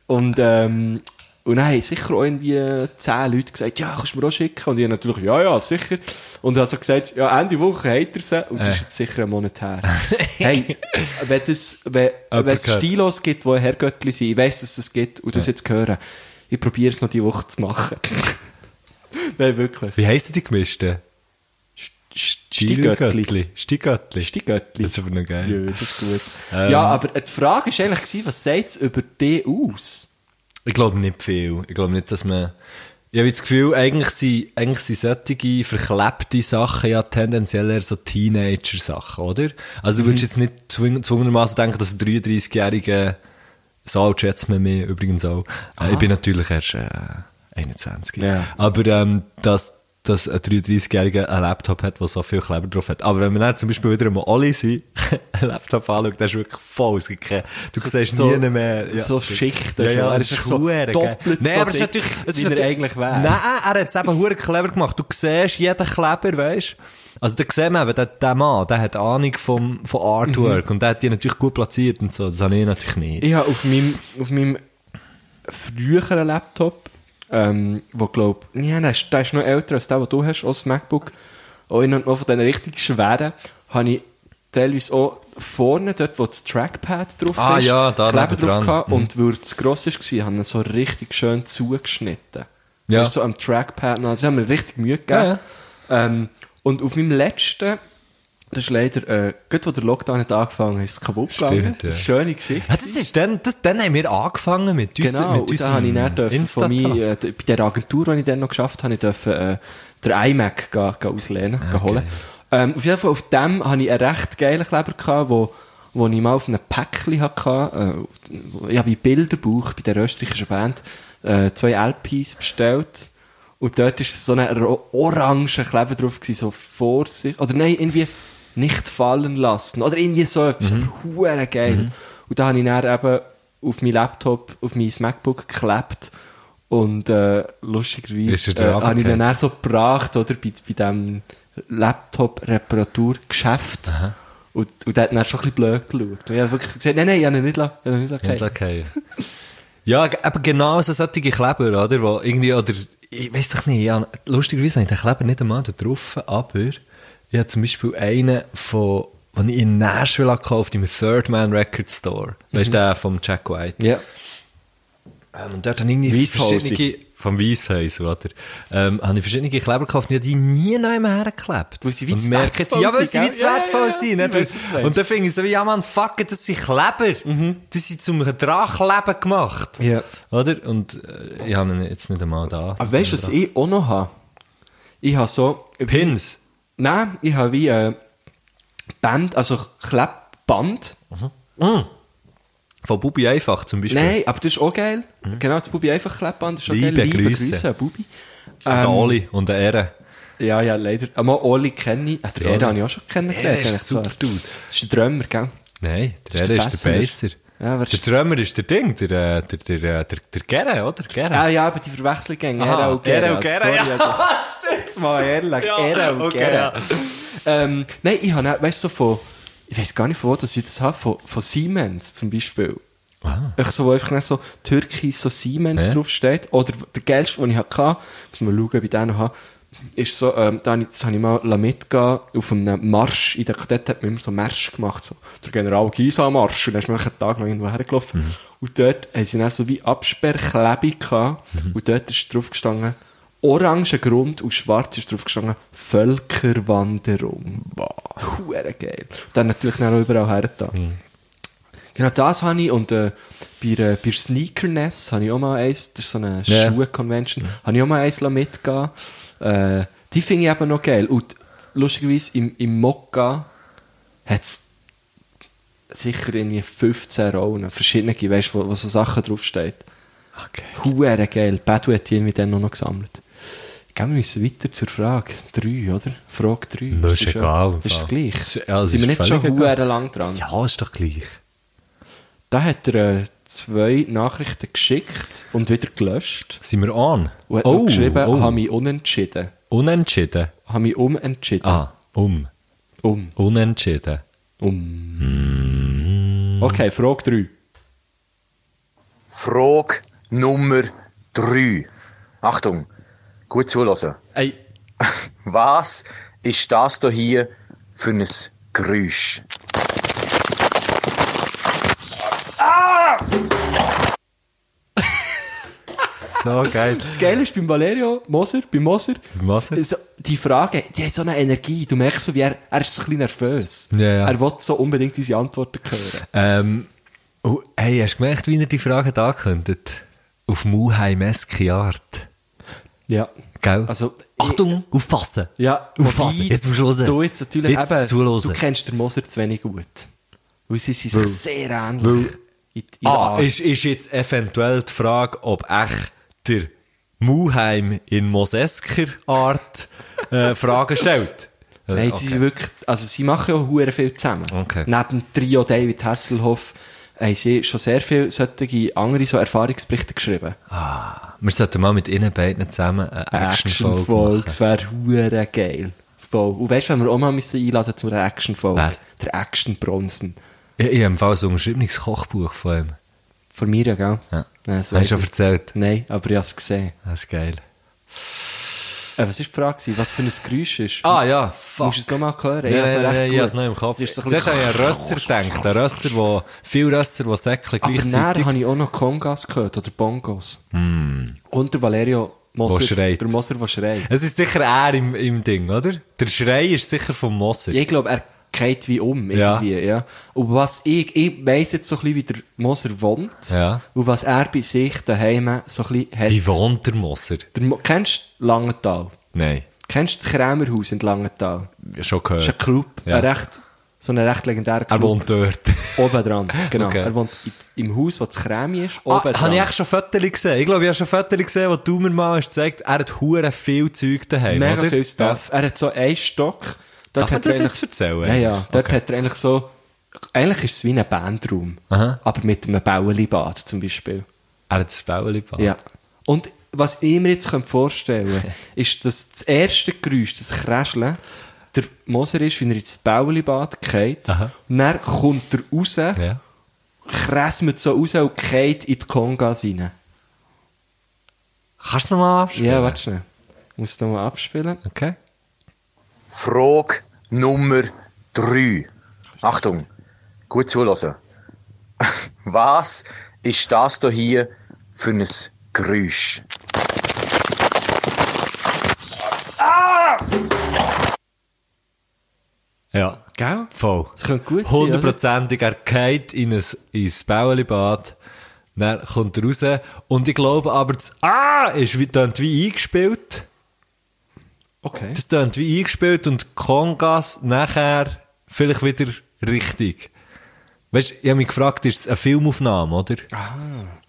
Speaker 1: Und, ähm, und dann haben sicher auch irgendwie zehn Leute gesagt, ja, kannst du mir auch schicken? Und ich habe natürlich, ja, ja, sicher. Und ich habe so gesagt, ja, Ende Woche hat er sie. Und das ist jetzt sicher ein Monat her. hey, wenn es wenn, wenn es
Speaker 6: gehört.
Speaker 1: Stilos gibt, die Herrgöttli sind, ich weiss, dass es das gibt und das jetzt hören, ich probiere es noch die Woche zu machen. Nein, wirklich.
Speaker 6: Wie heissen die gemischten?
Speaker 1: Stigöttlis.
Speaker 6: Stigöttli.
Speaker 1: Stigöttli.
Speaker 6: Das ist aber noch geil.
Speaker 1: Ja, das ist gut.
Speaker 6: Ähm.
Speaker 1: Ja, aber die Frage war eigentlich, gewesen, was sagt es über dich aus?
Speaker 6: Ich glaube nicht viel. Ich glaube nicht, dass man. Ich habe das Gefühl, eigentlich sind, eigentlich sind solche verklebte Sachen ja tendenziell eher so Teenager-Sachen, oder? Also, du würdest jetzt nicht zwing- zwungenermaßen denken, dass ein 33-Jähriger, so alt schätzt man mich übrigens auch. Äh, ich bin natürlich erst äh, 21.
Speaker 1: Ja.
Speaker 6: Aber ähm, dass, dass ein 33-Jähriger einen Laptop hat, der so viel Kleber drauf hat. Aber wenn wir dann zum Beispiel wieder mal alle sind, einen Laptop anschaut, der ist wirklich voll. Es gibt keinen- du siehst nie mehr.
Speaker 1: so Schichten
Speaker 6: Ja,
Speaker 1: schon.
Speaker 6: ja,
Speaker 1: Er
Speaker 6: das
Speaker 1: ist
Speaker 6: ist
Speaker 1: so
Speaker 6: huere geil.
Speaker 1: doppelt so
Speaker 6: es ist
Speaker 1: dick,
Speaker 6: natürlich- es
Speaker 1: wie
Speaker 6: ist
Speaker 1: er
Speaker 6: natürlich-
Speaker 1: eigentlich wäre.
Speaker 6: Nein, er hat es eben hure clever gemacht. Du siehst jeden Kleber, weißt Also da sieht man eben, der, der Mann, der hat Ahnung vom, von Artwork und der hat die natürlich gut platziert und so. Das habe ich natürlich nicht.
Speaker 1: Ich habe auf meinem, auf meinem früheren Laptop, ähm, wo glaub, ja, der ist, der ist noch älter als der, den du hast, auch das MacBook, auch in- noch von diesen richtig schweren, habe ich teilweise auch vorne, dort wo das Trackpad drauf
Speaker 6: Ah,
Speaker 1: ist,
Speaker 6: ja, da
Speaker 1: Kleber
Speaker 6: nebendran.
Speaker 1: drauf gehabt
Speaker 6: Mhm.
Speaker 1: und weil es gross war, haben ihn so richtig schön zugeschnitten.
Speaker 6: Ja.
Speaker 1: Ja. So am Trackpad, noch. also sie haben mir richtig Mühe gegeben. Ähm, und auf meinem letzten, das ist leider, äh, gerade wo der Lockdown hat angefangen hat, ist es kaputt
Speaker 6: Stimmt,
Speaker 1: gegangen.
Speaker 6: ja.
Speaker 1: Das ist eine schöne Geschichte.
Speaker 6: Ja, das ist dann, das, dann haben wir angefangen mit uns.
Speaker 1: Genau,
Speaker 6: mit
Speaker 1: und da habe ich dann dürfen, von
Speaker 6: Insta-Tag.
Speaker 1: mir, äh, d- bei der Agentur, die ich dann noch geschafft habe, ich dürfen, äh, den iMac gehen, gehen auslehnen, gehen holen. Ähm, auf jeden Fall, auf dem hatte ich einen recht geilen Kleber, gehabt, wo, wo ich mal auf einem Päckchen hatte. Äh, ich habe bei Bilderbuch, bei der österreichischen Band, äh, zwei LPs bestellt. Und dort war so ein ro- oranger Kleber drauf, gewesen, so Vorsicht, oder nein, irgendwie nicht fallen lassen, oder irgendwie so etwas, hure geil. Und da habe ich dann eben auf meinen Laptop, auf mein MacBook geklebt und äh,
Speaker 6: Ist
Speaker 1: lustigerweise
Speaker 6: er
Speaker 1: äh,
Speaker 6: da
Speaker 1: habe ich
Speaker 6: runtergefallen?
Speaker 1: ihn dann so gebracht, oder, bei, bei diesem Laptop-Reparaturgeschäft. Und, und der hat dann schon ein bisschen blöd geschaut. Und ich habe wirklich gesagt, nein, nein, ich habe ihn nicht lassen. ich habe ihn nicht lassen.
Speaker 6: Ganz okay. Ja, ge- eben genau so solche Kleber, oder? Wo irgendwie, oder, ich weiß doch nicht, ja, lustigerweise habe ich den Kleber nicht einmal getroffen, ah, aber ich habe zum Beispiel einen von, den ich in Nashville gekauft im Third Man Record Store. Weißt du, der vom Jack White?
Speaker 1: Ja.
Speaker 6: Ähm, und dort habe ich irgendwie
Speaker 1: Weisshäuser.
Speaker 6: verschiedene, vom Weisshäuser, oder? Ähm, habe ich verschiedene Kleber gekauft und ich habe die nie neu mehr hergeklebt.
Speaker 1: Weil sie wie
Speaker 6: Und
Speaker 1: zu
Speaker 6: merke jetzt,
Speaker 1: wertvoll
Speaker 6: Ja, weil
Speaker 1: sind,
Speaker 6: sie wie
Speaker 1: gell?
Speaker 6: zu
Speaker 1: Ja, ja,
Speaker 6: wertvoll
Speaker 1: ja.
Speaker 6: sind.
Speaker 1: Ich
Speaker 6: nicht?
Speaker 1: weiss, was du
Speaker 6: Und dann finde ich so, ja man, fuck it, das sind Kleber. Die sind zum Drachleben gemacht.
Speaker 1: Ja.
Speaker 6: Oder? Und äh, ich habe ihn jetzt nicht einmal da.
Speaker 1: Aber weißt du, was ich auch noch habe? Ich habe so,
Speaker 6: Pins.
Speaker 1: Nein, ich habe wie äh, Band, also Klebband.
Speaker 6: Von Bubi einfach zum Beispiel.
Speaker 1: Nein, aber das ist auch geil. Genau, das Bubi einfach Klebband das ist auch
Speaker 6: Liebe
Speaker 1: geil. Liebe
Speaker 6: Grüße.
Speaker 1: Grüße, an Bubi.
Speaker 6: Der
Speaker 1: Ähm,
Speaker 6: Oli und der Ehre.
Speaker 1: ja, ja, leider. Aber Oli kenne ich. Ach, den
Speaker 6: Ja.
Speaker 1: Eren habe ich auch schon kennengelernt.
Speaker 6: Eren ist
Speaker 1: eigentlich zwar.
Speaker 6: super Dude.
Speaker 1: Das ist der Drömer, gell?
Speaker 6: Nein, der
Speaker 1: ist
Speaker 6: Ehre
Speaker 1: der
Speaker 6: ist der Baser.
Speaker 1: Besser. Ja, wer
Speaker 6: der
Speaker 1: ist-
Speaker 6: Trömer ist der Ding, der, äh, der, der, der, der, der Gere, oder? Gere.
Speaker 1: Ah ja, aber die Verwechslung gegen
Speaker 6: Aha,
Speaker 1: Eren und Gera.
Speaker 6: Eren und Gera,
Speaker 1: Sorry,
Speaker 6: ja.
Speaker 1: also. Jetzt mal ehrlich,
Speaker 6: Ja,
Speaker 1: Eren und
Speaker 6: okay,
Speaker 1: Gera.
Speaker 6: ja.
Speaker 1: Ähm, nein, ich habe auch, weißt du, so von, ich weiß gar nicht von wo, dass ich das habe, von, von Siemens zum Beispiel.
Speaker 6: Ah.
Speaker 1: Ich so, wo einfach nicht so türkis so Siemens
Speaker 6: Ja.
Speaker 1: draufsteht. Oder der geilste, den ich hatte, muss man schauen, bei denen habe, ist so, ähm, da habe ich, das habe ich mal lassen mitgehen auf einem Marsch. In der Kadett hat man immer so Marsch gemacht, so der General Gisa-Marsch. Und dann ist man einen Tag lang irgendwo hergelaufen. Und dort haben sie dann so wie Absperrklebe gehabt. Und dort ist drauf gestanden, orange Grund und schwarz ist drauf gestanden, Völkerwanderung. Wow. Huere geil. Und dann natürlich dann auch überall her da. Genau, das habe ich. Und äh, bei, äh, bei Sneakerness habe ich auch mal eins, das ist so eine
Speaker 6: Ja.
Speaker 1: Schuhe-Convention, habe ich auch mal eins mitgegeben. Äh, die finde ich eben noch geil. Und lustigerweise, im, im Mokka hat es sicher irgendwie 15 Rollen, verschiedene, weißt du, wo, wo so Sachen draufsteht.
Speaker 6: Okay.
Speaker 1: Huere geil. Badu hat die irgendwie dann noch gesammelt. Gehen wir müssen weiter zur Frage 3, oder? Frage 3.
Speaker 6: Mir ist egal, im
Speaker 1: Ist es
Speaker 6: Fall.
Speaker 1: gleich?
Speaker 6: Ist- ja, es
Speaker 1: Sind wir
Speaker 6: ist
Speaker 1: nicht schon
Speaker 6: völlig
Speaker 1: huere
Speaker 6: egal.
Speaker 1: lang dran?
Speaker 6: Ja, ist doch gleich.
Speaker 1: Da hat er äh, zwei Nachrichten geschickt und wieder gelöscht.
Speaker 6: Sind wir an?
Speaker 1: Und hat noch oh, geschrieben,
Speaker 6: oh.
Speaker 1: habe mich unentschieden.
Speaker 6: unentschieden.
Speaker 1: Habe mich umentschieden.
Speaker 6: Ah, um.
Speaker 1: Um.
Speaker 6: Unentschieden.
Speaker 1: Um. Okay, Frage 3.
Speaker 2: Frage Nummer 3. Achtung, gut zuhören.
Speaker 6: Ey,
Speaker 2: Was ist das da hier für ein Geräusch?
Speaker 6: so geil.
Speaker 1: Das Geile ist beim Valerio Moser, beim Moser,
Speaker 6: Beim Moser.
Speaker 1: s- So, die Frage, die hat so eine Energie. Du merkst so, wie er, er ist so ein bisschen nervös.
Speaker 6: Ja, ja.
Speaker 1: Er will so unbedingt unsere Antworten hören.
Speaker 6: ähm, oh, hey, hast du gemerkt, wie er die Frage hat angekündigt? Auf Muheim-eske Art. Äh,
Speaker 1: ja.
Speaker 6: Gell?
Speaker 1: Also,
Speaker 6: Achtung, aufpassen.
Speaker 1: Ja,
Speaker 6: aufpassen.
Speaker 1: wobei
Speaker 6: Jetzt musst du hören.
Speaker 1: Du jetzt natürlich
Speaker 6: Jetzt
Speaker 1: eben,
Speaker 6: zuhören.
Speaker 1: du kennst den Moser zu wenig gut. Weil sie sind sich sehr ähnlich.
Speaker 6: weil-
Speaker 1: in, in
Speaker 6: Ah,
Speaker 1: der Art.
Speaker 6: ist, ist jetzt eventuell die Frage, ob echt der Muheim in Mosesker Art äh, Fragen stellt? Äh,
Speaker 1: Nein,
Speaker 6: okay.
Speaker 1: sie sind wirklich, also sie machen ja hure viel zusammen.
Speaker 6: Okay.
Speaker 1: Neben dem Trio David Hasselhoff haben sie schon sehr viele solche andere so Erfahrungsberichte geschrieben.
Speaker 6: Ah, Wir sollten mal mit ihnen beiden zusammen eine Action-Folge
Speaker 1: Action-Folge,
Speaker 6: machen.
Speaker 1: das wäre hure geil. Voll. Und weißt du, wenn wir auch mal müssen einladen zu einer Action-Folge? Der Action-Bronzen.
Speaker 6: Ich, ich habe im Fall so ein geschriebenes Kochbuch von ihm.
Speaker 1: Von mir, gell?
Speaker 6: Ja.
Speaker 1: Nein, so
Speaker 6: Hast du schon
Speaker 1: ich-
Speaker 6: erzählt?
Speaker 1: Nein, aber ich habe es gesehen.
Speaker 6: Das ist geil.
Speaker 1: Äh, was war die Frage? gewesen? Was für ein Geräusch ist?
Speaker 6: Ah ja, fuck.
Speaker 1: Musst du es nochmal hören?
Speaker 6: Nein,
Speaker 1: hab's
Speaker 6: nein,
Speaker 1: noch recht
Speaker 6: nein, ich
Speaker 1: gut.
Speaker 6: habe es noch im Kopf.
Speaker 1: Es ist so ein
Speaker 6: Zuerst habe ich an
Speaker 1: bisschen-
Speaker 6: Rösser gedacht. An Rösser, wo, viele Rösser, die Säckchen
Speaker 1: Aber
Speaker 6: gleichzeitig...
Speaker 1: dann habe ich auch noch Congas gehört, oder Bongos. Und der Valerio Moser.
Speaker 6: Hm. Wo schreit.
Speaker 1: Der Moser, der schreit.
Speaker 6: Es ist sicher er im, im Ding, oder? Der Schrei ist sicher vom Moser.
Speaker 1: Ich glaube, er geht wie um, irgendwie, ja. Und was ich, ich weiss jetzt so ein bisschen, wie der Moser wohnt.
Speaker 6: Ja.
Speaker 1: Und was er bei sich daheim so ein bisschen hat.
Speaker 6: Wie wohnt der Moser?
Speaker 1: Der Mo kennst du Langenthal?
Speaker 6: Nein,
Speaker 1: Kennst du das Krämerhaus in Langenthal?
Speaker 6: schon
Speaker 1: Das
Speaker 6: gehört.
Speaker 1: ist ein Club,
Speaker 6: Eh, Ja.
Speaker 1: ein recht, so ein recht legendärer Club.
Speaker 6: er wohnt dort.
Speaker 1: Oben dran, genau.
Speaker 6: Okay.
Speaker 1: Er wohnt in- im Haus, wo das Creme ist, oben
Speaker 6: Ah,
Speaker 1: dran.
Speaker 6: habe ich echt schon Fotos gesehen? Ich glaube, ich habe schon Fotos gesehen, wo du mir mal hast gezeigt, er hat hure viel Zeug daheim,
Speaker 1: Mega
Speaker 6: oder?
Speaker 1: viel Stuff. Er hat so einen Stock. Dort
Speaker 6: Darf man
Speaker 1: hat er
Speaker 6: das
Speaker 1: eigentlich-
Speaker 6: jetzt erzählen?
Speaker 1: Ja, ja. Dort
Speaker 6: Okay.
Speaker 1: hat er eigentlich so... Eigentlich ist es wie ein Bandraum.
Speaker 6: Aha.
Speaker 1: Aber mit einem Bauelibad zum Beispiel.
Speaker 6: Ja. Er hat das Bäuerli gebaut.
Speaker 1: Ja. Und was ich mir jetzt könnte vorstellen ist, dass das erste Geräusch, das Kräscheln, der Moser ist, wenn er ins Bäuelibad geht.
Speaker 6: Aha.
Speaker 1: Und dann kommt er raus, ja.
Speaker 6: Ja.
Speaker 1: kräsmet so raus und geht in die Kongas rein.
Speaker 6: Kannst du nochmal abspielen?
Speaker 1: Ja, warte schnell. Ich muss es nochmal abspielen.
Speaker 6: Okay.
Speaker 2: Frage Nummer 3. Achtung, gut zuhören. Was ist das da hier für ein Geräusch?
Speaker 6: Ja.
Speaker 1: Gell?
Speaker 6: Voll.
Speaker 1: Das könnte gut sein, oder?
Speaker 6: Hundertprozentig, er geht in ein, ins Bäuerli-Bad, dann kommt er raus und ich glaube aber, das Ah ist wie, tönt wie eingespielt.
Speaker 1: Okay.
Speaker 6: Das tönt wie eingespielt und Kongas nachher vielleicht wieder richtig. Weißt du, ich habe mich gefragt, ist es eine Filmaufnahme, oder? Aha.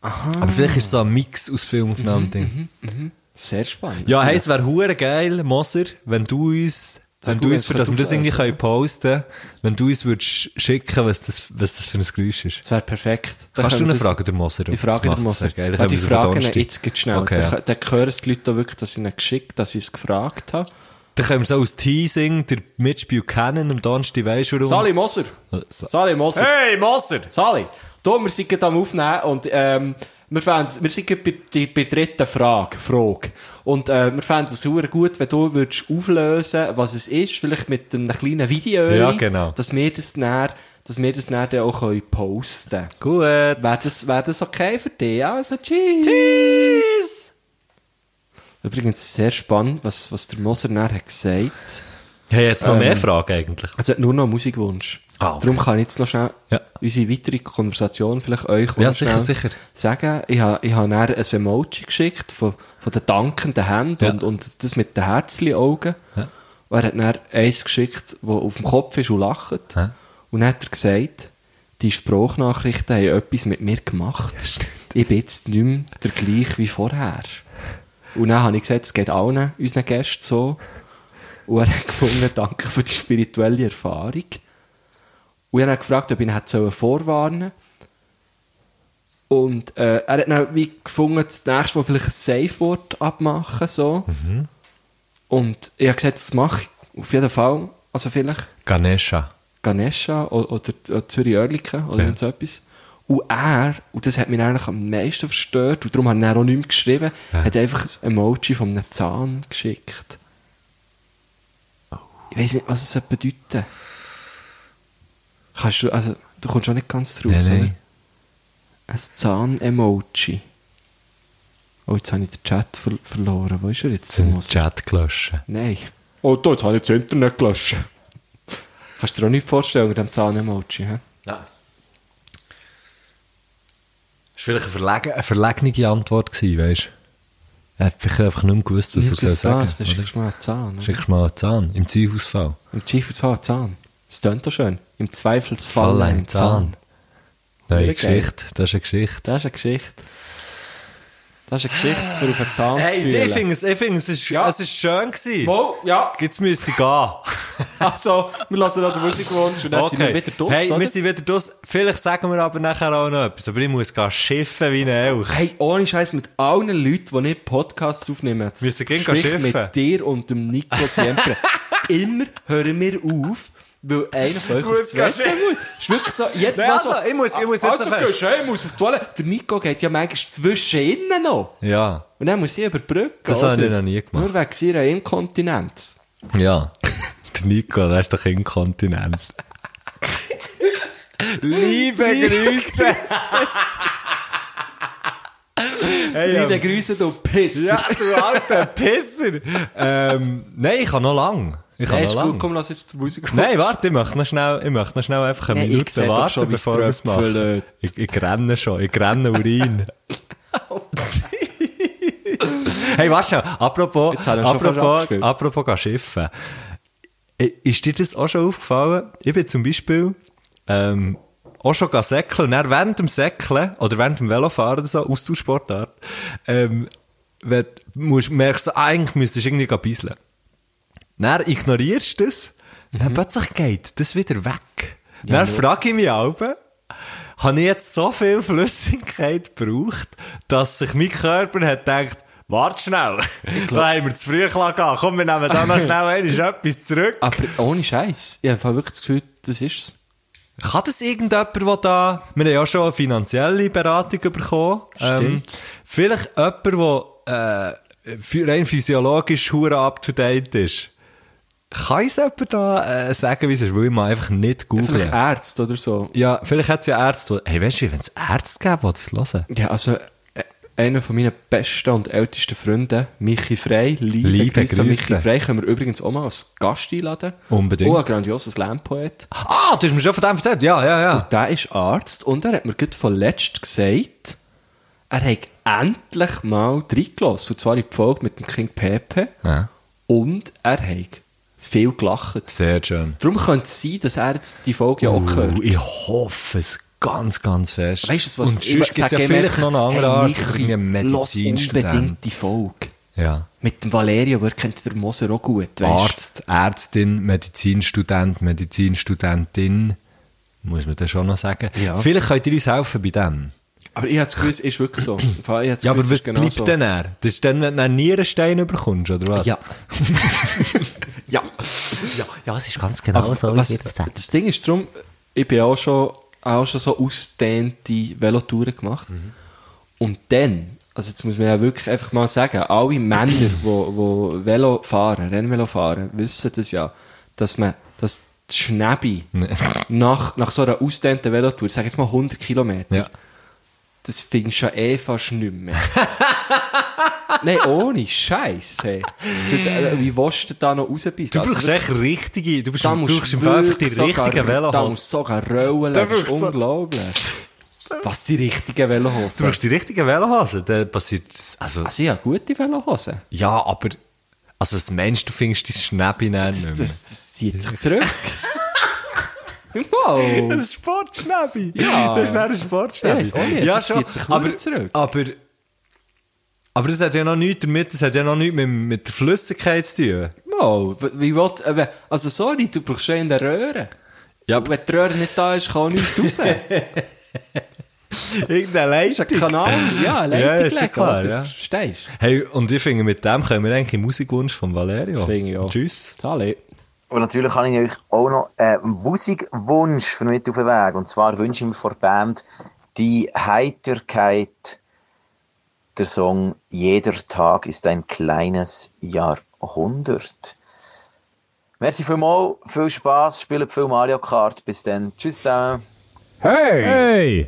Speaker 1: Ah.
Speaker 6: Aber vielleicht ist es so ein Mix aus Filmaufnahmen. Ding.
Speaker 1: Mhm, Sehr spannend.
Speaker 6: Ja, hey, es wäre hure geil, Moser, wenn du uns,
Speaker 1: wär
Speaker 6: wenn du
Speaker 1: gut,
Speaker 6: uns, für
Speaker 1: wenn wir
Speaker 6: dass wir das irgendwie
Speaker 1: auflösen,
Speaker 6: können posten, wenn du uns würdest sch- schicken, was das, was das für ein Geräusch ist.
Speaker 1: Das wäre perfekt. Dann
Speaker 6: Kannst du
Speaker 1: können
Speaker 6: eine
Speaker 1: wir das-
Speaker 6: Frage der Moser?
Speaker 1: Ich frage
Speaker 6: Das
Speaker 1: den
Speaker 6: macht
Speaker 1: Moser.
Speaker 6: sehr geil. Dann
Speaker 1: Weil
Speaker 6: können
Speaker 1: die
Speaker 6: wir es auf
Speaker 1: Fragen
Speaker 6: Donnerstag-
Speaker 1: jetzt geht schnell.
Speaker 6: Okay,
Speaker 1: dann,
Speaker 6: ja.
Speaker 1: dann hören es die Leute auch wirklich, dass ich ihnen geschickt dass ich es gefragt habe.
Speaker 6: Dann können wir so als Teasing der Mitch Buchanan am Donnerstag, weisst du warum? Äh,
Speaker 1: Sali Moser!
Speaker 6: Sa-
Speaker 1: Sali Moser!
Speaker 6: Hey, Moser!
Speaker 1: Sali! Du, wir sind gerade am Aufnehmen und ähm, wir, fänden's- wir sind gerade bei, die- bei der dritten Frage. Frage. Und äh, wir fänden es sehr gut, wenn du würdest auflösen was es ist, vielleicht mit einem kleinen Video,
Speaker 6: Ja, genau.
Speaker 1: dass wir das dann, dass wir das dann dann auch können posten können.
Speaker 6: Gut.
Speaker 1: Wäre das, wär das okay für dich? Also, tschüss! Tschüss! Übrigens, sehr spannend, was, was der Moser nachher hat gesagt.
Speaker 6: Hey, jetzt noch
Speaker 1: Ähm.
Speaker 6: mehr Fragen eigentlich.
Speaker 1: Also, er hat nur noch einen Musikwunsch.
Speaker 6: Ah, okay.
Speaker 1: Darum kann ich jetzt noch schnell
Speaker 6: Ja.
Speaker 1: unsere weitere Konversation vielleicht euch
Speaker 6: Ja,
Speaker 1: noch
Speaker 6: sicher,
Speaker 1: schnell
Speaker 6: sicher.
Speaker 1: sagen. Ich habe ich ha dann ein Emoji geschickt von, von den dankenden Händen
Speaker 6: Ja.
Speaker 1: und, und das mit den Herzli-Augen. Und Er hat dann eins geschickt, das auf dem Kopf ist und lacht.
Speaker 6: Ja.
Speaker 1: Und dann hat er gesagt, die Sprachnachrichten haben etwas mit mir gemacht. ich bin jetzt nicht mehr der gleiche wie vorher. Und dann habe ich gesagt, es geht allen unseren Gästen so. Und er hat gefunden, danke für die spirituelle Erfahrung. Und ich habe ihn gefragt, ob ich ihn hätte vorwarnen sollen. Und äh, er hat dann wie gefunden, das nächste Mal vielleicht ein Safe-Wort abmachen. So.
Speaker 6: Mhm.
Speaker 1: Und ich habe gesagt, das mache ich auf jeden Fall. Also vielleicht
Speaker 6: Ganesha.
Speaker 1: Ganesha o- oder, oder Zürich Oerlikon oder
Speaker 6: Ja.
Speaker 1: irgend so etwas. Und er, und das hat mich eigentlich am meisten verstört, und darum hat er auch nicht mehr geschrieben,
Speaker 6: Ja.
Speaker 1: hat einfach ein Emoji von einem Zahn geschickt.
Speaker 6: Oh.
Speaker 1: Ich weiß nicht, was es soll bedeuten Kannst du, also, du kommst auch nicht ganz drauf,
Speaker 6: Nein, nein.
Speaker 1: Ein Zahn-Emoji. Oh, jetzt habe ich den Chat ver verloren. Wo ist er jetzt?
Speaker 6: Den
Speaker 1: Moses?
Speaker 6: Chat gelöscht.
Speaker 1: Nein. Oh, da, jetzt habe ich das Internet gelöscht. Kannst du dir auch nicht vorstellen mit dem Zahn-Emoji, hä?
Speaker 6: Nein. Das war vielleicht eine, verlegen, eine verlegene Antwort, gewesen, weißt du? Er hat vielleicht einfach nicht mehr gewusst, was er soll
Speaker 1: das
Speaker 6: sagen
Speaker 1: war's, dann schickst du mal einen Zahn. oder?
Speaker 6: Schickst mal einen Zahn im Zeugausfall.
Speaker 1: Im Zweifelsfall einen Zahn. Das tönt doch schön. Im Zweifelsfall
Speaker 6: Fall
Speaker 1: einen
Speaker 6: einen
Speaker 1: Zahn.
Speaker 6: Zahn. Neue
Speaker 1: Wieder geil.
Speaker 6: Geschichte, das ist eine Geschichte.
Speaker 1: Das ist eine Geschichte. Das ist eine Geschichte, für auf einen Zahn zu
Speaker 6: Hey, ich
Speaker 1: fühlen.
Speaker 6: finde es, ich finde es, ist, es ist schön gewesen.
Speaker 1: Wow, Oh, ja,
Speaker 6: Jetzt müsste ich gehen.
Speaker 1: also, wir lassen da den Musikwunsch und dann sind wir wieder durch,
Speaker 6: hey,
Speaker 1: oder?
Speaker 6: wir sind wieder draus. Vielleicht sagen wir aber nachher auch noch etwas. Aber ich muss gehen schiffen wie ein Elch.
Speaker 1: Hey, ohne Scheiß mit allen Leuten, die nicht Podcasts aufnehmen. jetzt
Speaker 6: Müssen gehen
Speaker 1: sprich
Speaker 6: schiffen.
Speaker 1: mit dir und dem Nico Siempre. Immer hören wir auf, weil einer von euch
Speaker 6: Gut,
Speaker 1: aufs WC
Speaker 6: gehen
Speaker 1: muss. Ist wirklich so. Jetzt
Speaker 6: Nein,
Speaker 1: mal
Speaker 6: also,
Speaker 1: so.
Speaker 6: ich muss- ich muss jetzt
Speaker 1: also,
Speaker 6: noch fest.
Speaker 1: gehst du heim, muss auf die Toilette. Der Nico geht ja manchmal zwischen ihnen noch.
Speaker 6: Ja,
Speaker 1: Und dann muss ich überbrücken.
Speaker 6: Das habe
Speaker 1: oder?
Speaker 6: ich noch nie gemacht.
Speaker 1: Nur wegen ihrer Inkontinenz.
Speaker 6: ja. Der Nico, der ist doch inkontinent. Liebe Grüße! hey,
Speaker 1: Liebe
Speaker 6: ähm,
Speaker 1: Grüße, du Piss.
Speaker 6: ja, du alter Pisser! ähm, nein, ich kann noch lang. Ich kann
Speaker 1: Hey,
Speaker 6: noch
Speaker 1: ist gut,
Speaker 6: lang.
Speaker 1: komm, lass jetzt die Musik
Speaker 6: Nein, warte, ich möchte noch schnell, ich möchte noch schnell einfach eine
Speaker 1: Nein, ich
Speaker 6: Minute
Speaker 1: sehe doch
Speaker 6: warten,
Speaker 1: schon, wie es
Speaker 6: bevor wir es machen.
Speaker 1: tröpfelt.
Speaker 6: Ich, ich renne schon, ich renne Urin. hey, warte schon, apropos,
Speaker 1: Jetzt habe ich schon fast
Speaker 6: apropos,
Speaker 1: abgespielt.
Speaker 6: apropos gehen schiffen. I- Ist dir das auch schon aufgefallen? Ich bin zum Beispiel ähm, auch schon gegangen säckeln und dann während dem Säckeln oder während dem Velofahren oder so, Austauschsportart, ähm, wenn du musst- merkst du, ah, eigentlich müsstest du irgendwie gehen bisseln. Dann ignorierst du das, dann plötzlich geht das wieder dus weg. dann frage ich mich auch, habe ich jetzt so viel Flüssigkeit gebraucht, dass sich mein Körper hat gedacht, warte schnell, da haben wir zu früh gehen, komm, wir nehmen da noch schnell ein, ist etwas zurück.
Speaker 1: Aber ohne Scheiß. Ich habe wirklich das Gefühl, das ist's.
Speaker 6: Kann das irgendjemand, der da... Wir haben ja schon eine finanzielle Beratung bekommen. ähm,
Speaker 1: Stimmt.
Speaker 6: vielleicht jemand, der äh, phy- rein physiologisch hure up-to-date ist. Kann uns jemand da äh, sagen, wie es ist? Weil ich mal einfach nicht googeln.
Speaker 1: Vielleicht Ärzte oder so.
Speaker 6: ja, vielleicht hat es ja Ärzte, die... Hey, weißt du, wenn es Ärzte gäbe, die das hören?
Speaker 1: Ja, also äh, einer von meinen besten und ältesten Freunden, Michi Frey, liebe,
Speaker 6: Liebe
Speaker 1: Grüße an
Speaker 6: Grüße.
Speaker 1: Michi Frey, können wir übrigens auch mal als Gast einladen.
Speaker 6: Unbedingt.
Speaker 1: Oh, ein grandioses Lernpoet.
Speaker 6: Ah, du hast mir schon von dem erzählt. Ja, ja, ja.
Speaker 1: Der ist Arzt und er hat mir gerade vorletzt gesagt, er hat endlich mal reingelassen, und zwar in die Folge mit dem King Pepe.
Speaker 6: Ja.
Speaker 1: Und er hat viel gelacht.
Speaker 6: Sehr schön. Uh,
Speaker 1: Darum könnte es sein, dass er jetzt die Folge ja auch hört.
Speaker 6: ich hoffe es ganz, ganz fest.
Speaker 1: Weißt du, was
Speaker 6: Und sonst gibt es ja vielleicht noch einen anderen Arzt, oder
Speaker 1: Hey,
Speaker 6: irgendeinen
Speaker 1: Michi, lass
Speaker 6: Medizinstudent.
Speaker 1: unbedingt die Folge.
Speaker 6: Ja.
Speaker 1: Mit dem Valerio, der kennt der Moser auch gut, weißt
Speaker 6: Arzt, Ärztin, Medizinstudent, Medizinstudentin, muss man das schon noch sagen.
Speaker 1: Ja.
Speaker 6: Vielleicht könnt ihr uns helfen bei dem.
Speaker 1: Aber ich habe das Gefühl, es ist wirklich so. Im Fall, Ich habe das
Speaker 6: Ja, aber
Speaker 1: Gefühl,
Speaker 6: was
Speaker 1: es ist genau
Speaker 6: bleibt
Speaker 1: so.
Speaker 6: denn er? Das ist dann, wenn du einen Nierenstein überkommst, oder was?
Speaker 1: Ja. ja.
Speaker 4: Ja, es ist ganz genau
Speaker 1: Aber was, das Ding ist darum, ich bin auch schon, habe auch schon so ausdehnte Velotouren gemacht.
Speaker 6: Mhm.
Speaker 1: Und dann, also jetzt muss man ja wirklich einfach mal sagen, alle Männer, die, die Velo fahren, Rennvelo fahren, wissen das ja, dass man, dass die Schnäbi nach, nach so einer ausdehnten Velotour, ich sage jetzt mal 100 Kilometer,
Speaker 6: Ja.
Speaker 1: das findest du ja eh fast nicht mehr. Nein, ohne Scheiß. Hey. Du- äh, Wie willst du da noch rausbeissen?
Speaker 6: Du brauchst echt richtige, du bist, du brauchst im Fall einfach die richtigen
Speaker 1: Da
Speaker 6: Velohosen.
Speaker 1: musst du sogar rollen. Das ist
Speaker 6: brauchst so-
Speaker 1: unglaublich. Was die richtigen
Speaker 6: Du
Speaker 1: Velohosen?
Speaker 6: brauchst die richtigen Velohosen, dann passiert, also,
Speaker 1: Also ja, gute Velohosen.
Speaker 6: ja, aber, also als Mensch, du findest dein Schnäppi nicht mehr.
Speaker 1: Das, das, das zieht sich zurück. wow.
Speaker 6: Ein Sportschnäbi.
Speaker 1: Ja.
Speaker 6: Das ist dann ein Sportschnäbi.
Speaker 1: Ja, weiss auch nicht. Das zieht sich
Speaker 6: aber,
Speaker 1: verdammt zurück.
Speaker 6: aber, aber das hat ja noch nichts damit, das hat ja noch nichts mit, mit der Flüssigkeit zu tun.
Speaker 1: Mal, w- wie wollt, äh, we- also sorry, du brauchst ja in der Röhre.
Speaker 6: Ja,
Speaker 1: Und Wenn die Röhre nicht da ist, kann auch nichts raus.
Speaker 6: irgendeine Leistung.
Speaker 1: Kanal, ja,
Speaker 6: Ja, ist
Speaker 1: Leitung
Speaker 6: schon
Speaker 1: leck,
Speaker 6: klar,
Speaker 1: Alter.
Speaker 6: ja.
Speaker 1: Verstehst du?
Speaker 6: Hey, und ich finde, mit dem können wir eigentlich den Musikwunsch von Valerio.
Speaker 1: Finde ich auch.
Speaker 6: Tschüss.
Speaker 1: Sali.
Speaker 2: Und natürlich habe ich euch auch noch einen Musikwunsch für mit auf den Weg. Und zwar wünsche ich mir von der Band die Heiterkeit. Der Song Jeder Tag ist ein kleines Jahrhundert. Merci vielmals, viel Spaß, spielt viel Mario Kart. Bis dann. Tschüss zusammen.
Speaker 7: Hey!